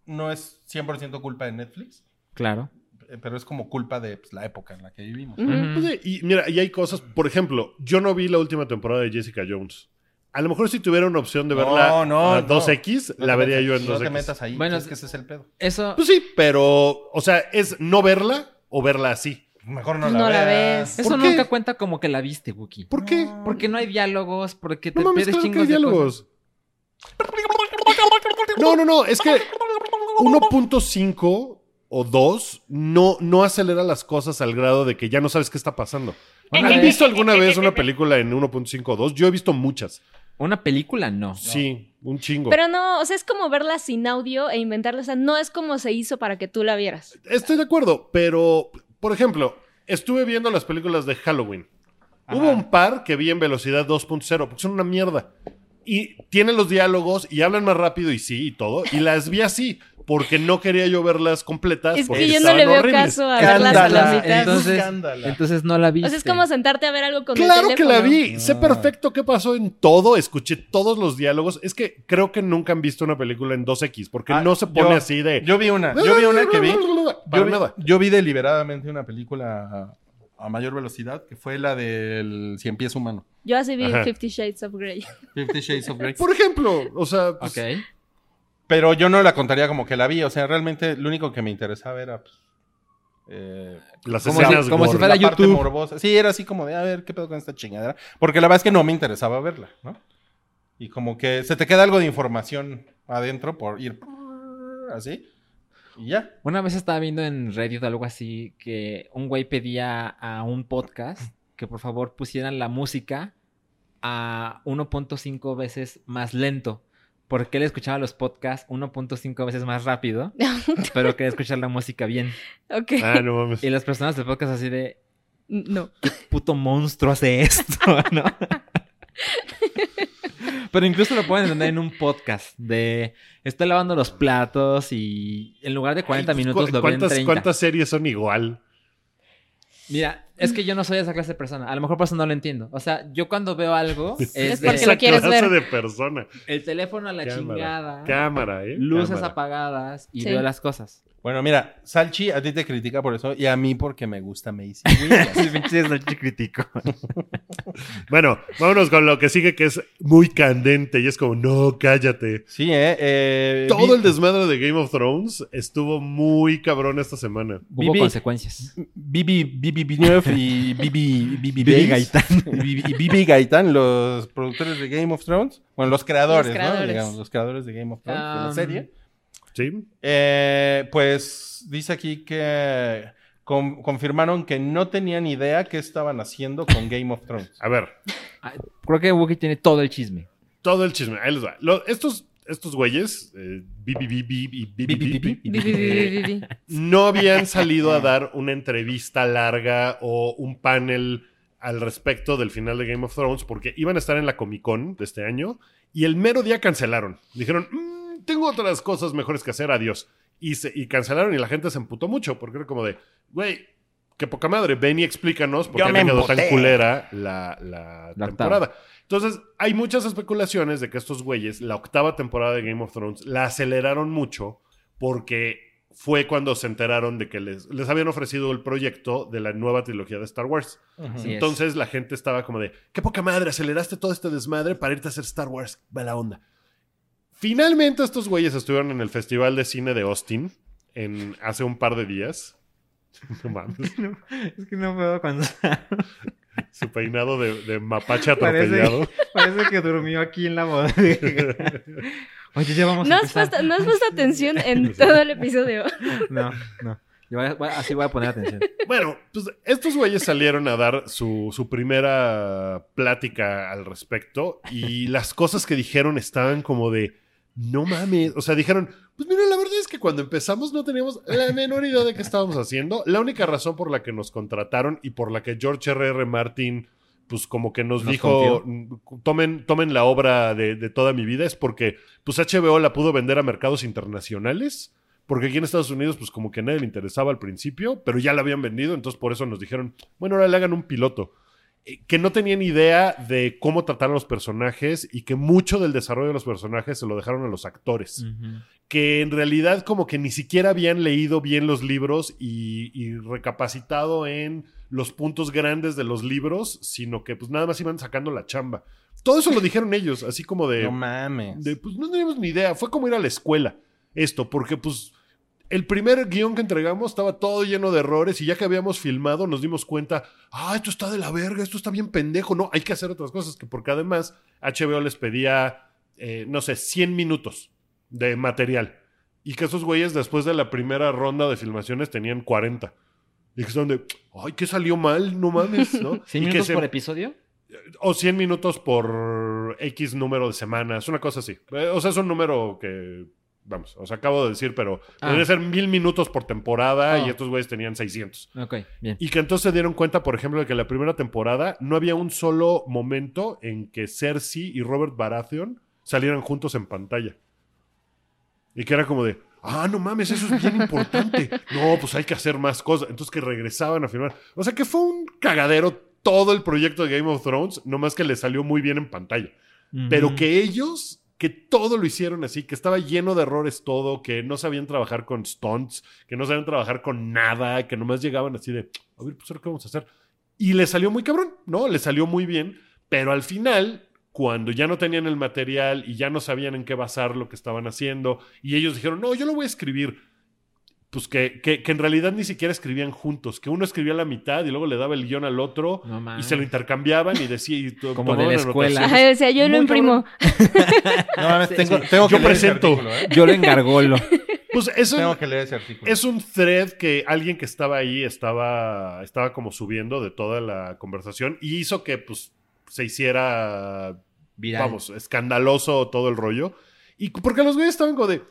E: no es 100% culpa de Netflix,
C: Claro.
E: eh, pero es como culpa de pues, la época en la que vivimos.
F: Ujú.
D: Pues sí, y mira, y hay cosas, por ejemplo, yo no vi la última temporada de Jessica Jones. A lo mejor si tuviera una opción de
E: No,
D: verla
E: no,
D: a
E: no.
D: 2X,
E: No
D: la
E: te
D: vería
E: metas-
D: yo en 2X.
E: No te metas ahí,
C: Bueno,
E: es que ese es el pedo.
C: Eso,
D: Pues sí, pero, o sea, es no verla o verla así.
E: Mejor no
F: Pues
E: la
F: no la
E: veas.
C: eso
D: ¿por qué?
C: nunca cuenta como que la viste, Wookie.
D: ¿Por qué?
C: Porque no hay diálogos, porque te
D: No mames,
C: pierdes
D: claro que hay
C: chingos de cosas.
D: diálogos. No, no, no, es que 1.5 o 2 no, no acelera las cosas al grado de que ya no sabes qué está pasando. [laughs]
C: Una
D: ¿Han
C: vez-
D: visto alguna vez una película en 1.5 o 2? Yo he visto muchas.
C: Una película, no.
D: Sí, un chingo.
F: Pero no, o sea, es como verla sin audio e inventarla. O sea, no es como se hizo para que tú la vieras.
D: Estoy de acuerdo, pero, por ejemplo, estuve viendo las películas de Halloween. Hubo un par que vi en velocidad 2.0, porque son una mierda. Y tienen los diálogos y hablan más rápido y sí y todo. Y las vi así, porque no quería yo verlas completas.
F: Es
D: porque
F: que yo no le
D: estaban
F: veo
D: horribles.
F: caso a verlas a la
E: Cándala,
F: mitad.
E: entonces-
C: Entonces,
E: Escándala.
C: entonces no la viste.
F: o sea, es como sentarte a ver algo con
D: Claro
F: el
D: que la
F: teléfono.
D: vi. Sé
E: Ah.
D: perfecto qué pasó en todo. Escuché todos los diálogos. Es que creo que nunca han visto una película en 2X porque
E: Ah,
D: no se pone
E: yo-
D: así de.
E: Yo vi una, yo vi una que vi.
D: [laughs] Para
E: Yo vi,
D: nada.
E: yo vi deliberadamente una película a, a mayor velocidad que fue la del Cien Pies Humano.
F: Yo así vi
D: Ajá.
F: Fifty Shades of Grey.
E: Fifty Shades of Grey.
D: Por ejemplo, o sea, pues,
C: Ok.
E: Pero yo no la contaría como que la vi. O sea, realmente lo único que me interesaba era. pues, eh,
D: las
C: Como
D: escenas
C: si- como si
D: gore.
C: fuera
E: la parte
C: YouTube.
E: morbosa. Sí, era así como de a ver qué pedo con esta chingadera. Porque la verdad es que no me interesaba verla, ¿no? Y como que se te queda algo de información adentro por ir así. Y ya.
C: Una vez estaba viendo en Reddit algo así que un güey pedía a un podcast que por favor pusieran la música a 1.5 veces más lento. Porque él escuchaba los podcasts 1.5 veces más rápido, pero quería escuchar la música bien.
F: ok.
D: Ah, no mames.
C: Y las personas del podcast así de,
F: No.
C: puto monstruo hace esto, [laughs] ¿no? Pero incluso lo pueden entender en un podcast de estoy lavando los platos y en lugar de 40
D: Ay, pues,
C: minutos
D: cu-
C: lo ven
D: ¿cuántas,
C: 30.
D: ¿Cuántas series son igual?
C: Mira, es que yo no soy esa clase de persona. A lo mejor por eso no lo entiendo. O sea, yo cuando veo
D: [laughs]
C: algo es,
F: Es
C: de
F: porque lo quieres
D: clase
F: ver.
D: de persona.
C: el teléfono a la
D: Cámara,
C: chingada,
D: Cámara, ¿eh?
C: luces
D: Cámara.
C: apagadas y
F: Sí.
C: veo las
D: [laughs]
C: cosas.
E: Bueno, mira, Salchi a ti te critica por eso y a mí porque me gusta Macy Williams.
D: Bueno, vámonos con lo que sigue que es muy candente y es como, no, cállate.
E: [laughs] Sí, eh. eh,
D: Todo
E: vi-
D: el desmadre de Game of Thrones estuvo muy cabrón esta semana.
C: Hubo
E: Vivi-
C: consecuencias.
E: Bibi, Bibi Villeneuve y Bibi, Bibi,
C: Bibi
E: Bates.
C: Gaitán.
E: Y [laughs] Bibi, y Bibi Gaitán, los productores de Game of Thrones. Bueno, los creadores,
F: Los
E: ¿no?
F: creadores.
E: Digamos, los creadores de Game of Thrones, de la
C: Um,
E: serie.
D: ¿Sí?
E: Eh, pues dice aquí que con- confirmaron que no tenían idea qué estaban haciendo con Game of Thrones.
D: A ver,
C: Ah, Creo que Wookiee tiene todo el chisme.
D: todo el chisme. Ahí les va. Lo- estos, estos güeyes, eh, bi, bi, bi, bi, bi, bi, bi, bi, bi,
F: Vi, vi, vi,
D: [laughs]
F: vi, vi, vi.
G: [laughs]
D: no habían salido a dar una entrevista larga o un panel al respecto del final de Game of Thrones porque iban a estar en la Comic Con de este año y el mero día cancelaron. Dijeron, "Mm, tengo otras cosas mejores que hacer, adiós. Y, se- y cancelaron y la gente se emputó mucho porque era como de, güey, qué poca madre, ven y explícanos por
G: Yo
D: qué
G: me
D: te quedó tan
G: emputé.
D: culera la, la
C: La
D: temporada. Entonces, hay muchas especulaciones de que estos güeyes, la octava temporada de Game of Thrones, la aceleraron mucho porque fue cuando se enteraron de que les, les habían ofrecido el proyecto de la nueva trilogía de Star Wars.
C: Así es.
D: Entonces la gente estaba como de, qué poca madre, aceleraste todo este desmadre para irte a hacer Star Wars, mala onda. Finalmente estos güeyes estuvieron en el Festival de Cine de Austin en, hace un par de días. [laughs] No mames,
C: Es que no puedo
D: [laughs]
C: pensar.
D: su peinado de, de
C: [laughs]
D: mapache
C: Parece-
D: atropellado.
C: [laughs] Parece que durmió aquí en la
D: [laughs]
C: bodega. Oye, ya vamos
F: No
C: a
F: has,
C: empezar.
F: puesto, no has puesto atención en todo el episodio.
C: No, no. Yo voy a- voy a- así voy a poner
D: [laughs]
C: atención.
D: Bueno, pues estos güeyes salieron a dar su, su primera plática al respecto y las cosas que dijeron estaban como de, no mames, o sea, dijeron, pues mira, la verdad es que cuando empezamos no teníamos la menor idea de qué estábamos haciendo. La única razón por la que nos contrataron y por la que George R.R. Martin, pues como que nos,
C: Nos
D: dijo, "Mm, tomen, tomen la obra de, de toda mi vida es porque, pues HBO la pudo vender a mercados internacionales. Porque aquí en Estados Unidos, pues como que a nadie le interesaba al principio, pero ya la habían vendido, entonces por eso nos dijeron, bueno, ahora le hagan un piloto. Eh, Que no tenían idea de cómo tratar a los personajes y que mucho del desarrollo de los personajes se lo dejaron a los actores
C: Mm.
D: que en realidad como que ni siquiera habían leído bien los libros y, y recapacitado en los puntos grandes de los libros, sino que pues nada más iban sacando la chamba. Todo eso lo dijeron ellos, así como de...
E: No mames.
D: De, pues no teníamos ni idea. Fue como ir a la escuela esto, porque pues el primer guión que entregamos estaba todo lleno de errores y ya que habíamos filmado nos dimos cuenta, ah, esto está de la verga, esto está bien pendejo. No, hay que hacer otras cosas, que porque además HBO les pedía, eh, no sé, 100 minutos de material. Y que esos güeyes después de la primera ronda de filmaciones tenían 40. Y que son de, ay, que salió mal, no mames, ¿no?
C: [laughs] ¿Cien
D: Y que
C: minutos
D: se-
C: por episodio?
D: o 100 minutos por X número de semanas, una cosa así. Eh, O sea, es un número que, vamos, os acabo de decir, pero
C: Ah.
D: podría ser mil minutos por temporada
C: Ah.
D: y estos güeyes tenían 600.
C: Ok, bien.
D: Y que entonces se dieron cuenta, por ejemplo, de que la primera temporada no había un solo momento en que Cersei y Robert Baratheon salieran juntos en pantalla. Y que era como de, Ah, no mames, eso es bien importante. No, pues hay que hacer más cosas. Entonces que regresaban a filmar. O sea que fue un cagadero todo el proyecto de Game of Thrones, nomás que le salió muy bien en pantalla. Pero que ellos, que todo lo hicieron así, que estaba lleno de errores todo, que no sabían trabajar con stunts, que no sabían trabajar con nada, que nomás llegaban así de, a ver, pues ahora qué vamos a hacer. Y le salió muy cabrón, ¿no? Le salió muy bien, pero al final, cuando ya no tenían el material y ya no sabían en qué basar lo que estaban haciendo, y ellos dijeron, no, yo lo voy a escribir. Pues que, que- que en realidad ni siquiera escribían juntos, que uno escribía la mitad y luego le daba el guión al otro
C: No
D: y
C: mames.
D: se lo [laughs] intercambiaban y decía... Y to-
C: Ah. Como de la
D: tomaban
C: escuela.
D: anotaciones.
F: Ay, o sea, yo lo
D: Muy
F: imprimo.
E: No mames, tengo, tengo que
D: Yo
E: leer ese
D: presento.
E: artículo, ¿eh?
C: Yo lo engargolo.
D: Pues eso
E: Tengo que leer ese artículo.
D: Es un thread que alguien que estaba ahí estaba, estaba como subiendo de toda la conversación y hizo que pues se hiciera,
C: Viral.
D: vamos, escandaloso todo el rollo. Y c- porque los güeyes estaban como de,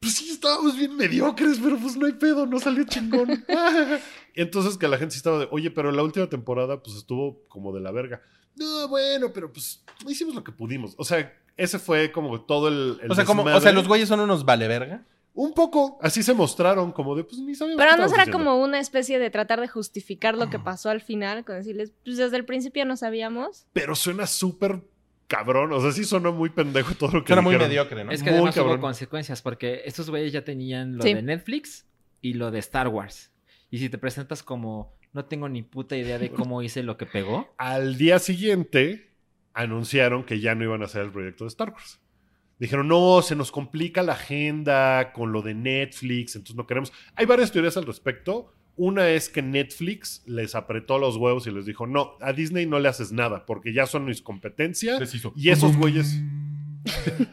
D: pues sí, estábamos bien mediocres, pero pues no hay pedo, no salió chingón. [laughs] Entonces que la gente sí estaba de, oye, pero la última temporada pues estuvo como de la verga. No, bueno, pero pues hicimos lo que pudimos. O sea, ese fue como todo el... el
E: o, sea, como, o sea,
D: desmadre.
E: los güeyes son unos vale verga.
D: Un poco, así se mostraron, como de, pues ni sabíamos qué
F: Pero no
D: estábamos
F: será
D: haciendo".
F: como una especie de tratar de justificar lo que pasó al final, con decirles, pues desde el principio no sabíamos.
D: pero suena súper cabrón. O sea, sí sonó muy pendejo todo lo que
E: Suena muy
D: dijeron.
E: mediocre, ¿no?
C: Es que
D: Muy
C: además
D: cabrón.
C: hubo consecuencias, porque estos güeyes ya tenían lo
F: Sí.
C: de Netflix y lo de Star Wars. Y si te presentas como, no tengo ni puta idea de cómo hice lo que pegó.
D: Al día siguiente anunciaron que ya no iban a hacer el proyecto de Star Wars. Dijeron, no, se nos complica la agenda con lo de Netflix, entonces no queremos. Hay varias teorías al respecto. Una es que Netflix les apretó los huevos y les dijo, no, a Disney no le haces nada porque ya son mis competencia.
E: Les hizo.
D: Y esos güeyes. [laughs]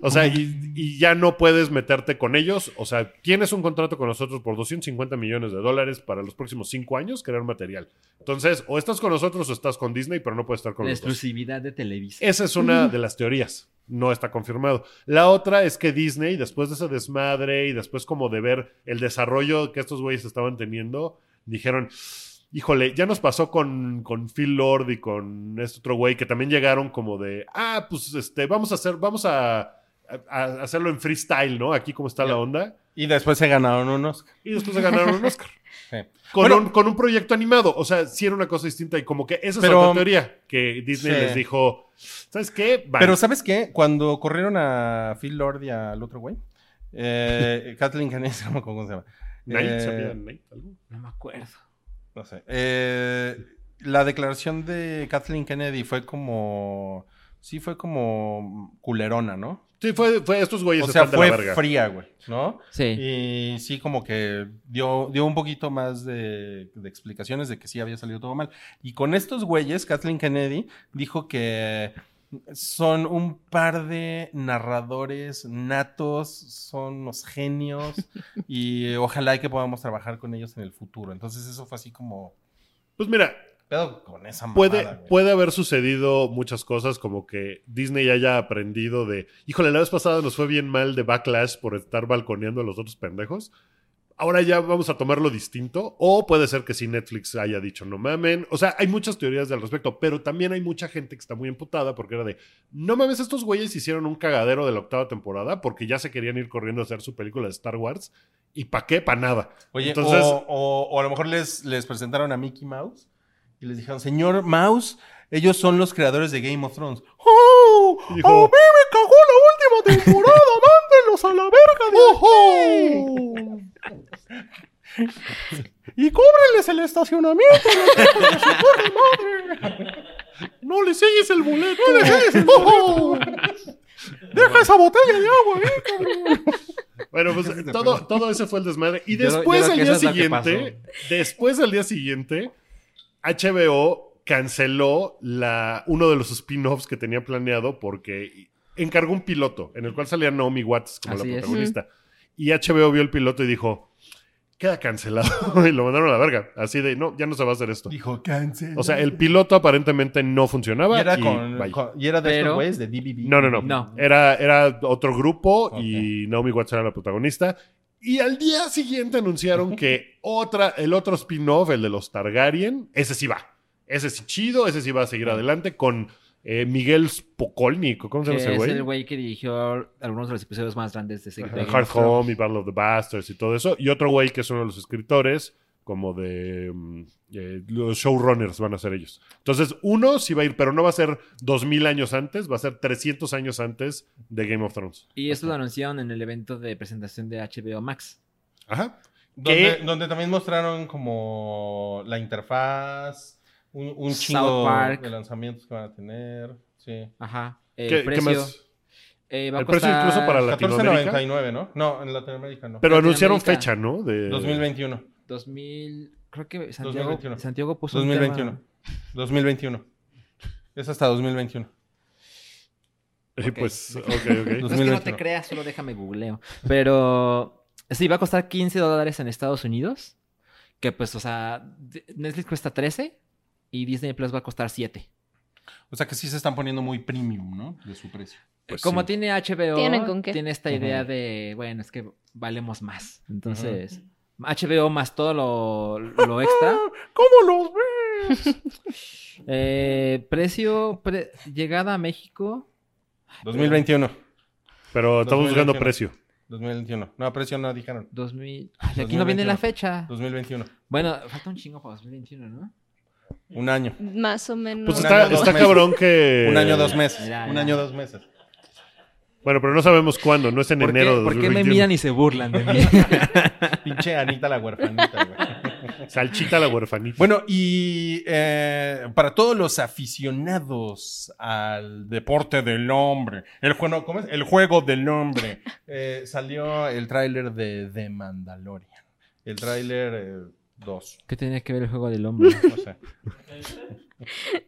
D: O sea, y, y ya no puedes meterte con ellos. O sea, tienes un contrato con nosotros por 250 millones de dólares para los próximos cinco años, crear material. Entonces, o estás con nosotros o estás con Disney, pero no puedes estar con
C: La
D: Eh. nosotros.
C: exclusividad de Televisa.
D: Esa es una de las teorías. No está confirmado. La otra es que Disney, después de ese desmadre y después como de ver el desarrollo que estos güeyes estaban teniendo, dijeron, híjole, ya nos pasó con, con Phil Lord y con este otro güey que también llegaron como de, ah, pues este, vamos a hacer, vamos a, a- a hacerlo en freestyle, ¿no? Aquí como está la onda.
E: Y después se ganaron unos.
D: Y después se ganaron un Oscar.
E: [laughs] Sí.
D: Con,
E: Bueno.
D: un, con un proyecto animado. O sea, sí era una cosa distinta. Y como que esa
E: Pero-
D: es otra teoría. Que Disney
E: Sí.
D: les dijo, ¿sabes qué? Bye".
E: Pero ¿sabes qué? Cuando corrieron a Phil Lord y al otro güey, eh, [laughs] Kathleen Kennedy, ¿cómo, cómo se llama?
D: Knight,
E: Eh,
D: ¿se apellida Knight algo?
C: No me acuerdo.
E: No sé. Eh, la declaración de Kathleen Kennedy fue como. Sí, fue como culerona, ¿no?
D: Sí, fue, fue estos güeyes
E: O sea,
D: están de la
E: fue
D: verga.
E: fría, güey, ¿no?
C: Sí.
E: Y sí, como que dio, dio un poquito más de, de explicaciones de que sí había salido todo mal. Y con estos güeyes, Kathleen Kennedy dijo que son un par de narradores natos, son unos genios y ojalá y que podamos trabajar con ellos en el futuro. Entonces eso fue así como...
D: Pues mira,
E: Pedo con esa
D: puede,
E: mamada, güey.
D: puede haber sucedido muchas cosas, como que Disney haya aprendido de, híjole, la vez pasada nos fue bien mal de backlash por estar balconeando a los otros pendejos. Ahora ya vamos a tomarlo distinto. O puede ser que sí Netflix haya dicho no mamen. O sea, hay muchas teorías al respecto, pero también hay mucha gente que está muy emputada porque era de no mames, estos güeyes hicieron un cagadero de la octava temporada porque ya se querían ir corriendo a hacer su película de Star Wars. ¿Y pa' qué? Pa' nada.
E: Oye,
D: Entonces-
E: o, o- o a lo mejor les, les presentaron a Mickey Mouse y les dijeron, señor Mouse, ellos son los creadores de Game of Thrones. ¡Oh!
D: Y dijo,
E: ¡A mí me cagó la última temporada! [laughs] ¡Mándenlos a la verga de aquí! ¡Y cóbrenles el estacionamiento!
D: No le sigues el boleto.
E: ¡Deja esa botella de agua ¿eh? ahí, cabrón!
D: Bueno, pues todo, todo ese fue el desmadre. Y
C: Yo creo- yo
D: después
C: creo
D: al
C: que
D: día
C: eso es lo que
D: siguiente, después al día siguiente, HBO canceló la, uno de los spin-offs que tenía planeado porque encargó un piloto en el cual salía Naomi Watts como
C: Así
D: la
C: es.
D: protagonista. Y HBO vio el piloto y dijo, queda cancelado. [laughs] y lo mandaron a la verga. Así de, no, ya no se va a hacer esto.
E: Dijo, cancel.
D: O sea, el piloto aparentemente no funcionaba.
E: Y era,
D: y
E: con,
D: bye.
E: con- y era de estos
C: Pero-
E: güeyes de DBB.
D: No, no, no.
C: No.
D: Era, era otro grupo y
E: Ok.
D: Naomi Watts era la protagonista. Y al día siguiente
C: [laughs]
D: anunciaron que otra, el otro spin-off, el de los Targaryen, ese sí va. Ese sí chido, ese sí va a seguir adelante con eh, Miguel Spokolnik, ¿cómo se
C: Que
D: llama ese
C: es
D: güey?
C: el güey que dirigió algunos de los episodios más grandes de Secret
D: Ajá,
C: Game
D: Hard
C: of Thrones.
D: Home y Battle of the Bastards y todo eso. Y otro güey que es uno de los escritores, como de mm, eh, los showrunners van a ser ellos. Entonces, uno sí va a ir, pero no va a ser 2000 años antes, va a ser 300 años antes de Game of Thrones.
C: Y esto lo anunciaron en el evento de presentación de HBO Max.
D: Ajá.
E: Donde,
D: ¿Qué?
E: donde también mostraron como la interfaz, un, un
C: South
E: chingo
C: Park.
E: de lanzamientos que van a tener. Sí.
C: Ajá. El
D: ¿Qué, qué
C: precio.
D: más?
C: eh, va a
D: El precio incluso
C: costar-
D: para Latinoamérica.
E: 14.99, ¿no? No, en Latinoamérica no.
D: Pero eh, anunciaron
C: Latinoamérica.
D: fecha, ¿no? De...
E: 2021.
C: 2000, creo que Santiago,
E: 2021.
C: Santiago puso un
E: 2021.
C: tema.
E: 2021. Es hasta 2021.
D: Eh,
E: [laughs]
D: Pues, ok, ok.
C: No es que no te
E: 2021.
C: creas, solo déjame googleo. Pero sí, va a costar 15 dólares en Estados Unidos. Que pues, o sea, D- Netflix cuesta 13 y Disney Plus va a costar 7.
E: O sea que sí se están poniendo muy premium, ¿no? De su precio.
D: Pues
C: Como
D: sí.
C: tiene HBO,
F: Tienen con qué.
C: tiene esta idea de, bueno, es que valemos más. Entonces, HBO más todo lo, lo extra.
D: [laughs] ¿Cómo los ves?
C: [laughs] Eh, precio, pre- llegada a México.
E: 2021.
D: Pero estamos buscando
E: 2021.
D: precio.
E: 2021. No, precio no dijeron.
C: 2000. Ay, aquí no viene la
E: 2021.
C: fecha.
E: 2021.
C: Bueno, falta un chingo para 2021, ¿no?
E: Un año.
F: Más o menos.
D: Pues
E: Un
D: está,
E: año, dos
D: está
E: meses.
D: cabrón que...
E: Un año, dos meses.
C: Ya,
E: Un
C: ya.
E: año, dos meses.
D: Bueno, pero no sabemos cuándo, no es en
C: ¿Por qué,
D: enero de
C: por qué me
D: 2021.
C: miran y se burlan de mí? [laughs]
E: Pinche Anita la huerfanita, güey.
D: Salchita la huerfanita.
E: Bueno, y eh, para todos los aficionados al deporte del hombre, el juego, ¿cómo es? El juego del hombre, eh, salió el tráiler de The Mandalorian. El tráiler 2.
C: ¿Qué tenía que ver el juego del hombre?
E: no sé.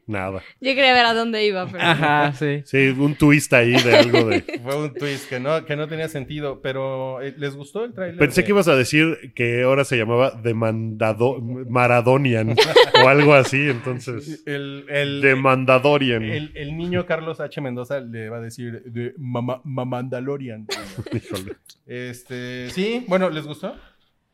D: Nada.
F: Yo quería ver a dónde iba,
C: [laughs]
F: pero.
C: Ajá, sí.
D: Sí, un twist ahí de algo
E: [laughs]
D: de...
E: Fue un twist que no, que no tenía sentido, pero eh, ¿les gustó el tráiler?
D: Pensé
E: de-
D: que ibas a decir que ahora se llamaba Demandado Maradonian o algo así, entonces.
E: El, el,
D: Demandadorian.
E: el- el niño Carlos H. Mendoza le va a decir de mama-
D: [laughs]
E: Mamandalorian.
D: [laughs] Híjole.
E: Este, sí, bueno, ¿les gustó?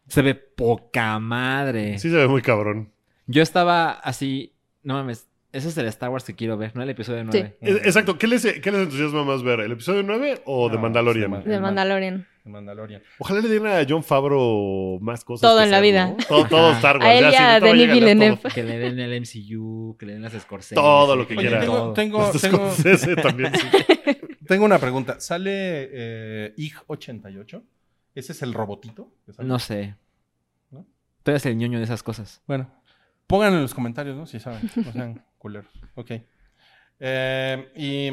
C: Se ve poca madre.
D: Sí se ve muy cabrón.
C: Yo estaba así, no mames, ese es el Star Wars que quiero ver, no el episodio 9.
E: Mm.
D: E- Exacto. ¿Qué les, qué les entusiasma más ver? ¿El episodio 9 o de
E: No,
D: Mandalorian?
E: sí,
D: [laughs]
F: Del Mandalorian.
E: The Mandalorian.
D: Ojalá le dieran a John Favreau más cosas.
F: Todo
D: que
F: en la
D: hacer,
F: vida.
D: ¿no? Todo, todo
C: Ajá.
D: Star Wars.
F: A él
D: ya,
F: y a
D: sí, todo
F: Denis
D: llega a
F: Villeneuve.
D: todo.
C: Que le den el MCU, que le den las Scorsese.
D: Todo lo que
E: Oye,
D: quiera.
E: tengo,
C: todo.
E: tengo,
D: Los
E: tengo,
D: Scorsese también. sí.
E: tengo una pregunta. ¿Sale eh, IG-88? ¿Ese es el robotito? que sale?
C: No sé.
E: ¿No?
C: Tú eres el ñoño de esas cosas.
E: Bueno, pónganlo en los comentarios, ¿no? Si saben. No sean culeros. Ok. Eh, y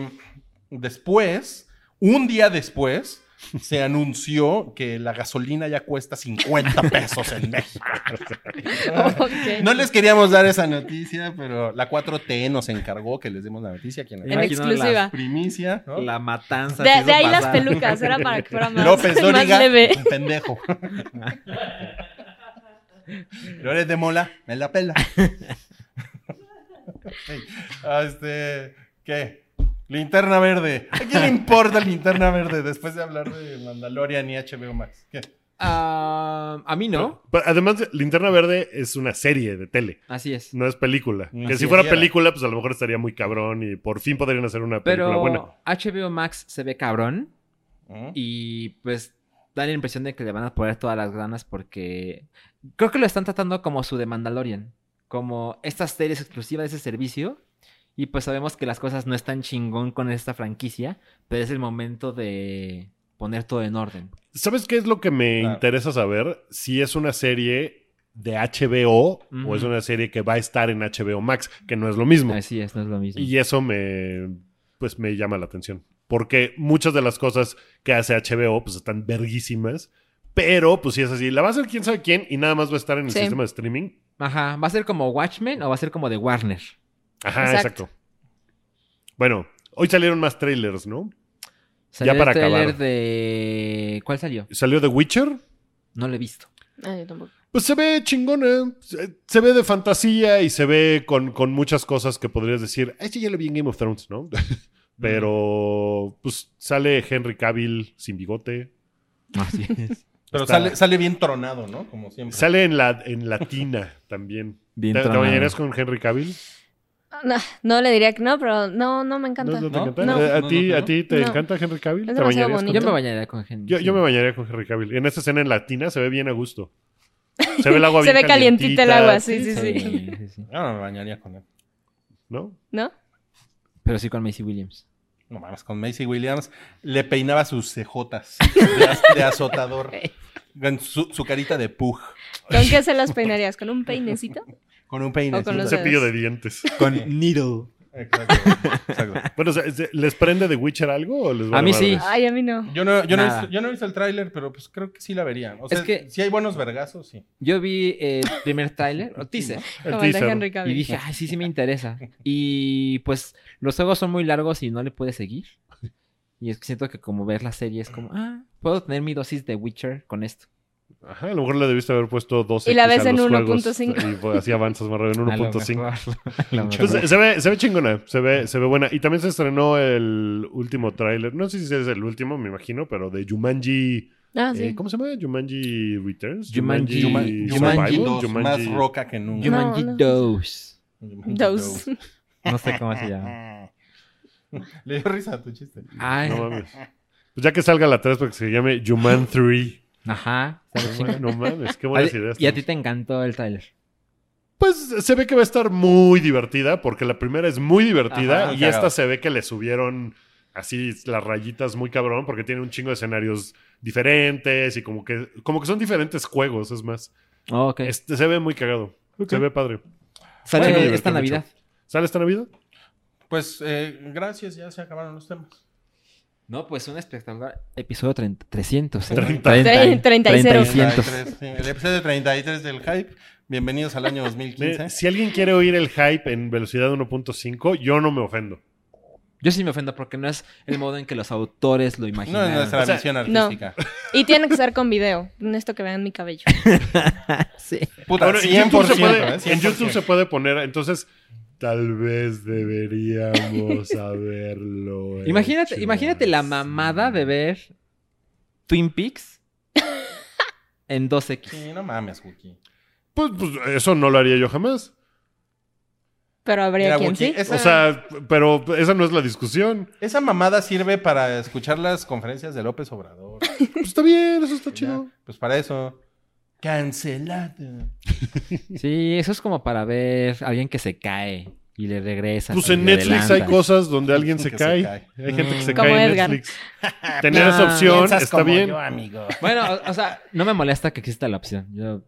E: después, un día después, se anunció que la gasolina ya cuesta 50 pesos en México.
F: Ok.
E: No les queríamos dar esa noticia, pero la 4T nos encargó que les demos la noticia. Aquí en la
F: En
C: Imagino las-
F: exclusiva.
E: primicia, ¿no?
C: La matanza.
F: De,
C: se hizo
F: de ahí las
C: pasar. [laughs]
F: pelucas, era para
D: [laughs]
F: que fuera [laughs] más,
E: López
F: más
E: Dóriga,
F: leve.
E: un pendejo. [laughs] Lores de Mola, me la pela. [laughs] Ey, este, ¿qué? Linterna verde. ¿A quién le importa linterna verde después de hablar de Mandalorian y HBO Max? ¿Qué?
C: Ah, a mí [laughs] no.
D: Pero además, Linterna Verde es una serie de tele.
C: Así es.
D: No es película.
E: Ni
D: que si
E: siquiera.
D: fuera película, pues a lo mejor estaría muy cabrón y por fin podrían hacer una película
C: Pero
D: buena.
C: HBO Max se ve cabrón.
E: ¿Mm?
C: Y pues da la impresión de que le van a poner todas las ganas porque creo que lo están tratando como su The Mandalorian, como estas series exclusivas de ese servicio. Y pues sabemos que las cosas no están chingón con esta franquicia, pero es el momento de poner todo en orden.
D: ¿Sabes qué es lo que me
E: Ah.
D: interesa saber? Si es una serie de HBO
C: Ujú.
D: o es una serie que va a estar en HBO Max, que no es lo mismo.
C: Así es, no es lo mismo.
D: Y eso me, pues me llama la atención. Porque muchas de las cosas que hace HBO pues están verguísimas. Pero, pues si es así, la va a hacer quién sabe quién y nada más va a estar en el
F: Sí.
D: sistema de streaming.
C: Ajá, ¿va a ser como Watchmen o va a ser como The Warner?
D: Ajá, exacto.
F: Exacto.
D: Bueno, hoy salieron más trailers, ¿no?
C: Salió
D: Ya para
C: el tráiler
D: acabar.
C: de... ¿Cuál salió?
D: Salió The Witcher.
C: No lo he
D: [laughs]
C: visto.
F: Ah, yo tampoco.
D: Pues se ve chingona, se se ve de fantasía y se ve con, con muchas cosas que podrías decir, este ya lo vi en Game of Thrones, ¿no? [laughs] Pero pues sale Henry Cavill sin bigote,
C: Así es.
E: Pero
D: Está-
E: sale, sale bien tronado, ¿no? Como siempre.
D: sale en la en latina [laughs] también.
C: Bien
D: ¿Te, te
C: tronado.
D: bañarías con Henry Cavill?
F: Ah, no, no le diría que no, pero no, no me
D: ¿No,
F: encanta.
D: no te
C: ¿No?
D: encanta?
F: No.
D: ¿A, a
C: No,
D: ti,
C: no,
D: ¿A
C: no.
D: ti te
F: No.
D: encanta Henry Cavill?
F: Es
D: ¿Te
F: demasiado
D: bañarías con-
C: Yo
F: bonito.
C: me bañaría con Henry.
D: Yo, yo me bañaría con Henry Cavill. En esta escena en latina se ve bien a gusto.
F: [laughs]
D: Se ve el agua bien
F: Se ve calientita el agua, sí, sí, sí.
C: sí, sí.
E: Yo no me bañaría con él.
D: ¿No?
F: ¿No?
C: Pero sí con Macy Williams.
E: No mames, con Macy Williams le peinaba sus
F: [laughs]
E: cejotas de, az- de azotador. Con su, su carita de pug.
F: ¿Con qué se las peinarías? ¿Con un peinecito?
E: Con un peine.
F: O con los
D: Cepillo de
F: dedos.
D: dientes. [laughs]
E: Con
C: Needle.
E: Exacto. exacto.
D: Bueno, o sea, ¿se- ¿les prende de Witcher algo? O les vale
C: A mí
D: madre?
C: sí.
F: Ay, a mí no.
E: Yo no, yo, no he
C: Nada.
E: visto, yo no he visto el tráiler, pero pues creo que sí la verían. O sea,
C: Es que-
E: si hay buenos vergazos, sí.
C: Yo vi eh, [laughs] el primer tráiler, o teaser,
D: El
F: Como el de
D: teaser.
F: Henry Cavill.
C: y dije, ay, sí, sí me interesa. Y pues los juegos son muy largos y no le pude seguir. Y es que siento que como ver la serie es como, ah, puedo tener mi dosis de Witcher con esto.
D: Ajá, a lo mejor le debiste haber puesto 12.
F: Y la ves en
D: 1.5.
F: 1.5.
D: Y pues, así avanzas más rápido en
C: [laughs] A lo
D: 1.5.
C: mejor, a lo
D: Pues,
C: mejor.
D: se, se ve, se ve chingona, se ve, se ve buena. Y también se estrenó el último tráiler. No sé si es el último, me imagino, pero de Jumanji.
F: Ah,
D: eh,
F: sí.
D: ¿Cómo se llama? Jumanji Returns.
C: Jumanji-
E: Yuma-
C: Y-
E: Jumanji
D: Survival,
E: 2, más roca que nunca.
C: Jumanji
F: No, no.
C: 2.
E: Jumanji
F: Dos.
C: No sé cómo [laughs] se llama.
E: Le dio risa a tu chiste.
C: Ay,
D: No mames. Pues ya que salga la 3 para que se llame Juman
C: [laughs]
D: 3.
C: ajá. está bien
D: No
C: chingón.
D: mames, qué
C: Ay,
D: buenas ideas.
C: y a ti te encantó el tráiler.
D: Pues se ve que va a estar muy divertida, porque la primera es muy divertida
E: Ajá,
D: y
E: cagado.
D: esta se ve que le subieron así las rayitas muy cabrón, porque tiene un chingo de escenarios diferentes y como que, como que son diferentes juegos, es más.
C: Oh, ok.
D: Este, se ve muy cagado. Se ve padre.
C: Sale
D: Bueno, me
C: esta
D: divirtió mucho.
C: Navidad.
D: ¿Sale esta Navidad?
E: Pues eh, gracias, ya se acabaron los temas.
C: No, pues un espectacular episodio 30, 300. ¿eh?
D: Treinta.
C: 30,
F: Treinta y cero.
C: 300.
E: 33, sí, el episodio 33 del Hype. Bienvenidos al año
D: Mire,
E: 2015.
D: Eh, Si alguien quiere oír el hype en velocidad 1.5, yo no me ofendo.
C: Yo sí me ofendo porque no es el modo en que los autores lo
E: No
C: imaginaron.
E: es nuestra
D: O sea,
E: visión
F: no.
E: artística.
F: Y tiene que ser con video. En esto que vean mi cabello.
C: [laughs] Sí.
E: Puta,
D: Bueno,
E: 100%.
D: en YouTube, se puede,
E: ¿eh? 100%.
D: en YouTube se puede poner, entonces tal vez deberíamos [laughs] saberlo.
C: Imagínate,
D: hecho
C: imagínate la
D: así.
C: mamada de ver Twin [laughs] Peaks en 2X.
E: Sí, no mames, Wookie.
D: Pues, pues, eso no lo haría yo jamás.
F: Pero habría
E: Mira,
F: quien
E: Wookie,
F: sí.
E: esa,
D: O sea, pero esa no es la discusión.
E: esa mamada sirve para escuchar las conferencias de López Obrador.
D: Pues está bien, eso está
E: Ya,
D: chido.
E: Pues para eso. Cancelado.
C: Sí, eso es como para ver a alguien que se cae y le regresa.
D: Pues
C: y
D: en
C: le
D: Netflix hay
C: adelanta.
D: cosas donde alguien se
E: Que se
D: cae.
E: cae. Mm.
D: Hay gente que se
F: Como
D: cae en
F: Edgar.
D: Netflix. Tener esa
C: Ah,
D: opción
B: Piensas
D: está
B: como
D: bien.
B: yo, amigo.
C: Bueno, o, o sea, no me molesta que exista la opción. Yo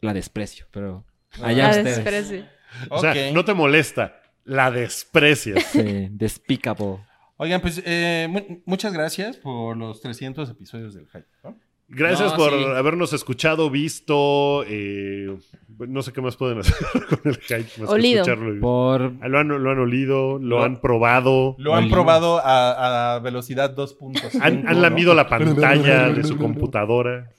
C: la desprecio, pero allá
F: Ah,
C: ustedes.
F: espera, sí.
D: O sea,
E: Ok.
D: no te molesta, la desprecias.
C: Sí, despicable.
E: Oigan, pues eh, mu- muchas gracias por los 300 episodios del Hype. ¿no?
D: Gracias
C: No,
D: por
C: sí.
D: habernos escuchado, visto. eh, no sé qué más pueden hacer [laughs] con el hype. Más que
F: Olido.
D: escucharlo y-
C: Por
D: Ah, Lo han, lo han olido, lo han probado,
E: Lo han
C: Olivo.
E: probado a, a velocidad 2.5.
D: han, han
E: ¿no?
D: lamido la pantalla de
E: [laughs]
D: su computadora.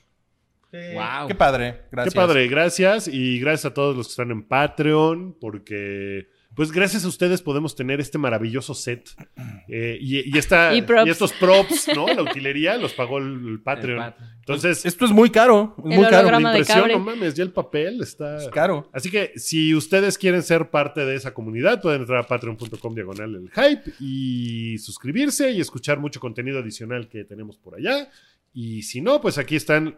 E: Sí.
C: Wow.
E: Qué padre. Gracias.
D: Eh, Qué padre, gracias. Y gracias a todos los que están en Patreon, porque pues gracias a ustedes podemos tener este maravilloso set. Eh, y, y esta,
F: Y props.
D: y estos props, ¿no?
F: [laughs]
D: La utilería los pagó el, el
C: el
D: Patreon.
C: pat-
D: Entonces,
E: Esto es muy caro. Es
F: El
E: muy caro.
F: holograma. programa
D: la
F: de
D: impresión,
F: cable.
D: no mames, ya el papel está...
E: Es caro.
D: Así que si ustedes quieren ser parte de esa comunidad, pueden entrar a patreon.com diagonal el hype y suscribirse y escuchar mucho contenido adicional que tenemos por allá. Y si no, pues aquí están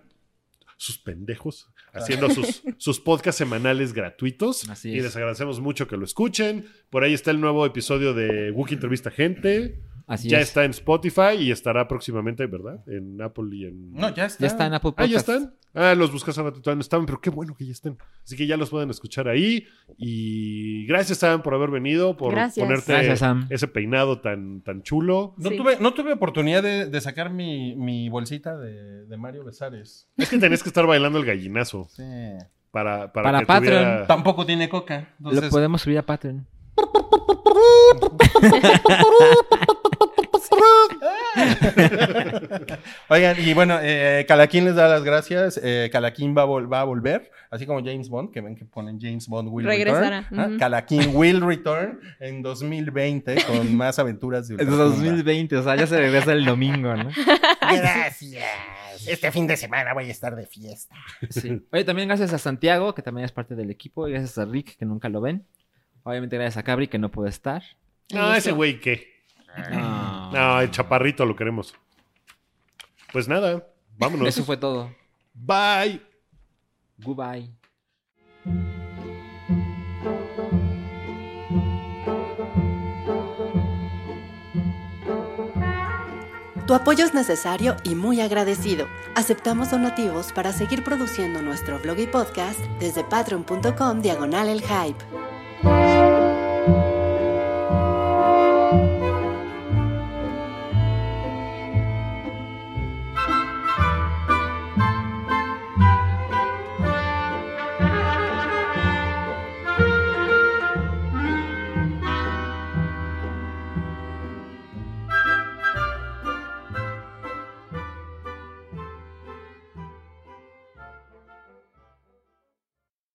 D: sus pendejos haciendo sus, sus podcasts semanales gratuitos.
C: Así
D: y
C: es.
D: les agradecemos mucho que lo escuchen. Por ahí está el nuevo episodio de Wookie Entrevista Gente.
C: Así
D: ya
C: es.
D: está en Spotify y estará próximamente, ¿verdad? En Apple y en...
E: No, ya está.
C: Ya está en Apple
D: Ah,
C: Podcast.
D: ya están. Ah, los buscas a ratito, todavía no estaban, pero qué bueno que ya estén. Así que ya los pueden escuchar ahí. Y gracias, Sam, por haber venido, por
F: Gracias.
D: ponerte
C: Gracias, Sam.
D: ese peinado tan, tan chulo.
E: No,
F: Sí.
E: tuve, no tuve oportunidad de, de sacar mi, mi bolsita de, de Mario Besares.
D: Es que tenés que estar bailando el gallinazo
E: Sí.
D: para,
C: Para
D: que
C: Patreon.
D: tuviera-
E: Tampoco tiene coca. Entonces,
C: Lo podemos subir a Patreon.
E: Oigan, y bueno, eh, Calaquín les da las gracias. Eh, Calaquín va a, vol- va a volver, así como James Bond, que ven que ponen James Bond will
F: Regresará,
E: return. Ah,
F: ujú.
E: Calaquín will return en 2020 con más aventuras
C: [laughs]
E: de
C: Es
E: Ultratumba.
C: 2020, o sea, ya se regresa el domingo, ¿no?
B: Gracias. Este fin de semana voy a estar de fiesta.
C: Sí. Oye, también gracias a Santiago, que también es parte del equipo, y gracias a Rick, que nunca lo ven. Obviamente gracias a Cabri que no pudo estar.
D: No, ese güey, ¿qué?
C: No.
D: No, el chaparrito lo queremos. Pues nada, vámonos.
C: Eso fue todo.
D: Bye.
C: Goodbye.
I: Tu apoyo es necesario y muy agradecido. Aceptamos donativos para seguir produciendo nuestro blog y podcast desde patreon.com diagonal el hype.